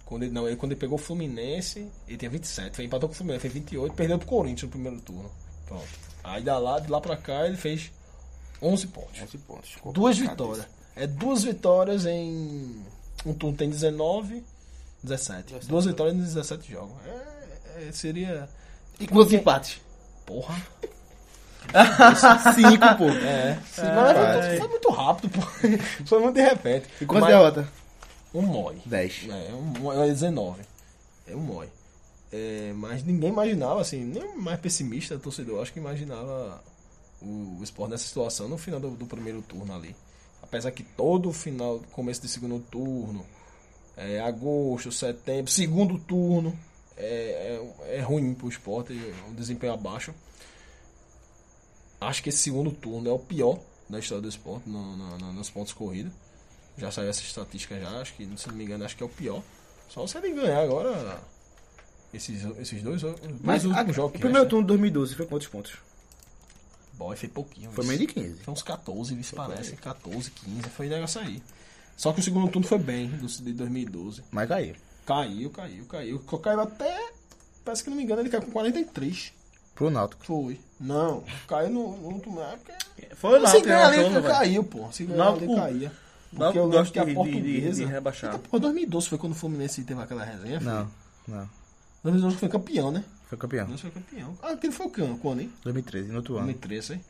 Speaker 3: Quando ele, não, ele, quando ele pegou o Fluminense, ele tinha 27. Foi empatou com o Fluminense, fez 28, perdeu pro Corinthians no primeiro turno. Pronto. Aí da lá, de lá pra cá, ele fez 11 pontos.
Speaker 4: 11 pontos.
Speaker 3: Duas vitórias. É duas vitórias em. Um turno tem 19, 17. Duas vitórias em 17 jogos. É, é- seria.
Speaker 4: E quantos empates?
Speaker 3: Porra.
Speaker 4: 5, pô.
Speaker 3: É. mas
Speaker 4: vai.
Speaker 3: foi, foi muito rápido, pô. Foi muito de repente.
Speaker 4: E quantas
Speaker 3: Mas-
Speaker 4: derrotas?
Speaker 3: é Um mói.
Speaker 4: 10.
Speaker 3: É, um, mói- é 19. É um mói. É, mas ninguém imaginava, assim, nem o mais pessimista torcedor, acho que imaginava o, o Sport nessa situação no final do, do primeiro turno ali. Apesar que todo o final, começo do segundo turno, é, agosto, setembro, segundo turno, é, é, é ruim pro Sport, é um desempenho abaixo. Acho que esse segundo turno é o pior da história do esporte no, no- no- nos pontos corridos. Já saiu essa estatística já, acho que, se não me engano, acho que é o pior. Só se ele ganhar agora esses, esses dois, dois
Speaker 4: Mas um a,
Speaker 3: últimos
Speaker 4: o
Speaker 3: jogos que
Speaker 4: primeiro
Speaker 3: restam.
Speaker 4: turno de 2012 foi quantos pontos?
Speaker 3: Boy, foi pouquinho.
Speaker 4: Foi
Speaker 3: isso.
Speaker 4: meio de 15.
Speaker 3: Foi uns 14, isso parece. 14, 15, foi um negócio aí. Só que o segundo turno foi bem, do, de 2012.
Speaker 4: Mas caiu.
Speaker 3: Caiu, caiu, caiu. Caiu até. Parece que não me engano, ele caiu com 43.
Speaker 4: pro Náutico.
Speaker 3: Foi. Não, caiu no, no último. É porque...
Speaker 2: Foi lá
Speaker 3: Se
Speaker 2: que
Speaker 3: ganhar
Speaker 2: ganhou,
Speaker 3: ali,
Speaker 2: velho.
Speaker 3: caiu, pô. Se ganhar ali,
Speaker 2: Náutico-
Speaker 3: caía.
Speaker 2: Náutico
Speaker 3: eu lembro
Speaker 2: gosta de- de- de- de rebaixar.
Speaker 3: Eita, porra, 2012 foi quando o Fluminense teve aquela resenha? foi?
Speaker 4: Não, não.
Speaker 3: 2012 foi campeão, né?
Speaker 4: Foi campeão.
Speaker 3: 2012 foi campeão. Ah, aquele foi o cano, quando, hein?
Speaker 4: 2013, no outro ano.
Speaker 3: 2013, hein?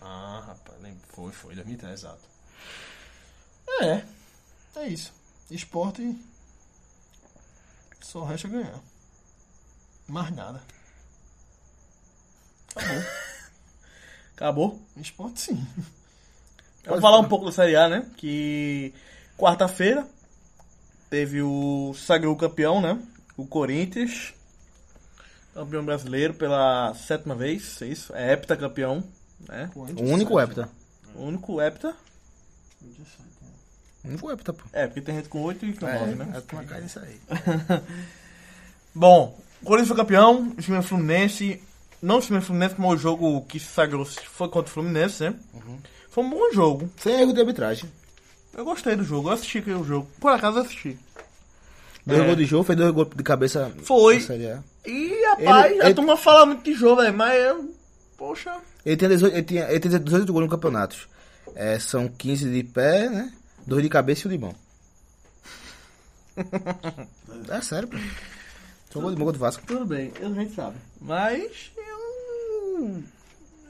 Speaker 3: Ah, rapaz, lembro. Foi, foi, 2013, exato. É, é isso. Esporte. Só resta ganhar. Mais nada. Tá bom.
Speaker 2: Acabou.
Speaker 3: Esporte sim.
Speaker 2: Vamos falar um pouco da Série A, né? Que quarta-feira teve o Sagou campeão, né? O Corinthians, campeão brasileiro pela sétima vez, é isso? É heptacampeão, né?
Speaker 3: é
Speaker 4: O único hepta.
Speaker 2: O único hepta.
Speaker 4: O único hepta, pô.
Speaker 2: É, porque tem gente com oito e com
Speaker 4: É,
Speaker 2: nove, né?
Speaker 4: é placar isso aí.
Speaker 2: Bom, o Corinthians foi campeão, o time é Fluminense. Não o time é Fluminense, mas o jogo que se sagrou foi contra o Fluminense, né?
Speaker 4: Uhum.
Speaker 2: Foi um bom jogo.
Speaker 4: Sem erro de arbitragem.
Speaker 2: Eu gostei do jogo, eu assisti aquele jogo. Por acaso eu assisti.
Speaker 4: Dois
Speaker 2: É.
Speaker 4: gols de jogo, fez dois gols de cabeça.
Speaker 2: Foi.
Speaker 4: na Série A.
Speaker 2: E, rapaz,
Speaker 4: Ele-
Speaker 2: a
Speaker 4: ele-
Speaker 2: turma fala muito de jogo, velho, mas eu. Poxa.
Speaker 4: Ele tem 18, ele tinha- ele tem 18 gols no campeonato. É, são 15 de pé, né? Dois de cabeça e um de mão. É sério, pô. Só gol de mão gol do Vasco.
Speaker 2: Tudo bem, a gente sabe. Mas. Eu...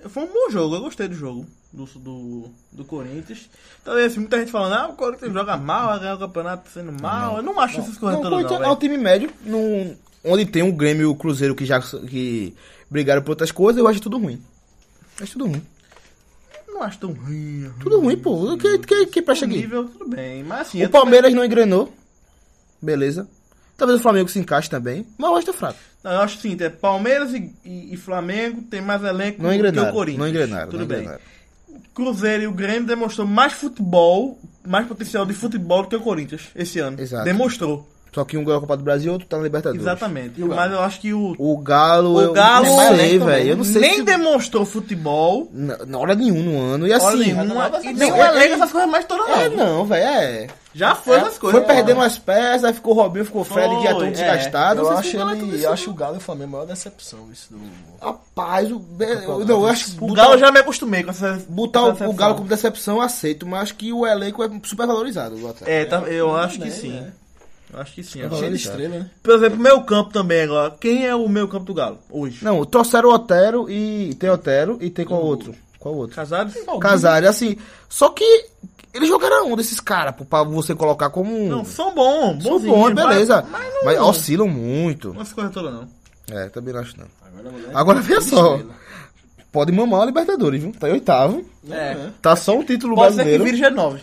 Speaker 2: Foi um bom jogo, eu gostei do jogo. Do, do, do Corinthians. Talvez assim, muita gente falando, ah, o Corinthians joga mal, vai ganhar o campeonato sendo mal. Eu não acho essas coisas
Speaker 4: Não,
Speaker 2: todas, não,
Speaker 4: Corinthians é um
Speaker 2: velho.
Speaker 4: time médio, num- onde tem um Grêmio e o Cruzeiro que já que brigaram por outras coisas, eu acho tudo ruim. Acho tudo ruim.
Speaker 2: Eu não acho tão ruim. ruim.
Speaker 4: Tudo ruim, pô. Que, que, que presta
Speaker 2: O
Speaker 4: aqui?
Speaker 2: nível, tudo bem. Mas assim,
Speaker 4: O
Speaker 2: eu também-
Speaker 4: Palmeiras não engrenou. Beleza. Talvez o Flamengo se encaixe também, mas eu acho que é fraco.
Speaker 2: Não, eu acho assim, é Palmeiras e, e- e Flamengo tem mais elenco
Speaker 4: Não
Speaker 2: que
Speaker 4: engrenaram.
Speaker 2: o Corinthians.
Speaker 4: Não engrenaram.
Speaker 2: Tudo
Speaker 4: não
Speaker 2: bem.
Speaker 4: engrenaram.
Speaker 2: Cruzeiro e o Grêmio demonstrou mais futebol, mais potencial de futebol do que o Corinthians esse ano.
Speaker 4: Exato.
Speaker 2: Demonstrou.
Speaker 4: Só que um ganhou a Copa do Brasil, outro tá na Libertadores.
Speaker 2: Exatamente. Mas eu acho que o,
Speaker 4: O Galo,
Speaker 2: o Galo
Speaker 4: eu não sei, velho. Eu não sei
Speaker 2: nem
Speaker 4: se...
Speaker 2: demonstrou futebol.
Speaker 4: Na, na hora nenhuma no ano. E
Speaker 2: hora
Speaker 4: assim...
Speaker 2: nenhuma,
Speaker 4: não,
Speaker 2: e nem
Speaker 4: é-
Speaker 2: o elenco,
Speaker 4: é-
Speaker 2: essas coisas mais todas não.
Speaker 4: É, não, velho, é.
Speaker 2: Já foi essas coisas.
Speaker 4: Foi perdendo umas peças, aí ficou o Robinho, ficou o Fred, que já tão
Speaker 2: Foi, é. assim.
Speaker 4: desgastado.
Speaker 3: Eu
Speaker 4: não sei
Speaker 3: acho,
Speaker 4: se vai tudo
Speaker 3: ele,
Speaker 4: isso,
Speaker 3: acho
Speaker 4: não.
Speaker 3: o Galo e o Flamengo a maior decepção isso do.
Speaker 4: Rapaz, o... eu- Não, eu acho...
Speaker 2: O Galo eu já me acostumei com essa
Speaker 4: Botar
Speaker 2: essa
Speaker 4: o, o
Speaker 2: decepção.
Speaker 4: Galo como decepção eu aceito, mas acho que o elenco é super valorizado. do Atlético.
Speaker 2: É, tá- eu acho que
Speaker 3: né,
Speaker 2: sim.
Speaker 4: é.
Speaker 3: né?
Speaker 2: Eu acho que sim. eu acho.
Speaker 3: Cheio de
Speaker 4: valorizado.
Speaker 3: estrela, né?
Speaker 2: Por exemplo, meu campo também agora. Quem é o meu campo do Galo hoje?
Speaker 4: Não, trouxeram o Otero e... Tem Otero e tem qual outro? Qual outro?
Speaker 2: Casados?
Speaker 4: Casares, assim. Só que eles jogaram um desses caras, pô, pra você colocar como um.
Speaker 2: Não, são bons.
Speaker 4: São
Speaker 2: bonzinhos,
Speaker 4: bons, beleza.
Speaker 2: Mas,
Speaker 4: Mas,
Speaker 2: mas não,
Speaker 4: oscilam muito.
Speaker 2: não essas coisas todas não.
Speaker 4: É, também não acho não.
Speaker 3: Agora, moleque,
Speaker 4: Agora veja só.
Speaker 3: estrela.
Speaker 4: Pode mamar a Libertadores, viu? Tá em oitavo.
Speaker 2: É.
Speaker 3: né?
Speaker 4: Tá só um título
Speaker 2: Pode ser que
Speaker 4: brasileiro.
Speaker 2: vire G9.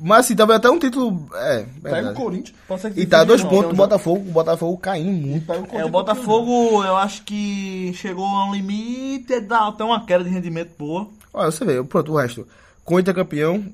Speaker 4: Mas assim, talvez até um título. É,
Speaker 3: Pega o
Speaker 4: verdade.
Speaker 3: Corinthians. um
Speaker 2: Pode ser que
Speaker 4: E tá
Speaker 2: vire
Speaker 4: dois
Speaker 2: G9,
Speaker 4: pontos do
Speaker 2: então,
Speaker 4: Botafogo, o Botafogo caindo muito.
Speaker 3: Pega o Corinthians.
Speaker 2: É, o Botafogo, eu acho que chegou a um limite, dá até uma queda de rendimento boa.
Speaker 4: Olha, você vê, pronto, o resto. Conta campeão,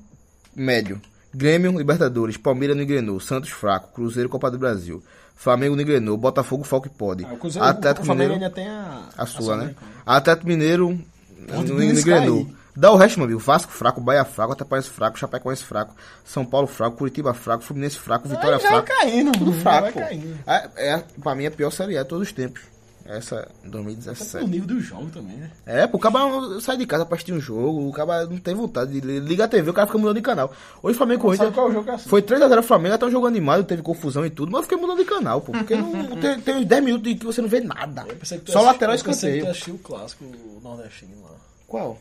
Speaker 4: médio. Grêmio, Libertadores, Palmeiras não engrenou, Santos fraco, Cruzeiro, Copa do Brasil, Flamengo não engrenou, Botafogo, Falco e pode.
Speaker 3: Ah, o Cruzeiro,
Speaker 4: Atlético
Speaker 3: o Flamengo
Speaker 4: Mineiro-
Speaker 3: ainda tá tem a,
Speaker 4: A sua, né?
Speaker 3: Sul-Americana.
Speaker 4: Atlético Mineiro não
Speaker 3: Onde
Speaker 4: não
Speaker 3: Deus
Speaker 4: engrenou.
Speaker 3: cair.
Speaker 4: Dá o resto, meu amigo. Vasco fraco, Bahia fraco, Atapaense fraco, Chapecoense fraco, São Paulo fraco, Curitiba fraco, Fluminense fraco, Vitória
Speaker 3: Aí já é vai
Speaker 4: fraco.
Speaker 3: caindo,
Speaker 4: Tudo
Speaker 3: já
Speaker 4: fraco.
Speaker 3: vai né?
Speaker 4: pô.
Speaker 3: caindo.
Speaker 4: É, é, pra mim, a pior Série A de todos os tempos. Essa,
Speaker 3: O
Speaker 4: 2017.
Speaker 3: nível do jogo também, né?
Speaker 4: É, pô, o cara sai de casa pra assistir um jogo, o cara não tem vontade. de Liga a TV, o cara fica mudando de canal. Hoje o Flamengo e Corinthians...
Speaker 3: Sabe qual é o jogo que é assim?
Speaker 4: Foi 3x0 Flamengo, até um jogo animado, teve confusão e tudo, mas eu fiquei mudando de canal, pô. Porque não, tem, tem uns 10 minutos em que você não vê nada.
Speaker 3: Eu pensei que tu
Speaker 4: Só
Speaker 3: ia-
Speaker 4: lateral e
Speaker 3: eu pensei que
Speaker 4: escanteio.
Speaker 3: tu ia assistir o clássico nordestino lá.
Speaker 4: Qual?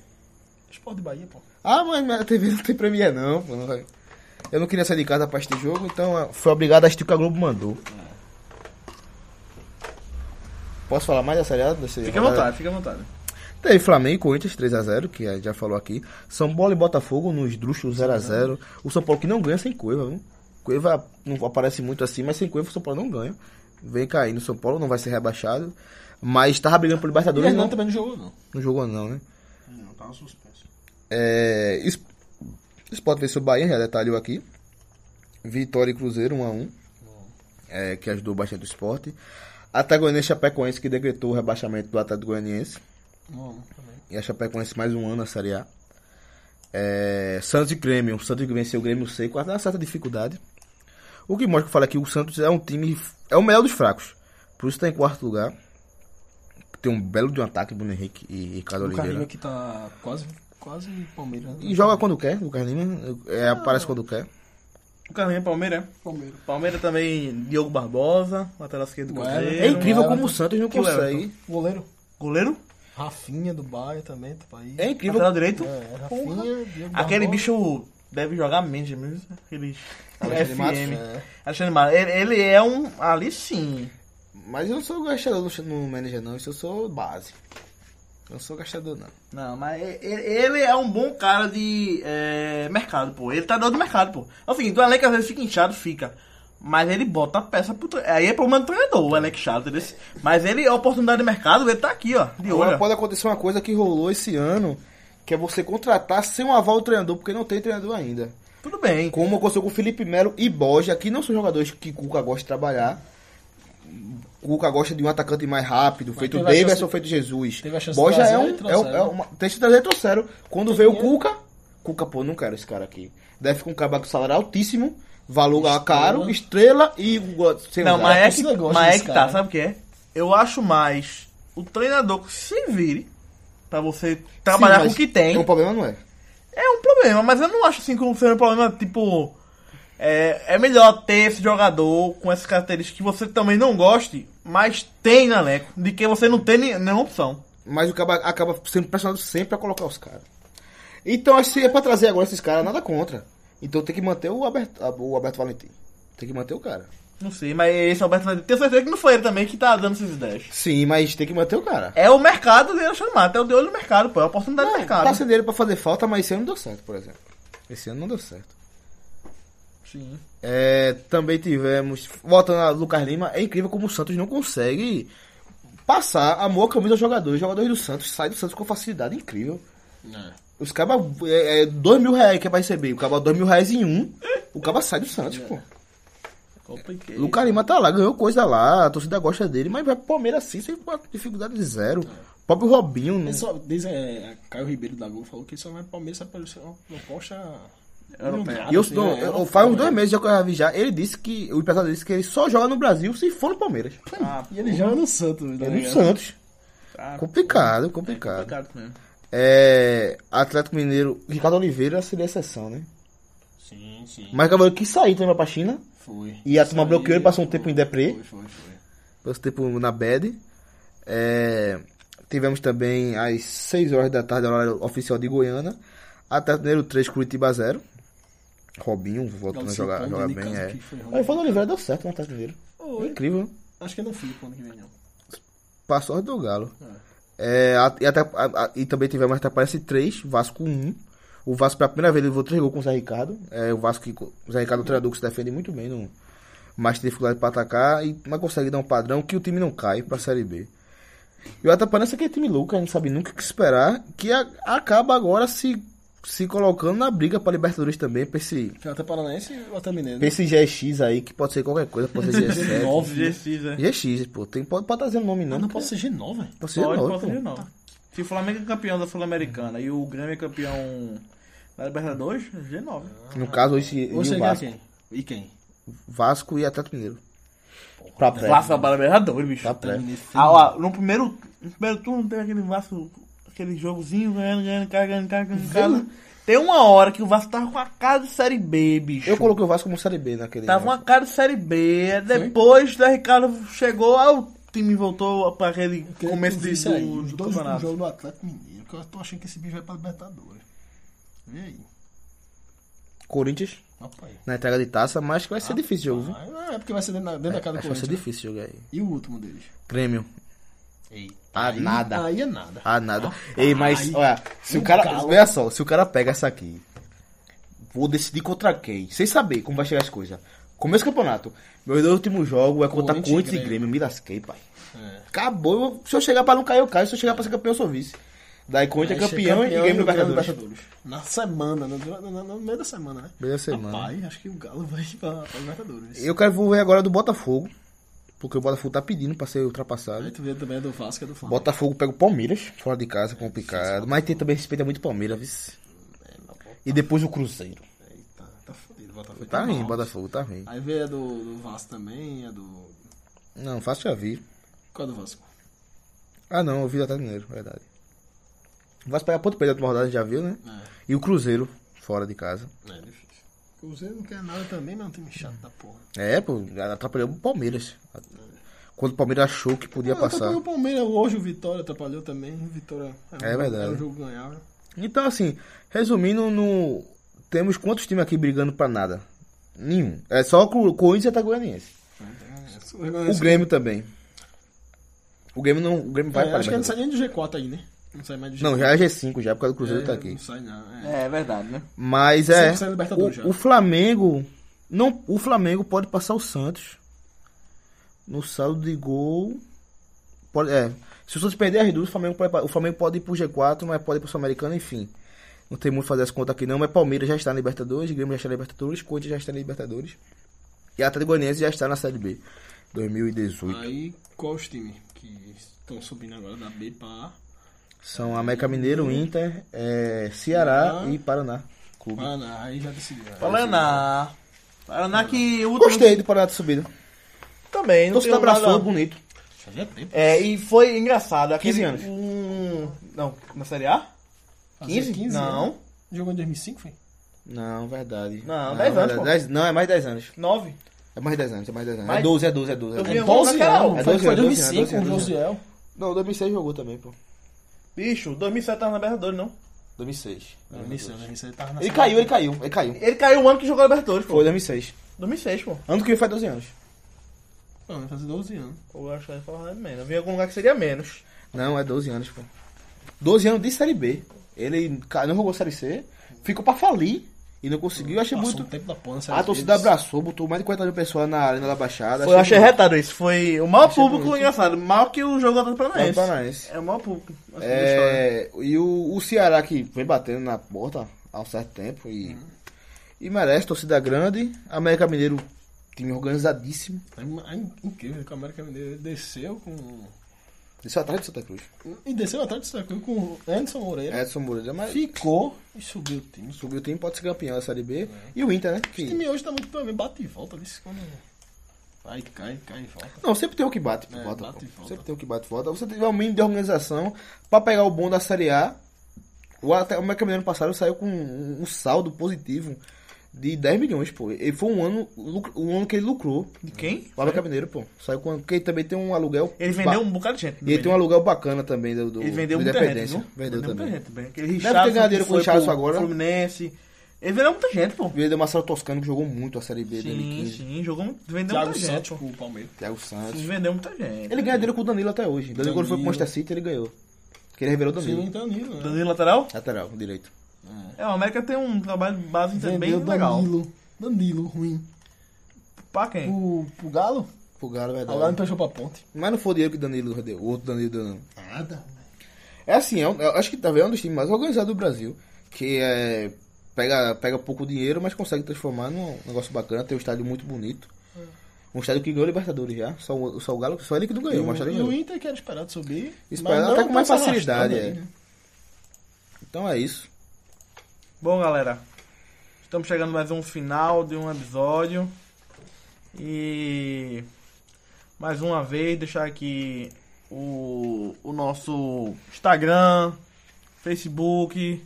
Speaker 3: Esporte de Bahia, pô.
Speaker 4: Ah, mas minha TV não tem premia não, pô. não vai. Eu não queria sair de casa pra assistir jogo, então ah, fui obrigado a assistir o que a Globo mandou. Posso falar mais da Série A? Desse-
Speaker 2: Fica à vontade, fica à vontade.
Speaker 4: Teve Flamengo e Corinthians 3x0, que a gente já falou aqui. São Paulo e Botafogo nos druxos 0x0. O São Paulo que não ganha sem Cueva, viu? Cueva não aparece muito assim, mas sem Cueva o São Paulo não ganha. Vem caindo o São Paulo, não vai ser rebaixado. Mas tava brigando pro
Speaker 3: O
Speaker 4: Libertadores,
Speaker 3: Hernando
Speaker 4: não,
Speaker 3: também não jogou, não.
Speaker 4: não jogou não, né?
Speaker 5: Não, tava suspenso.
Speaker 4: É, es- Sport venceu o Bahia, já detalhou aqui. Vitória e Cruzeiro 1x1. É, que ajudou bastante o esporte. Atagonense e Chapecoense que decretou o rebaixamento do Atlético Goianiense.
Speaker 3: Não, também.
Speaker 4: E a Chapecoense mais um ano na Série A. É, Santos e Grêmio. O Santos venceu o Grêmio seco, até uma certa dificuldade. O que tá mostra que eu falo aqui, o Santos é um time. É o melhor dos fracos. Por isso está em quarto lugar. Tem um belo de um ataque, Bruno Henrique e Ricardo
Speaker 3: O Carlinho
Speaker 4: Oliveira.
Speaker 3: aqui tá quase, quase Palmeiras. né?
Speaker 4: E joga quando quer, Lucas Lima. É, aparece quando quer.
Speaker 2: O Carlinhos é Palmeiras, né?
Speaker 3: Palmeiras.
Speaker 2: Palmeiras também, Diogo Barbosa, lateral esquerdo do
Speaker 3: Ué,
Speaker 2: Cruzeiro.
Speaker 4: É incrível
Speaker 3: Everton.
Speaker 4: como o Santos não
Speaker 2: Que o
Speaker 4: consegue.
Speaker 3: Goleiro.
Speaker 2: Goleiro?
Speaker 3: Rafinha do Bahia também, tá aí.
Speaker 4: É incrível.
Speaker 2: Lateral direito?
Speaker 3: É, Rafinha, Diego
Speaker 2: Aquele
Speaker 3: Barbosa.
Speaker 2: bicho deve jogar menos mesmo. Aquele
Speaker 4: Alexandre Matos,
Speaker 2: FM.
Speaker 4: é.
Speaker 2: Alexandre Matos. Ele, ele é um. Ali sim.
Speaker 4: então. Mas eu não sou gastador no, no manager, não. Isso eu sou base. Eu não sou gastador, não.
Speaker 2: Não, mas e- e- ele é um bom cara de é, mercado, pô. Ele tá dando mercado, pô. É o seguinte, o elenco às vezes fica inchado, fica. Mas ele bota a peça pro tre... Aí é problema do treinador, o elenco inchado, entendeu? Mas ele, a oportunidade de mercado, ele tá aqui, ó. De
Speaker 4: Agora
Speaker 2: olho. ó.
Speaker 4: pode acontecer uma coisa que rolou esse ano, que é você contratar sem um aval do treinador, porque não tem treinador ainda.
Speaker 2: Tudo bem.
Speaker 4: Como aconteceu com o Felipe Melo e Borja, que não são jogadores que Cuca gosta de trabalhar. Cuca gosta de um atacante mais rápido, feito
Speaker 3: teve a chance-
Speaker 4: Davidson, feito Jesus.
Speaker 3: teve a chance de
Speaker 4: Boja
Speaker 3: trazer
Speaker 4: é
Speaker 3: e
Speaker 4: um. É,
Speaker 3: trouxeram,
Speaker 4: um-
Speaker 3: né?
Speaker 4: é uma, tem que trazer e trouxeram. Quando veio o Cuca, Cuca, pô, não quero esse cara aqui. Deve ficar um cara com salário altíssimo, valor caro, estrela e. Sei
Speaker 2: Não,
Speaker 4: lá.
Speaker 2: mas é
Speaker 3: esse
Speaker 2: que,
Speaker 3: negócio
Speaker 2: mas é
Speaker 3: desse
Speaker 2: que tá,
Speaker 3: cara.
Speaker 2: sabe o que é? Eu acho mais o treinador que se vire pra você trabalhar
Speaker 4: Sim,
Speaker 2: com
Speaker 4: mas
Speaker 2: o que tem.
Speaker 4: O problema não é.
Speaker 2: É um problema, mas eu não acho assim como sendo um problema, tipo. É, é melhor ter esse jogador com essas características que você também não goste, mas tem na Leco, de que você não tem nem- nenhuma opção.
Speaker 4: Mas o cara acaba sendo pressionado sempre pra colocar os caras. Então, acho que se é pra trazer agora esses caras, nada contra. Então tem que manter o Alberto, o Alberto Valentim. Tem que manter o cara.
Speaker 2: Não sei, mas esse Alberto vai ter certeza que não foi ele também que tá dando essas ideias.
Speaker 4: Sim, mas tem que manter o cara.
Speaker 2: É o mercado dele chamar, até o de olho no mercado, pô, é a oportunidade do mercado.
Speaker 4: Tá sendo ele pra fazer falta, mas esse ano não deu certo, por exemplo. Esse ano não deu certo.
Speaker 2: Sim.
Speaker 4: É, também tivemos. Voltando a Lucas Lima, é incrível como o Santos não consegue passar amor à camisa aos jogadores. Os jogadores do Santos saem do Santos com facilidade incrível.
Speaker 3: É.
Speaker 4: Os cabas. É, é dois mil reais que é pra receber. O caba dois mil reais em um. O caba sai do Santos, pô.
Speaker 2: Complicado.
Speaker 4: Lucas Lima tá lá, ganhou coisa lá, a torcida gosta dele, mas vai pro Palmeiras assim, sem uma dificuldade de zero. O próprio Robinho, né?
Speaker 3: Ele só, diz, é, Caio Ribeiro da Gol falou que só vai pro Palmeiras só pelo ser uma proposta
Speaker 4: E eu,
Speaker 3: assim,
Speaker 4: dou-
Speaker 3: né?
Speaker 4: eu-
Speaker 3: Europeia.
Speaker 4: faz uns dois meses já que eu já vi já, ele disse que, o empresário disse que ele só joga no Brasil se for no Palmeiras.
Speaker 3: E ele joga no Santos, né?
Speaker 4: É no Santos.
Speaker 2: tá.
Speaker 4: Complicado, complicado.
Speaker 2: Complicado mesmo.
Speaker 4: É, Atlético Mineiro, Ricardo Oliveira seria exceção, né?
Speaker 3: Sim, sim.
Speaker 4: Mas Cavaleiro quis sair também pra China,
Speaker 3: Foi.
Speaker 4: E a turma
Speaker 3: Isso
Speaker 4: bloqueou,
Speaker 3: aí,
Speaker 4: ele passou um tempo em deprê.
Speaker 3: Foi, foi, foi.
Speaker 4: passou tempo tipo, na bed. É, tivemos também às 6 horas da tarde, horário oficial de Goiânia. Atlético Mineiro 3, Curitiba 0. Robinho voltando a jogar,
Speaker 3: Galo
Speaker 4: jogar
Speaker 3: Santana,
Speaker 4: bem.
Speaker 3: de casa
Speaker 4: É.
Speaker 3: que foi ruim.
Speaker 4: Aí foi do Oliveira, deu certo no Atlético Mineiro. Incrível, né?
Speaker 3: Acho que eu não fui quando que vem, não.
Speaker 4: Passou a do Galo. É, a- e, até- a- a- e também tivemos Ataparense 3, Vasco 1. O Vasco, pela primeira vez, levou 3 gols com o Zé Ricardo. É, o Vasco, que co- o Zé Ricardo é um treinador que se defende muito bem, não, mas tem dificuldade pra atacar, e, mas consegue dar um padrão que o time não cai pra Série B. E o Ataparense é aquele time louco, a gente sabe nunca o que esperar, que a- acaba agora se, se colocando na briga pra Libertadores também, pra esse,
Speaker 3: Foi até Paranaense ou até Mineiro?
Speaker 4: pra esse GX aí, que pode ser qualquer coisa, pode ser G7.
Speaker 3: G9. né?
Speaker 2: Precisa.
Speaker 4: GX, pô, tem, pode, pode trazer o nome não,
Speaker 3: Ah, não posso ser G9, velho.
Speaker 4: pode ser
Speaker 2: Pode,
Speaker 4: nome,
Speaker 2: pode
Speaker 4: pô.
Speaker 2: ser não. Se o Flamengo é campeão da Sul-Americana e o Grêmio é campeão da Libertadores, G9.
Speaker 4: No caso, hoje,
Speaker 3: Ou
Speaker 4: e o
Speaker 3: seria
Speaker 4: Vasco.
Speaker 3: quem? E quem?
Speaker 4: Tá Vasco e Atlético Mineiro. Pra pré.
Speaker 2: Vasco da Libertadores, bicho.
Speaker 4: Pra pré.
Speaker 2: Ah, ó, no primeiro, no primeiro turno teve aquele Vasco, aquele jogozinho, ganhando, ganhando, cara, ganhando, cara, ganhando, cara. Tem uma hora que o Vasco tava com a cara de Série B, bicho.
Speaker 4: Eu coloquei o Vasco como Série B naquele
Speaker 2: Tava com a
Speaker 4: ano.
Speaker 2: cara de Série B. Depois da Ricardo chegou, aí o time voltou pra aquele começo de,
Speaker 3: Isso aí,
Speaker 2: do, do
Speaker 3: dois
Speaker 2: campeonato.
Speaker 3: jogos do Atlético Mineiro, que eu tô achando que esse bicho vai pra Libertadores. Vê aí.
Speaker 4: Corinthians
Speaker 3: Rapaz.
Speaker 4: na entrega de taça, mas que vai ser difícil o jogo, viu?
Speaker 3: Ah, é porque vai ser dentro da, dentro da casa do
Speaker 4: Acho que vai ser
Speaker 3: Corinthians. né?
Speaker 4: difícil o jogo aí.
Speaker 3: E o último deles?
Speaker 4: Grêmio.
Speaker 3: Eita.
Speaker 4: Ah, nada.
Speaker 3: Aí é nada.
Speaker 4: Ah, nada. Ei,
Speaker 3: Ai,
Speaker 4: mas, olha, se o
Speaker 3: um
Speaker 4: cara.
Speaker 3: galo.
Speaker 4: Olha só, se o cara pega essa aqui, vou decidir contra quem, sem saber como vai chegar as coisas. Começo do campeonato. Meu dois últimos jogos é contra
Speaker 3: Corinthians e
Speaker 4: Corinthians e Grêmio.
Speaker 3: Grêmio.
Speaker 4: Me lasquei, pai.
Speaker 3: É.
Speaker 4: Acabou. Eu- Se eu chegar pra não cair, eu caio. Se eu chegar pra ser campeão, eu sou vice. Daí Corinthians é
Speaker 3: Aí chega
Speaker 4: campeão, e Grêmio
Speaker 3: ganha
Speaker 4: Libertadores.
Speaker 3: Libertadores. Na semana, no, no- no- no meio da semana, né?
Speaker 4: Meio da semana.
Speaker 3: Rapaz, acho que o Galo vai pra, pra Libertadores.
Speaker 4: Eu quero ver agora do Botafogo. Porque o Botafogo tá pedindo pra ser ultrapassado.
Speaker 3: Aí tu vê também a do Vasco e a do Flamengo.
Speaker 4: Botafogo pega o Palmeiras, fora de casa, complicado. Mas tem também respeita muito o Palmeiras, vice. E depois o Cruzeiro.
Speaker 3: É, Eita, tá fudido. o Botafogo
Speaker 4: Tá
Speaker 3: mal.
Speaker 4: ruim, Botafogo, tá ruim.
Speaker 3: Aí vê a do, é do Vasco também, a do...
Speaker 4: Não, fácil já vi.
Speaker 3: Qual a do Vasco?
Speaker 4: Ah, não, eu vi até Mineiro, verdade. O Vasco pegar ponto perdido na última rodada, já viu, né? E o Cruzeiro, fora de casa.
Speaker 3: É difícil. O Cruzeiro não quer nada também, mas é um time chato da porra.
Speaker 4: É, pô, atrapalhou o Palmeiras. Quando o Palmeiras achou que podia
Speaker 3: Ah,
Speaker 4: passar.
Speaker 3: atrapalhou o Palmeiras hoje, o Vitória atrapalhou também. O Vitória um-
Speaker 4: É verdade.
Speaker 3: Era um jogo ganhável.
Speaker 4: Então, assim, resumindo, no... temos quantos times aqui brigando pra nada? Nenhum. É só o Corinthians e até Goianiense.
Speaker 3: É,
Speaker 4: O Grêmio também. O Grêmio não. O Grêmio vai
Speaker 3: É,
Speaker 4: pra
Speaker 3: acho que ele não sai
Speaker 4: Libertadores.
Speaker 3: nem do G4 aí, né? Não sai mais do G4.
Speaker 4: Não, já é G5 já, por causa do Cruzeiro tá aqui.
Speaker 3: Não sai não. É.
Speaker 2: É verdade, né?
Speaker 4: Mas é.
Speaker 3: Sempre sai Libertadores já.
Speaker 4: O, o Flamengo. Não, o Flamengo pode passar o Santos. No saldo de gol. Pode, é. Se o Santos perder as duas, o Flamengo pode, o Flamengo pode ir pro G4, mas pode ir pro Sul-Americano, enfim. Não tem muito a fazer as contas aqui não, mas Palmeiras já está na Libertadores, Grêmio já está na Libertadores, Corinthians já está na Libertadores. E a Atlético Goianiense já está na Série B. 2018.
Speaker 3: Aí, qual os times que estão subindo agora da B pra A?
Speaker 4: São América Mineiro, Inter, é, Ceará
Speaker 3: Ah.
Speaker 4: e Paraná. Clube.
Speaker 3: Paraná, Ah, aí já decidiu. né?
Speaker 6: Paraná. Paraná que o último
Speaker 4: Gostei do Paraná de subida.
Speaker 2: Também, não
Speaker 4: Torcida
Speaker 2: tenho nada...
Speaker 4: abraçou, bonito.
Speaker 3: Fazia tempo.
Speaker 2: É, e foi engraçado. Aquele,
Speaker 4: 15 anos.
Speaker 2: um- não, na Série A?
Speaker 3: Fazia
Speaker 2: 15?
Speaker 3: 15,
Speaker 2: não,
Speaker 3: né? Jogou em 2005, foi?
Speaker 4: Não, verdade.
Speaker 2: Não, 10 anos,
Speaker 4: verdade.
Speaker 2: pô.
Speaker 4: 10 não, é mais 10 anos.
Speaker 2: 9.
Speaker 4: É mais 10 anos, é mais 10 anos. É
Speaker 2: Mais-
Speaker 4: 12, é 12, é 12. É
Speaker 2: Eu
Speaker 4: 12.
Speaker 2: vi um- naquela
Speaker 3: anos.
Speaker 2: época.
Speaker 3: Foi,
Speaker 4: É
Speaker 3: foi
Speaker 4: 12 anos,
Speaker 3: 2005,
Speaker 4: 12 anos,
Speaker 3: 12 anos.
Speaker 4: Não, 2006 jogou também, pô.
Speaker 2: Bicho, 2007 tava na Libertadores, não?
Speaker 4: 2006.
Speaker 3: 2006, 2006, tava na
Speaker 4: Ele
Speaker 3: segunda.
Speaker 4: caiu, ele caiu, ele caiu.
Speaker 2: Ele caiu um ano que jogou a Libertadores, pô.
Speaker 4: Foi 2006.
Speaker 2: 2006, pô.
Speaker 4: Ano que vem faz 12 anos.
Speaker 3: Não, vai fazer 12 anos.
Speaker 2: Eu acho que ele falava menos. Eu vim em algum lugar que seria menos.
Speaker 4: Não, é 12 anos, pô. 12 anos de Série B. Ele ca- não jogou Série C, ficou pra falir e não conseguiu. Eu achei
Speaker 3: Passou
Speaker 4: muito...
Speaker 3: um tempo da porra,
Speaker 4: A torcida abraçou, botou mais de 40 mil pessoas na Arena da Baixada.
Speaker 2: Foi, eu achei
Speaker 4: muito-
Speaker 2: retado isso. Foi o maior público,
Speaker 4: é bonito.
Speaker 2: engraçado. Maior que o jogo do Atlético
Speaker 4: É,
Speaker 2: Paranaense.
Speaker 4: Paranaense.
Speaker 2: É o maior público. assim, da história.
Speaker 4: É, e o, o Ceará que vem batendo na porta há um certo tempo e, e merece torcida grande. América Mineiro, time organizadíssimo.
Speaker 3: É incrível que o América Mineiro desceu com...
Speaker 4: Desceu atrás do Santa Cruz.
Speaker 3: E desceu atrás de Sacru com o Anderson Moreira.
Speaker 4: Edson Moreira, mas
Speaker 3: Ficou e subiu o time. O
Speaker 4: subiu o time, pode ser campeão da Série B. E o Inter, né? Que-
Speaker 3: time hoje tá muito pra mim, bate e volta. vê se Quando... Vai, cai, cai e volta.
Speaker 4: não, sempre tem o que bate, e
Speaker 3: É,
Speaker 4: volta,
Speaker 3: bate
Speaker 4: pô.
Speaker 3: e volta.
Speaker 4: Sempre tem o que bate e volta. Você tiver um mínimo de organização pra pegar o bom da Série A. O Ate- o América Mineiro passado saiu com um um saldo positivo de 10 milhões, pô. E foi um ano, lucro- um ano que ele lucrou.
Speaker 2: De quem?
Speaker 4: O América Mineiro, pô. Saiu com. Porque ele também tem um aluguel.
Speaker 2: Ele vendeu
Speaker 4: ba-
Speaker 2: um bocado de gente.
Speaker 4: E ele tem um
Speaker 2: também, né?
Speaker 4: aluguel bacana também do, do
Speaker 2: Ele vendeu
Speaker 4: do
Speaker 2: muita gente,
Speaker 4: Independência.
Speaker 2: viu? um
Speaker 4: Vendeu também.
Speaker 2: muita gente também. Aquele
Speaker 4: ter
Speaker 2: Richardson
Speaker 4: ganhado dinheiro
Speaker 2: que
Speaker 4: com o
Speaker 2: foi
Speaker 4: Richardson
Speaker 2: pro
Speaker 4: agora.
Speaker 2: Fluminense. Ele vendeu muita gente, pô.
Speaker 4: Vendeu Marcelo Toscano, que jogou muito a Série B em 2015.
Speaker 2: Sim, sim. Jogou muito. Vendeu
Speaker 3: Thiago
Speaker 4: tá,
Speaker 2: muita gente,
Speaker 3: Santos
Speaker 2: pô.
Speaker 3: pro Palmeiras.
Speaker 4: Thiago Santos.
Speaker 2: Sim, Vendeu muita gente.
Speaker 4: Ele ganha dinheiro com o Danilo até hoje. Danilo, quando foi pro
Speaker 3: Danilo.
Speaker 4: Manchester City, ele ganhou. Porque ele revelou o Danilo.
Speaker 3: Sim, Danilo, né?
Speaker 2: Danilo lateral?
Speaker 4: Lateral, direito.
Speaker 2: É, o América tem um trabalho de base
Speaker 3: Vendeu
Speaker 2: bem legal.
Speaker 3: Danilo. Danilo, ruim.
Speaker 2: Pra quem?
Speaker 3: Pro, pro Galo?
Speaker 4: Pro Galo, é
Speaker 3: O Galo
Speaker 4: verdade.
Speaker 3: emprestou pra ponte.
Speaker 4: Mas não foi o dinheiro que o Danilo deu. O outro Danilo deu, não.
Speaker 3: Nada.
Speaker 4: É assim, é um- eu acho que talvez é um dos times mais organizados do Brasil. Que é, pega, pega pouco dinheiro, mas consegue transformar num negócio bacana. Tem um estádio muito bonito. Um estádio que ganhou Libertadores já. Só, o- só o Galo, só ele que não
Speaker 3: E
Speaker 4: ganhou. mas tá o
Speaker 3: o,
Speaker 4: estádio
Speaker 3: e o
Speaker 4: ganhou.
Speaker 3: Inter que era esperado subir.
Speaker 4: Esperado
Speaker 3: mas não
Speaker 4: até com mais
Speaker 3: tá se
Speaker 4: facilidade,
Speaker 3: arrastando
Speaker 4: é.
Speaker 3: aí, né?
Speaker 4: Então é isso.
Speaker 2: Bom, galera, estamos chegando mais um final de um episódio. E mais uma vez deixar aqui o, o nosso Instagram, Facebook.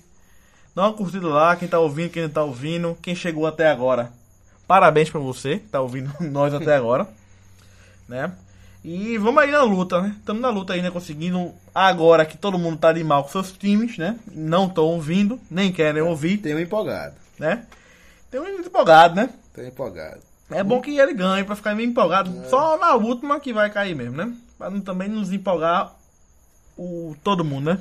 Speaker 2: Dá uma curtida lá, quem tá ouvindo, quem não tá ouvindo, quem chegou até agora. Parabéns pra você, que tá ouvindo nós até agora. Né? E vamos aí na luta, né? Estamos na luta ainda, conseguindo agora que todo mundo tá de mal com seus times, né? Não estão ouvindo, nem querem ouvir
Speaker 4: Tem um empolgado.
Speaker 2: né? Tem um empolgado, né?
Speaker 4: Tem um empolgado.
Speaker 2: É bom que ele ganhe pra ficar meio empolgado. Só na última que vai cair mesmo, né? Pra não- também não desempolgar o, todo mundo, né?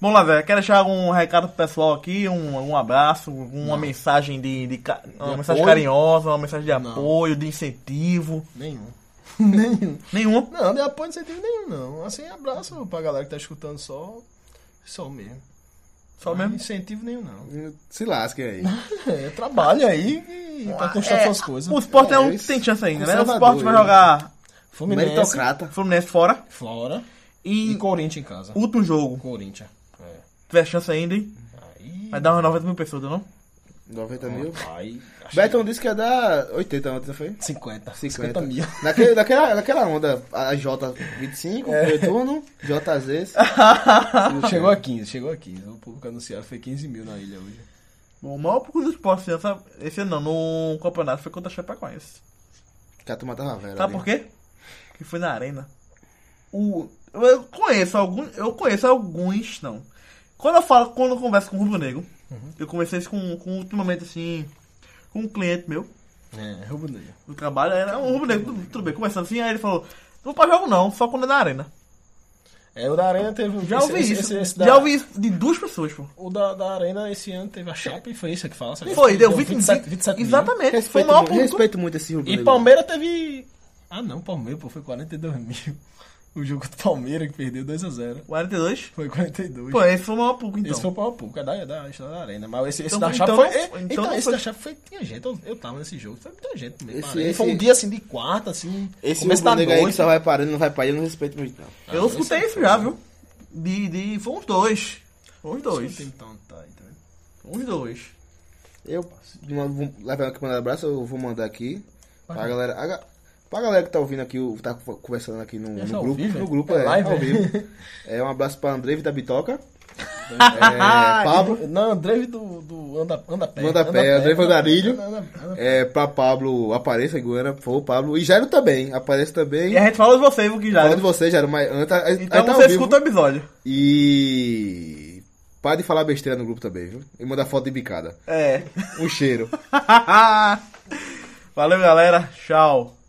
Speaker 2: Bom, lá, velho, quer deixar algum recado pro pessoal aqui? Um, algum abraço, uma mensagem de, de ca- uma
Speaker 3: De
Speaker 2: mensagem
Speaker 3: apoio?
Speaker 2: carinhosa, uma mensagem de
Speaker 3: Não.
Speaker 2: apoio, de incentivo.
Speaker 3: Nenhum. nenhum.
Speaker 2: Nenhuma.
Speaker 3: Não, de apoio incentivo nenhum, não. Assim, abraço pra galera que tá escutando só. Só mesmo.
Speaker 2: Só
Speaker 3: Não é
Speaker 2: mesmo.
Speaker 3: incentivo nenhum, não.
Speaker 4: Se lasquem aí.
Speaker 3: É, trabalha aí e pra construir
Speaker 2: É,
Speaker 3: suas coisas.
Speaker 2: O Sport é,
Speaker 4: É,
Speaker 2: um que
Speaker 4: isso.
Speaker 2: tem chance ainda, né? O
Speaker 4: Conservador,
Speaker 2: Sport vai
Speaker 4: né?
Speaker 2: jogar
Speaker 3: Fluminense,
Speaker 4: Meritocrata.
Speaker 2: Fluminense fora.
Speaker 3: Flora
Speaker 2: E
Speaker 3: e Corinthians em casa.
Speaker 2: último jogo,
Speaker 3: Corinthians. É.
Speaker 2: tiver chance ainda, hein?
Speaker 3: Aí.
Speaker 2: Vai dar umas 90 mil pessoas, não?
Speaker 4: 90 mil.
Speaker 3: Aí, acho
Speaker 4: Betão disse que ia dar 80 ontem, não foi?
Speaker 3: que 50. 50. mil.
Speaker 4: Naquele, naquela, naquela onda, a J25, retorno, JZ.
Speaker 3: chegou a 15, chegou a 15. O público anunciado foi 15 mil na ilha hoje.
Speaker 2: Bom, o maior pouco do esporte esse ano, sabe? esse ano não, no campeonato foi contra a Chapecoense.
Speaker 4: Que a turma tava velha.
Speaker 2: Sabe
Speaker 4: ali.
Speaker 2: por quê? Porque foi na arena. O, eu conheço alguns. Eu conheço alguns, não. Quando eu falo, quando eu converso com o Rubro Negro,
Speaker 3: Uhum.
Speaker 2: eu conversei isso com, com ultimamente assim, com um cliente meu
Speaker 3: É, roubo dele.
Speaker 2: do trabalho, era um Rubro Negro, tudo, tudo bem, conversando assim, aí ele falou, não vou pra jogo não, só quando é na arena.
Speaker 3: É, o da Arena teve um.
Speaker 2: Já
Speaker 3: esse-
Speaker 2: ouvi
Speaker 3: esse-
Speaker 2: isso.
Speaker 3: esse- esse da-
Speaker 2: já ouvi isso de duas pessoas, pô.
Speaker 3: O da, da Arena esse ano teve a Chape, foi isso que fala? sabe?
Speaker 2: Foi, deu 20,
Speaker 3: 27, 27 mil.
Speaker 2: Exatamente, foi o
Speaker 4: Respeito,
Speaker 2: maior
Speaker 4: muito,
Speaker 2: público.
Speaker 4: respeito muito esse rubro.
Speaker 3: E
Speaker 4: negro.
Speaker 3: Palmeiras teve. Ah não, Palmeiras, pô, foi 42 mil. O jogo do Palmeiras que perdeu 2x0.
Speaker 2: 42.
Speaker 3: Foi 42.
Speaker 2: Pô, esse foi o maior público, então.
Speaker 3: Esse foi o pau pouco, é da, é da, é da arena. Mas esse, esse
Speaker 2: Então-
Speaker 3: da chapa
Speaker 2: então
Speaker 3: foi.
Speaker 2: não-
Speaker 3: é-
Speaker 2: então
Speaker 3: Então,
Speaker 2: não
Speaker 3: esse
Speaker 2: foi.
Speaker 3: da chapa foi. Tinha gente, eu, eu tava nesse jogo, foi muita gente mesmo.
Speaker 4: Esse-
Speaker 3: na arena. foi
Speaker 4: esse-
Speaker 3: um dia assim de quarta, assim.
Speaker 4: Esse
Speaker 3: começo da
Speaker 4: rubro negro aí que
Speaker 3: noite.
Speaker 4: só vai parando, não vai parando, eu não respeito muito, não.
Speaker 2: eu escutei isso já, viu? De, de, foi uns dois. Foi uns dois.
Speaker 3: Escuta então, tá, então.
Speaker 2: Uns dois.
Speaker 4: Eu, de uma- vou levar aqui mandar um abraço, eu vou mandar aqui. Pra galera, a, ga- pra galera que tá ouvindo aqui, o- tá conversando aqui no, no
Speaker 3: tá ao
Speaker 4: grupo.
Speaker 3: vivo,
Speaker 4: no
Speaker 3: é?
Speaker 4: grupo,
Speaker 3: É
Speaker 4: é,
Speaker 3: live,
Speaker 4: ao
Speaker 3: é?
Speaker 4: vivo. É um abraço pra André da Bitoca. é, Pablo.
Speaker 3: Não, André do, do Anda, anda Pé.
Speaker 4: Anda Pé, André
Speaker 3: anda-
Speaker 4: Vandarilho.
Speaker 3: anda- anda- anda-
Speaker 4: É, pra Pablo, apareça em Goiânia, por favor, Pablo. E Jairo também, apareça também.
Speaker 2: E a gente fala de vocês, o que já. né?
Speaker 4: Fala de você, Jairo, mas antes. a- a-
Speaker 2: Então
Speaker 4: a- tá ao
Speaker 2: você
Speaker 4: vivo.
Speaker 2: escuta o episódio.
Speaker 4: E. Para de falar besteira no grupo também, viu? E manda foto de bicada.
Speaker 2: É.
Speaker 4: Um cheiro.
Speaker 2: Valeu, galera. Tchau.